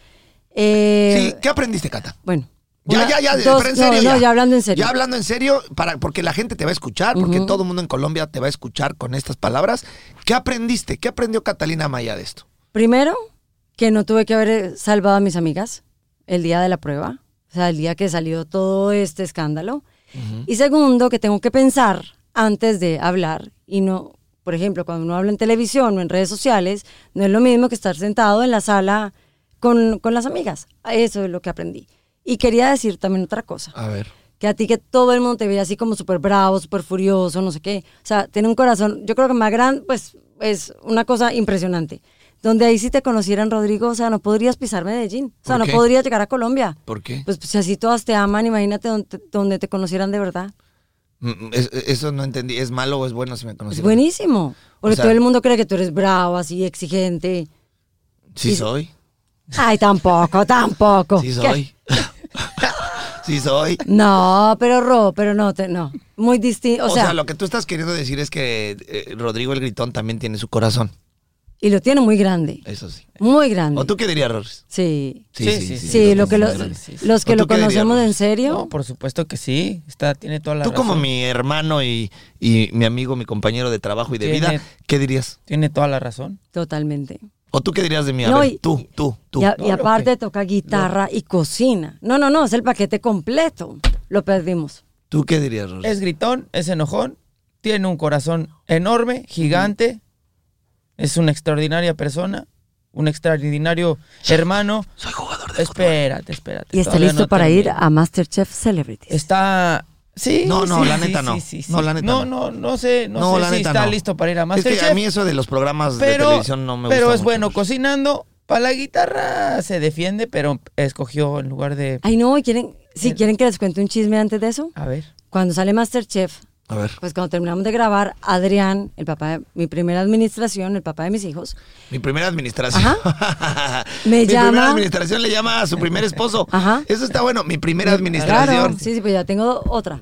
Speaker 3: Eh,
Speaker 1: Sí, ¿qué aprendiste, Cata?
Speaker 3: Bueno.
Speaker 1: Ya,
Speaker 3: una-
Speaker 1: ya, ya,
Speaker 3: dos-
Speaker 1: pero en serio.
Speaker 3: No, no, ya hablando en serio.
Speaker 1: Ya hablando en serio, para, porque la gente te va a escuchar, porque
Speaker 3: Ujú.
Speaker 1: todo el mundo en Colombia te va a escuchar con estas palabras. ¿Qué aprendiste? ¿Qué aprendió Catalina Maya de esto?
Speaker 3: Primero, que no tuve que haber salvado a mis amigas el día de la prueba, o sea, el día que salió todo este escándalo. Y segundo, que tengo que pensar antes de hablar y no, por ejemplo, cuando uno habla en televisión o en redes sociales, no es lo mismo que estar sentado en la sala con, con las amigas. Eso es lo que aprendí. Y quería decir también otra cosa
Speaker 1: A ver.
Speaker 3: que a ti que todo el mundo te veía así como súper bravo, súper furioso, no sé qué. O sea, tiene un corazón, yo creo que más grande, pues es una cosa impresionante. Donde ahí si te conocieran, Rodrigo, o sea, no podrías pisar Medellín. O sea,
Speaker 1: ¿Por
Speaker 3: no
Speaker 1: qué?
Speaker 3: podrías llegar a Colombia.
Speaker 1: ¿Por qué?
Speaker 3: Pues, pues, si así todas te aman, imagínate donde, donde te conocieran de verdad.
Speaker 1: Mm, mm, es- eso no entendí. ¿Es malo o es bueno si me
Speaker 3: Es
Speaker 1: conocieron?
Speaker 3: buenísimo. Porque
Speaker 1: O sea-
Speaker 3: todo el mundo cree que tú eres bravo, así, exigente.
Speaker 1: Sí, soy.
Speaker 3: Ay, tampoco, tampoco.
Speaker 1: Sí,
Speaker 3: ¿Qué?
Speaker 1: soy. sí, soy.
Speaker 3: No, pero Ro, pero no, te- no. Muy distinto.
Speaker 1: O
Speaker 3: O,
Speaker 1: sea,
Speaker 3: sea,
Speaker 1: lo que tú estás queriendo decir es que eh, Rodrigo el Gritón también tiene su corazón.
Speaker 3: y lo tiene muy grande.
Speaker 1: Eso sí.
Speaker 3: Muy grande.
Speaker 1: Eh, ¿O tú qué dirías, Rorris?
Speaker 3: Sí.
Speaker 2: Sí, sí,
Speaker 3: Sí, lo que lo-
Speaker 2: sí, sí, sí.
Speaker 3: los
Speaker 1: ¿O
Speaker 3: que
Speaker 1: tú
Speaker 3: lo
Speaker 1: qué dirías,
Speaker 3: conocemos
Speaker 1: Luz?
Speaker 3: en serio.
Speaker 2: No, por supuesto que sí. Está, tiene toda la
Speaker 1: Tú
Speaker 2: razón.
Speaker 1: como mi hermano y, y mi amigo, mi compañero de trabajo y de
Speaker 2: Tiene-
Speaker 1: vida, ¿qué dirías?
Speaker 2: Tiene toda la razón.
Speaker 3: Totalmente.
Speaker 1: ¿O tú qué dirías de mí? A
Speaker 3: No,
Speaker 1: ver,
Speaker 3: y-
Speaker 1: tú, tú, pues. tú. pues,
Speaker 3: y, a-
Speaker 2: No,
Speaker 3: y
Speaker 2: lo
Speaker 3: aparte
Speaker 2: que-
Speaker 3: toca guitarra y cocina. No, no, no, es el paquete completo. Lo perdimos.
Speaker 1: ¿Tú qué dirías, Rorris?
Speaker 2: Es gritón, es enojón, tiene un corazón enorme, gigante, es una extraordinaria persona, un extraordinario hermano.
Speaker 1: Soy jugador de...
Speaker 2: Espérate, espérate.
Speaker 3: Y está
Speaker 2: todavía
Speaker 3: listo
Speaker 2: no
Speaker 3: para ir
Speaker 2: termino.
Speaker 3: a Masterchef Celebrities.
Speaker 2: Está... Sí,
Speaker 1: No, no,
Speaker 2: sí,
Speaker 1: la
Speaker 2: sí,
Speaker 1: neta
Speaker 2: sí,
Speaker 1: no.
Speaker 2: sí, sí.
Speaker 1: No, la neta
Speaker 2: no.
Speaker 1: no.
Speaker 2: No, no sé, no, sé si está listo para ir a Masterchef.
Speaker 1: Es que a mí eso de los programas de
Speaker 2: pero,
Speaker 1: televisión no me gusta
Speaker 2: pero es
Speaker 1: mucho,
Speaker 2: bueno
Speaker 1: Rorris.
Speaker 2: cocinando. Para la guitarra se defiende, pero escogió en lugar de...
Speaker 3: Ay, no, ¿y quieren,
Speaker 1: Eh.
Speaker 3: si quieren que les cuente un chisme antes de eso.
Speaker 2: A ver.
Speaker 3: Cuando sale Masterchef,
Speaker 1: A ver,
Speaker 3: pues cuando terminamos de grabar, Adrián, el papá de mi primera administración, el papá de mis hijos,
Speaker 1: mi primera administración.
Speaker 3: Me
Speaker 1: mi primera
Speaker 3: llama-
Speaker 1: administración le llama a su primer esposo.
Speaker 3: Ajá.
Speaker 1: Eso está bueno. Mi primera
Speaker 3: claro,
Speaker 1: administración.
Speaker 3: sí, sí, pues ya tengo otra.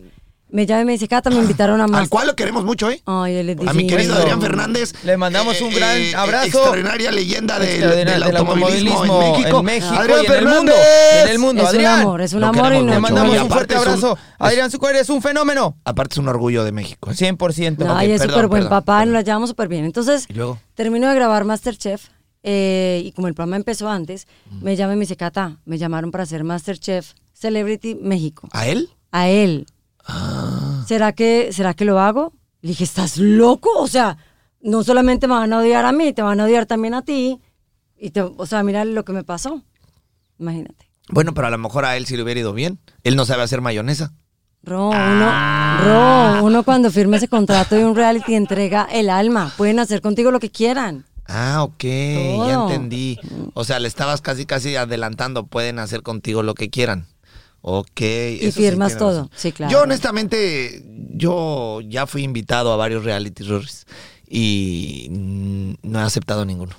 Speaker 3: Me llama y me dice, Cata, me invitaron a
Speaker 1: Al
Speaker 3: Masterchef.
Speaker 1: cual lo queremos mucho, ¿eh?
Speaker 3: Ay, él les
Speaker 1: A mi
Speaker 3: dice-
Speaker 1: querido
Speaker 2: Bueno,
Speaker 1: Adrián Fernández. Eh,
Speaker 2: le mandamos un gran abrazo.
Speaker 1: Extraordinaria leyenda del,
Speaker 2: Extraordinaria-
Speaker 1: del
Speaker 2: del
Speaker 1: automovilismo,
Speaker 2: automovilismo
Speaker 1: en México.
Speaker 2: en México
Speaker 1: Adrián
Speaker 2: y en el
Speaker 1: Fernández.
Speaker 2: mundo, y en el mundo.
Speaker 3: Pues, Es un
Speaker 2: Adrián,
Speaker 3: amor, es un
Speaker 1: lo
Speaker 3: amor y
Speaker 1: queremos
Speaker 3: no
Speaker 2: Le
Speaker 1: mucho.
Speaker 2: mandamos
Speaker 1: Y
Speaker 2: un
Speaker 1: aparte
Speaker 2: fuerte
Speaker 1: es un-
Speaker 2: abrazo. Adrián Zucuera es un fenómeno.
Speaker 1: Aparte es un orgullo de México. ¿eh?
Speaker 2: 100%.
Speaker 3: No,
Speaker 1: Ok,
Speaker 3: y es
Speaker 1: perdón,
Speaker 3: súper buen
Speaker 1: perdón,
Speaker 3: papá,
Speaker 1: perdón.
Speaker 3: nos la llevamos súper bien. Entonces,
Speaker 1: Y luego,
Speaker 3: termino de grabar Masterchef eh, y como el programa empezó antes,
Speaker 1: Mm.
Speaker 3: me llama y me dice, Cata, me llamaron para hacer Masterchef Celebrity México.
Speaker 1: ¿a él?
Speaker 3: A él.
Speaker 1: Ah.
Speaker 3: ¿Será, que, ¿Será que lo hago? Le dije, ¿estás loco? O sea, no solamente me van a odiar a mí, te van a odiar también a ti. Y te, o sea, mira lo que me pasó. Imagínate.
Speaker 1: Bueno, pero a lo mejor a él sí le hubiera ido bien. Él no sabe hacer mayonesa.
Speaker 3: Ro, uno,
Speaker 1: Ah.
Speaker 3: Ro, uno cuando firma ese contrato de un reality entrega el alma. Pueden hacer contigo lo que quieran.
Speaker 1: Ah, ok, ya
Speaker 3: Todo.
Speaker 1: entendí. O sea, le estabas casi, casi adelantando. Pueden hacer contigo lo que quieran. Ok. Y
Speaker 3: firmas todo. Sí, claro.
Speaker 1: Yo, honestamente, yo ya fui invitado a varios reality Rorris. y mm, no he aceptado ninguno.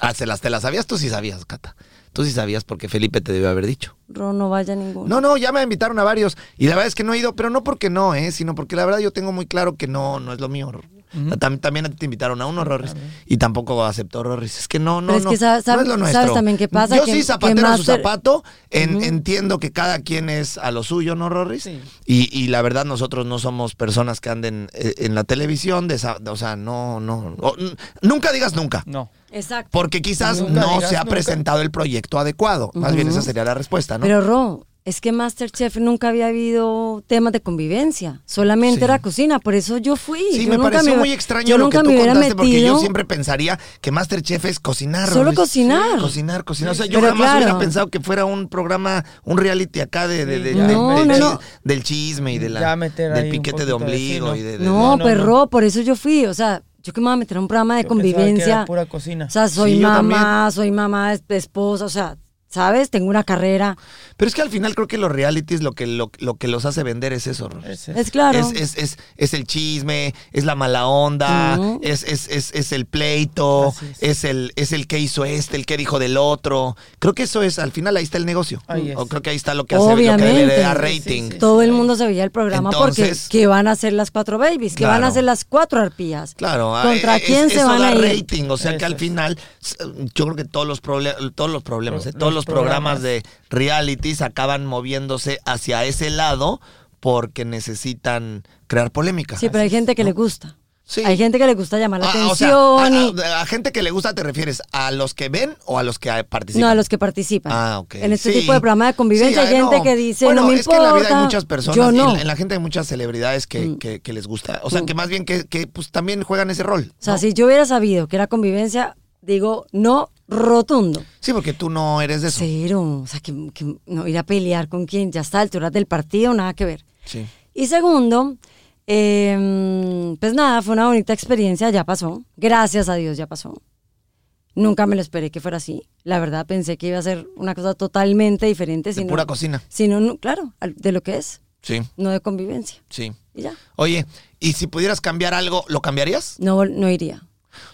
Speaker 1: Ah, se las, te las sabías, tú sí sabías, Cata. Tú sí sabías porque Felipe te debió haber dicho.
Speaker 3: Ron, no vaya a ninguno.
Speaker 1: No, no, ya me invitaron a varios y la verdad es que no he ido, pero no porque no, ¿eh? sino porque la verdad yo tengo muy claro que no, no es lo mío. Tam- También, a ti te invitaron a uno, Rorris, y tampoco aceptó Rorris. Es que no, no,
Speaker 3: Pero es
Speaker 1: no,
Speaker 3: que sa-
Speaker 1: no
Speaker 3: sabe-
Speaker 1: es lo
Speaker 3: ¿sabes
Speaker 1: nuestro.
Speaker 3: también qué pasa?
Speaker 1: Yo
Speaker 3: Que-
Speaker 1: sí
Speaker 3: que
Speaker 1: zapatero a su
Speaker 3: Master-
Speaker 1: zapato, en- entiendo que cada quien es a lo suyo, ¿no, Rorris?
Speaker 2: Sí.
Speaker 1: Y, y la verdad nosotros no somos personas que anden eh, en la televisión, de esa- o sea, no, no, o- n- nunca digas nunca.
Speaker 2: No.
Speaker 3: Exacto.
Speaker 1: Porque quizás
Speaker 2: Nunca
Speaker 1: no
Speaker 2: digas
Speaker 1: se ha
Speaker 2: nunca.
Speaker 1: presentado el proyecto adecuado. Más bien esa sería la respuesta, ¿no?
Speaker 3: Pero Ron, es que Masterchef nunca había habido temas de convivencia, solamente
Speaker 1: Sí.
Speaker 3: era cocina, por eso yo fui.
Speaker 1: Sí,
Speaker 3: Yo
Speaker 1: me
Speaker 3: nunca
Speaker 1: pareció
Speaker 3: me-
Speaker 1: muy extraño
Speaker 3: yo
Speaker 1: lo
Speaker 3: nunca
Speaker 1: que tú
Speaker 3: me hubiera
Speaker 1: contaste, porque yo
Speaker 3: metido.
Speaker 1: siempre pensaría que Masterchef es cocinar.
Speaker 3: Solo
Speaker 1: Luis.
Speaker 3: cocinar.
Speaker 1: Sí, cocinar, cocinar. O sea, yo
Speaker 3: Pero
Speaker 1: jamás
Speaker 3: claro.
Speaker 1: hubiera pensado que fuera un programa, un reality acá de, de- de-
Speaker 2: Sí, ya.
Speaker 1: de-
Speaker 2: No,
Speaker 1: del,
Speaker 2: no,
Speaker 1: chis-
Speaker 3: no.
Speaker 1: del chisme y de la,
Speaker 2: Ya meter ahí
Speaker 1: del
Speaker 2: un
Speaker 1: piquete de
Speaker 2: poquito de
Speaker 1: ombligo.
Speaker 2: sí,
Speaker 1: y
Speaker 2: ¿no?
Speaker 1: de, de-
Speaker 3: No,
Speaker 2: no,
Speaker 3: pero
Speaker 2: no.
Speaker 3: por eso yo fui, o sea, yo que me voy a meter a un programa de
Speaker 2: Yo pensaba que
Speaker 3: convivencia.
Speaker 2: era pura cocina.
Speaker 3: O sea, soy
Speaker 1: Sí, yo
Speaker 3: mamá, soy mamá, es- esposa, o sea, ¿sabes? Tengo una carrera.
Speaker 1: Pero es que al final creo que los realities lo que, lo, lo que los hace vender es eso. Ros.
Speaker 2: Ese-
Speaker 3: Es claro.
Speaker 1: Es, es, es, es el chisme, es la mala onda,
Speaker 3: Ujú.
Speaker 1: es, es, es, es el pleito,
Speaker 2: Así es.
Speaker 1: es. el, es el que hizo este, el que dijo del otro. Creo que eso es, al final ahí está el negocio.
Speaker 2: Ahí es.
Speaker 1: O creo que ahí está lo que hace, lo que le- le
Speaker 3: Obviamente.
Speaker 1: da
Speaker 2: Sí, sí,
Speaker 1: rating.
Speaker 2: sí.
Speaker 3: Todo el mundo se veía el programa
Speaker 1: Entonces-
Speaker 3: porque ¿qué van a hacer las cuatro babies? ¿Qué van
Speaker 1: Claro.
Speaker 3: a hacer las cuatro arpías?
Speaker 1: Claro, ah,
Speaker 3: ¿Contra
Speaker 1: eh, es-
Speaker 3: quién se
Speaker 1: eso
Speaker 3: van
Speaker 1: da
Speaker 3: a ir?
Speaker 1: rating, o sea que
Speaker 2: Eso
Speaker 1: al
Speaker 2: es.
Speaker 1: final s- yo creo que todos los proble- todos los problemas,
Speaker 2: Pro-
Speaker 1: eh, todos
Speaker 2: los
Speaker 1: los programas
Speaker 2: programas.
Speaker 1: de realities acaban moviéndose hacia ese lado porque necesitan crear polémica.
Speaker 3: Sí, pero hay gente que le gusta.
Speaker 1: Sí.
Speaker 3: Hay gente que le gusta llamar la
Speaker 1: Ah, o
Speaker 3: atención.
Speaker 1: sea, a-
Speaker 3: y-
Speaker 1: a, a gente que le gusta te refieres a los que ven o a los que participan.
Speaker 3: No, a los que participan.
Speaker 1: Ah, ok.
Speaker 3: En este
Speaker 1: Sí.
Speaker 3: tipo de programa de convivencia
Speaker 1: Sí,
Speaker 3: hay
Speaker 1: ah,
Speaker 3: gente
Speaker 1: no.
Speaker 3: que dice,
Speaker 1: Bueno,
Speaker 3: no me
Speaker 1: es que en la vida hay
Speaker 3: importa,
Speaker 1: muchas personas,
Speaker 3: Yo
Speaker 1: y
Speaker 3: no. Mm.
Speaker 1: en, en la gente hay muchas celebridades que, que- que les gusta. O sea, que más bien que, que, pues, también juegan ese rol.
Speaker 3: O sea,
Speaker 1: ¿no?
Speaker 3: si yo hubiera sabido que era convivencia, digo, no rotundo.
Speaker 1: Sí, porque tú no eres de eso.
Speaker 3: Cero. O sea, que, que no ir a pelear con quien ya está a alturas del partido, nada que ver.
Speaker 1: Sí.
Speaker 3: Y segundo, eh, pues nada, fue una bonita experiencia, ya pasó. Gracias a Dios, ya pasó. Nunca me lo esperé que fuera así. La verdad, pensé que iba a ser una cosa totalmente diferente.
Speaker 1: De
Speaker 3: sino-
Speaker 1: pura cocina.
Speaker 3: Sino, no- claro, al- de lo que es,
Speaker 1: Sí,
Speaker 3: no de convivencia.
Speaker 1: sí.
Speaker 3: Y ya.
Speaker 1: Oye, ¿y si pudieras cambiar algo, lo cambiarías?
Speaker 3: No, vol- no iría.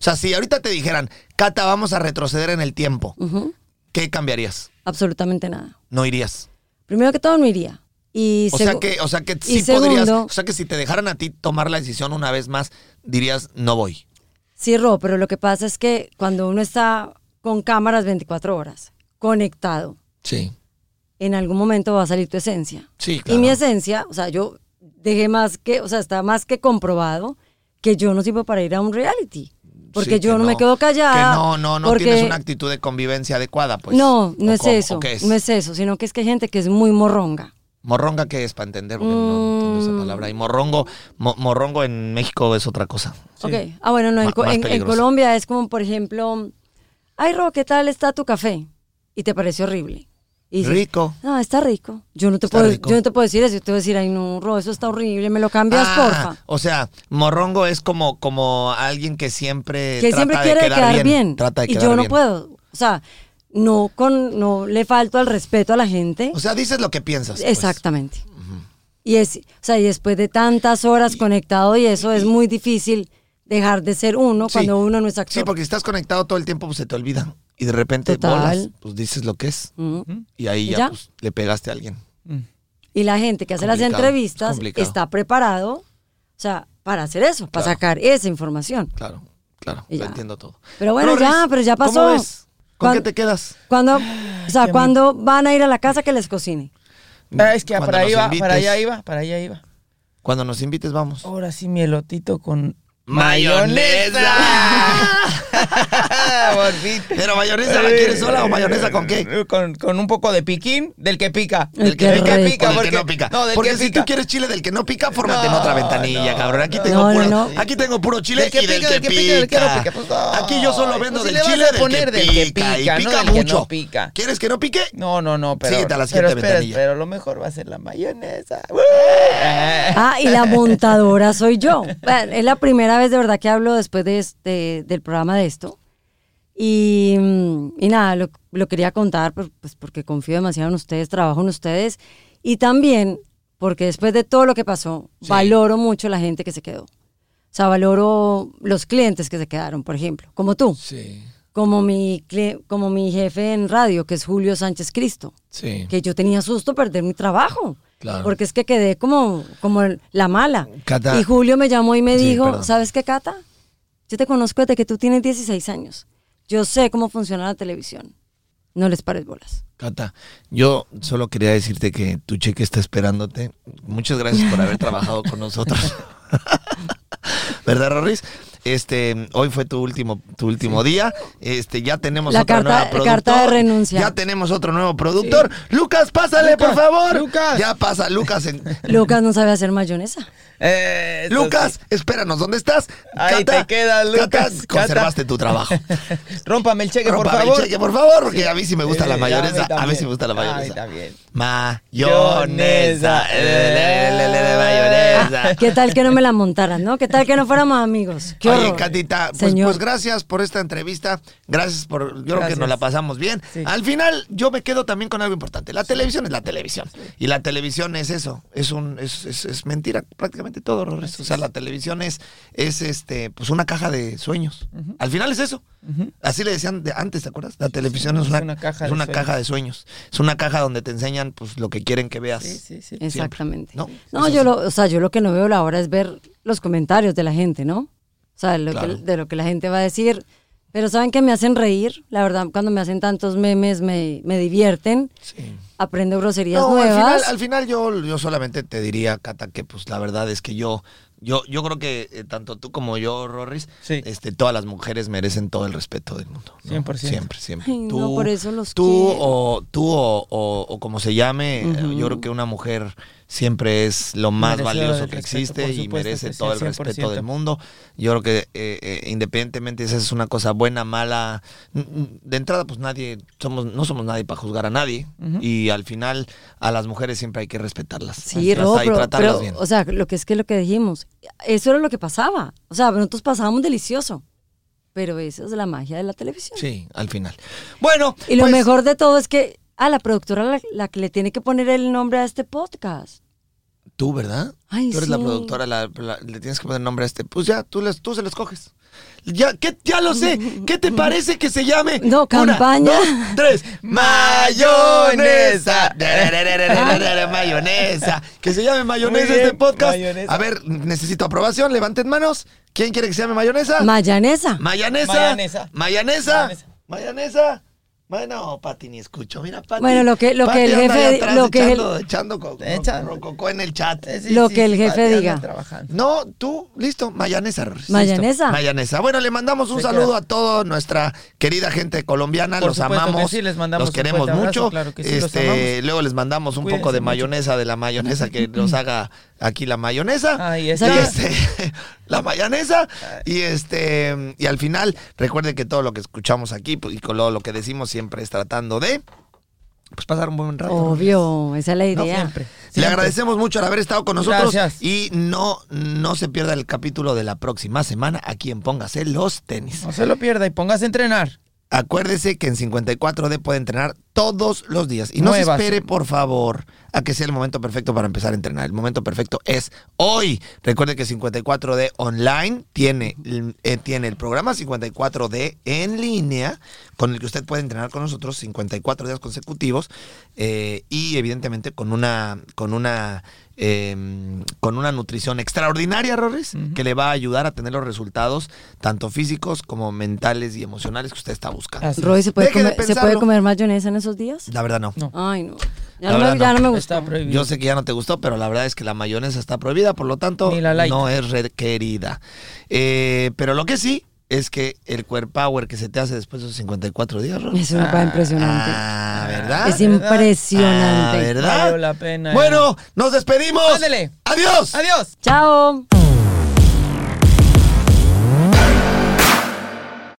Speaker 1: O sea, si ahorita te dijeran, Cata, vamos a retroceder en el tiempo,
Speaker 3: Ujú.
Speaker 1: ¿qué cambiarías?
Speaker 3: Absolutamente nada.
Speaker 1: No irías.
Speaker 3: Primero que todo, no iría. Y
Speaker 1: O sea
Speaker 3: segu-
Speaker 1: que, o sea que
Speaker 3: y
Speaker 1: sí podrías,
Speaker 3: segundo-
Speaker 1: o sea que si te dejaran a ti tomar la decisión una vez más, dirías no voy.
Speaker 3: Sí, Ro, pero lo que pasa es que cuando uno está con cámaras 24 horas, conectado,
Speaker 1: Sí.
Speaker 3: en algún momento va a salir tu esencia.
Speaker 1: Sí,
Speaker 3: Y
Speaker 1: claro.
Speaker 3: mi esencia, o sea, yo dejé más que, o sea, está más que comprobado que yo no sirvo para ir a un reality. Porque
Speaker 1: Sí,
Speaker 3: yo
Speaker 1: que
Speaker 3: no, me quedo callada.
Speaker 1: Que no, no, no
Speaker 3: porque-
Speaker 1: tienes una actitud de convivencia adecuada, pues.
Speaker 3: no, no
Speaker 1: ¿O
Speaker 3: es
Speaker 1: cómo?
Speaker 3: eso.
Speaker 1: ¿O qué es?
Speaker 3: No es eso, sino que es que hay gente que es muy morronga.
Speaker 1: Morronga que es para entender, porque no entiendo
Speaker 3: Mm.
Speaker 1: esa palabra. Y morrongo, mo- morrongo en México es otra cosa.
Speaker 3: Ok. Ah, bueno, no, en,
Speaker 1: Ma-
Speaker 3: Co-
Speaker 1: más
Speaker 3: en- en
Speaker 1: peligroso.
Speaker 3: Colombia es como, por ejemplo, ay, Ro, ¿qué tal está tu café? Y te parece horrible. Y dices,
Speaker 1: Rico.
Speaker 3: No, está rico. Yo no te,
Speaker 1: Está
Speaker 3: puedo,
Speaker 1: rico.
Speaker 3: yo no te puedo decir eso. Yo te voy a decir, ay, no, Ro, eso está horrible, me lo cambias,
Speaker 1: Ah,
Speaker 3: porfa.
Speaker 1: O sea, morrongo es como, como alguien que siempre
Speaker 3: que
Speaker 1: eh, trata
Speaker 3: siempre
Speaker 1: de
Speaker 3: quiere quedar, bien.
Speaker 1: Trata de
Speaker 3: y
Speaker 1: quedar
Speaker 3: yo no
Speaker 1: bien.
Speaker 3: puedo. O sea, no, con, no le falto al respeto a la gente.
Speaker 1: O sea, dices lo que piensas. pues.
Speaker 3: Exactamente. Y es, o sea, y después de tantas horas conectado y eso es muy difícil dejar de ser uno
Speaker 1: Sí.
Speaker 3: cuando uno no es actor.
Speaker 1: Sí, porque si estás conectado todo el tiempo, pues se te olvida. Y de repente
Speaker 3: Total.
Speaker 1: bolas, pues dices lo que es.
Speaker 3: Ujú.
Speaker 1: Y ahí ya,
Speaker 3: ¿Ya?
Speaker 1: pues, le pegaste a alguien.
Speaker 3: Y la gente que hace las
Speaker 1: Complicado, es
Speaker 3: entrevistas
Speaker 1: complicado.
Speaker 3: está preparado, o sea, para hacer eso, para
Speaker 1: Claro.
Speaker 3: sacar esa información.
Speaker 1: Claro, claro.
Speaker 3: Y
Speaker 1: Lo
Speaker 3: ya.
Speaker 1: entiendo todo.
Speaker 3: Pero bueno, ya,
Speaker 1: Rorris,
Speaker 3: pero ya
Speaker 1: ¿cómo
Speaker 3: pasó.
Speaker 1: ves? ¿Con
Speaker 3: Cuan-
Speaker 1: qué te quedas?
Speaker 3: Cuando, o sea, cuando van a ir a la casa que les cocine.
Speaker 2: Ah, es que
Speaker 1: Cuando
Speaker 2: para, ahí
Speaker 1: nos
Speaker 2: iba,
Speaker 1: invites.
Speaker 2: para allá iba, para allá iba.
Speaker 1: Cuando nos invites, vamos.
Speaker 3: Oh,
Speaker 2: Ahora sí, mi elotito con Bonito.
Speaker 1: Pero mayonesa, ¿la quieres sola o mayonesa con qué?
Speaker 2: Eh, Con, con un poco de piquín, del que pica.
Speaker 3: Del que
Speaker 2: del que
Speaker 3: rico.
Speaker 1: O
Speaker 2: pica,
Speaker 1: del
Speaker 2: porque,
Speaker 1: que no pica.
Speaker 2: No, del
Speaker 1: porque
Speaker 2: que
Speaker 1: si
Speaker 2: pica.
Speaker 1: tú quieres chile del que no pica, fórmate en otra
Speaker 2: No,
Speaker 1: ventanilla,
Speaker 2: no,
Speaker 1: cabrón. Aquí
Speaker 2: no.
Speaker 1: tengo,
Speaker 3: No,
Speaker 1: puro,
Speaker 3: no, no.
Speaker 1: aquí tengo puro chile
Speaker 2: Del que
Speaker 1: y del
Speaker 2: pica,
Speaker 1: que
Speaker 2: del que pica, del que no
Speaker 1: pica.
Speaker 2: pica, pues, no.
Speaker 1: Aquí yo solo
Speaker 2: Ay,
Speaker 1: vendo
Speaker 2: pues,
Speaker 1: del
Speaker 2: si le vas
Speaker 1: chile
Speaker 2: a
Speaker 1: del
Speaker 2: poner
Speaker 1: que
Speaker 2: del que
Speaker 1: pica. Y
Speaker 2: pica,
Speaker 1: pica
Speaker 2: no del que no
Speaker 1: mucho.
Speaker 2: pica.
Speaker 1: ¿Quieres que no pique?
Speaker 2: No, no, no, pero.
Speaker 1: Síguete a la
Speaker 2: pero
Speaker 1: siguiente
Speaker 2: espera,
Speaker 1: ventanilla.
Speaker 2: pero lo mejor va a ser la mayonesa.
Speaker 3: Ah, y la montadora soy yo. Bueno, es la primera vez de verdad que hablo después de este, del programa de esto. Y, mm, y nada, lo, lo quería contar por- pues, porque confío demasiado en ustedes, trabajo en ustedes. Y también porque después de todo lo que pasó, valoro mucho la gente que se quedó. O O sea, valoro los clientes que se quedaron, por ejemplo, como tú,
Speaker 4: Sí,
Speaker 3: como mi, cli- como mi jefe en radio, que es Julio Sánchez Cristo,
Speaker 4: sí.
Speaker 3: que yo tenía susto perder mi trabajo.
Speaker 4: Claro.
Speaker 3: Porque es que quedé como, como el- la mala.
Speaker 1: Cata.
Speaker 3: Y Julio me llamó y me
Speaker 1: Sí,
Speaker 3: dijo,
Speaker 1: perdón.
Speaker 3: ¿sabes qué, Cata? Yo te conozco desde que tú tienes 16 años. Yo sé cómo funciona la televisión. No les pares bolas.
Speaker 1: Cata, yo solo quería decirte que tu cheque está esperándote. Muchas gracias por haber trabajado con nosotros. ¿Verdad, Rorris? Este, hoy fue tu último, tu último día. Este, ya tenemos
Speaker 3: La
Speaker 1: otra
Speaker 3: carta-
Speaker 1: nueva productora.
Speaker 3: carta de renuncia.
Speaker 1: Ya tenemos otro nuevo productor. Lucas, pásale,
Speaker 2: Lucas,
Speaker 1: por favor.
Speaker 2: Lucas.
Speaker 1: Ya pasa, Lucas. en-
Speaker 3: Lucas no sabe hacer mayonesa.
Speaker 2: Eh, eso
Speaker 1: Lucas, espéranos, ¿dónde estás?
Speaker 2: Ahí te queda, Lucas.
Speaker 1: Cata,
Speaker 2: Cata.
Speaker 1: conservaste tu trabajo.
Speaker 2: sí. Rómpame el cheque, por
Speaker 1: Rómpame el
Speaker 2: favor.
Speaker 1: cheque, por favor, porque a mí sí me gusta
Speaker 2: Sí,
Speaker 1: la
Speaker 2: a mí
Speaker 1: mayonesa. A mí
Speaker 2: también.
Speaker 1: sí me gusta la
Speaker 2: A mí
Speaker 1: mayonesa.
Speaker 2: también.
Speaker 1: Mayonesa. Eh, le, le, le, le, mayonesa.
Speaker 3: ¿Qué tal que no me la montaran, no? ¿Qué tal que no fuéramos amigos? ¿Qué
Speaker 1: Oye,
Speaker 3: horror.
Speaker 1: Catita, pues,
Speaker 3: Señor.
Speaker 1: pues gracias por esta entrevista. Gracias por. Yo creo que
Speaker 2: Gracias.
Speaker 1: nos la pasamos bien.
Speaker 2: Sí.
Speaker 1: Al final, yo me quedo también con algo importante. La televisión es la televisión. Y la televisión es eso. Es un, es, es- es mentira, prácticamente todo, Rorris. O sea, la televisión es, es este, pues una caja de sueños. Al final es eso. Así le decían de antes, ¿te acuerdas? La televisión es una, caja, es una
Speaker 2: sueños.
Speaker 1: caja de sueños. Es una caja donde te enseñan pues lo que quieren que veas.
Speaker 2: Sí, sí, sí.
Speaker 3: Exactamente.
Speaker 1: No,
Speaker 3: No,
Speaker 1: eso
Speaker 3: yo
Speaker 1: sí.
Speaker 3: lo, o sea, yo lo que no veo la hora es ver los comentarios de la gente, ¿no? O sea, lo que-
Speaker 1: Claro.
Speaker 3: de lo que la gente va a decir. Pero saben que me hacen reír, la verdad, cuando me hacen tantos memes me, me divierten,
Speaker 1: Sí.
Speaker 3: aprendo groserías
Speaker 1: No,
Speaker 3: nuevas.
Speaker 1: Al final, al final yo, yo solamente te diría, Cata, que pues la verdad es que yo, yo, yo creo que eh, tanto tú como yo, Rorris,
Speaker 2: Sí.
Speaker 1: este, todas las mujeres merecen todo el respeto del mundo. ¿no?
Speaker 2: 100%.
Speaker 1: Siempre, siempre.
Speaker 3: Ay, no, por eso los
Speaker 1: tú
Speaker 3: quiero.
Speaker 1: o tú o, o- o como se llame, eh, yo creo que una mujer siempre es lo más
Speaker 2: Merecedora
Speaker 1: valioso
Speaker 2: del
Speaker 1: que
Speaker 2: respeto,
Speaker 1: existe
Speaker 2: por
Speaker 1: y
Speaker 2: supuesto
Speaker 1: merece
Speaker 2: que sí,
Speaker 1: todo el respeto
Speaker 2: 100%.
Speaker 1: del mundo. Yo creo que eh, eh, independientemente si es una cosa buena, mala, n- n- de entrada pues nadie, somos, no somos nadie para juzgar a nadie y al final a las mujeres siempre hay que respetarlas.
Speaker 3: Sí,
Speaker 1: Las-
Speaker 3: Ro,
Speaker 1: y
Speaker 3: pero,
Speaker 1: tratarlas
Speaker 3: pero,
Speaker 1: bien.
Speaker 3: o sea, lo que es que lo que dijimos, eso era lo que pasaba. O sea, nosotros pasábamos delicioso. Pero eso es la magia de la televisión.
Speaker 1: Sí, al final. Bueno,
Speaker 3: Y lo
Speaker 1: pues,
Speaker 3: mejor de todo es que a la productora la, la que le tiene que poner el nombre a este podcast.
Speaker 1: Tú, ¿verdad?
Speaker 3: Ay,
Speaker 1: tú eres la
Speaker 3: sí.
Speaker 1: productora, la- la- le tienes que poner nombre a este. Pues ya, tú, les, tú se los coges. Ya, ¿qué, ya lo sé. ¿Qué te parece que se llame?
Speaker 3: No,
Speaker 1: Una,
Speaker 3: campaña.
Speaker 1: dos, tres. Mayonesa. mayonesa. Que se llame mayonesa
Speaker 2: Muy bien,
Speaker 1: este podcast.
Speaker 2: mayonesa.
Speaker 1: A ver, necesito aprobación. Levanten manos. ¿Quién quiere que se llame mayonesa?
Speaker 3: Mayanesa.
Speaker 1: Mayanesa.
Speaker 2: Mayanesa.
Speaker 1: Mayanesa.
Speaker 2: Mayanesa.
Speaker 1: Mayanesa. Bueno, Pati, ni escucho. Mira, Pati.
Speaker 3: Bueno, lo que- lo que el
Speaker 1: anda ahí
Speaker 3: jefe-
Speaker 1: atrás
Speaker 3: lo que el-
Speaker 1: echando, echando co-
Speaker 2: Echa-
Speaker 1: ro- rococó en el chat.
Speaker 2: Eh,
Speaker 3: Lo que el jefe
Speaker 2: Pati anda
Speaker 3: diga.
Speaker 2: trabajando.
Speaker 1: No, tú, listo, mayanesa. Rorris,
Speaker 3: Mayanesa.
Speaker 1: listo. Mayanesa. Bueno, le mandamos un
Speaker 2: Se
Speaker 1: saludo
Speaker 2: queda.
Speaker 1: a toda nuestra querida gente colombiana.
Speaker 2: Por
Speaker 1: los
Speaker 2: supuesto que
Speaker 1: amamos.
Speaker 2: sí, les mandamos
Speaker 1: los
Speaker 2: un
Speaker 1: queremos
Speaker 2: fuerte abrazo,
Speaker 1: mucho.
Speaker 2: claro que sí, los
Speaker 1: este,
Speaker 2: amamos.
Speaker 1: Luego les mandamos un poco
Speaker 2: Cuídense
Speaker 1: de
Speaker 2: mucho.
Speaker 1: mayonesa, de la mayonesa que nos haga aquí la mayonesa.
Speaker 2: Ahí
Speaker 1: Y
Speaker 2: está.
Speaker 1: este, la mayonesa. Y este, y al final, recuerden que todo lo que escuchamos aquí pues, y con lo, lo que decimos siempre es tratando de pues pasar un buen rato.
Speaker 3: Obvio, esa es la idea.
Speaker 2: Siempre.
Speaker 1: Le
Speaker 2: siempre.
Speaker 1: agradecemos mucho el haber estado con nosotros.
Speaker 2: Gracias.
Speaker 1: Y no, no se pierda el capítulo de la próxima semana aquí en Póngase los tenis.
Speaker 2: No se lo pierda y póngase a entrenar.
Speaker 1: Acuérdese que en 54D puede entrenar todos los días. Y no se
Speaker 2: Nuevas.
Speaker 1: espere, por favor, a que sea el momento perfecto para empezar a entrenar. El momento perfecto es hoy. Recuerde que 54D online tiene, eh, tiene el programa 54D en línea, con el que usted puede entrenar con nosotros 54 días consecutivos. eh, y evidentemente con una. Con una eh, con una nutrición extraordinaria, Rorris, que le va a ayudar a tener los resultados tanto físicos como mentales y emocionales que usted está buscando.
Speaker 2: Así
Speaker 3: Roy,
Speaker 2: es.
Speaker 3: ¿se puede,
Speaker 1: Deje de
Speaker 3: comer, ¿se
Speaker 1: pensarlo.
Speaker 3: puede comer mayonesa en esos días?
Speaker 1: La verdad no.
Speaker 2: No.
Speaker 3: Ay, no.
Speaker 1: La
Speaker 3: Ya, no,
Speaker 1: verdad,
Speaker 3: me, ya
Speaker 1: no.
Speaker 3: no me gustó.
Speaker 2: Está prohibido.
Speaker 1: Yo sé que ya no te gustó, pero la verdad es que la mayonesa está prohibida, por lo tanto,
Speaker 2: Ni la light.
Speaker 1: no es requerida. Eh, pero lo que sí es que el Core Power que se te hace después de los 54 días, Ron.
Speaker 3: Es una cosa impresionante.
Speaker 1: Ah, ¿verdad?
Speaker 3: es
Speaker 2: ¿verdad?
Speaker 1: Ah,
Speaker 3: impresionante.
Speaker 1: ¿verdad?
Speaker 2: Valió la pena, eh.
Speaker 1: Bueno, nos despedimos.
Speaker 2: Ándele.
Speaker 1: Adiós.
Speaker 2: Adiós.
Speaker 3: Chao.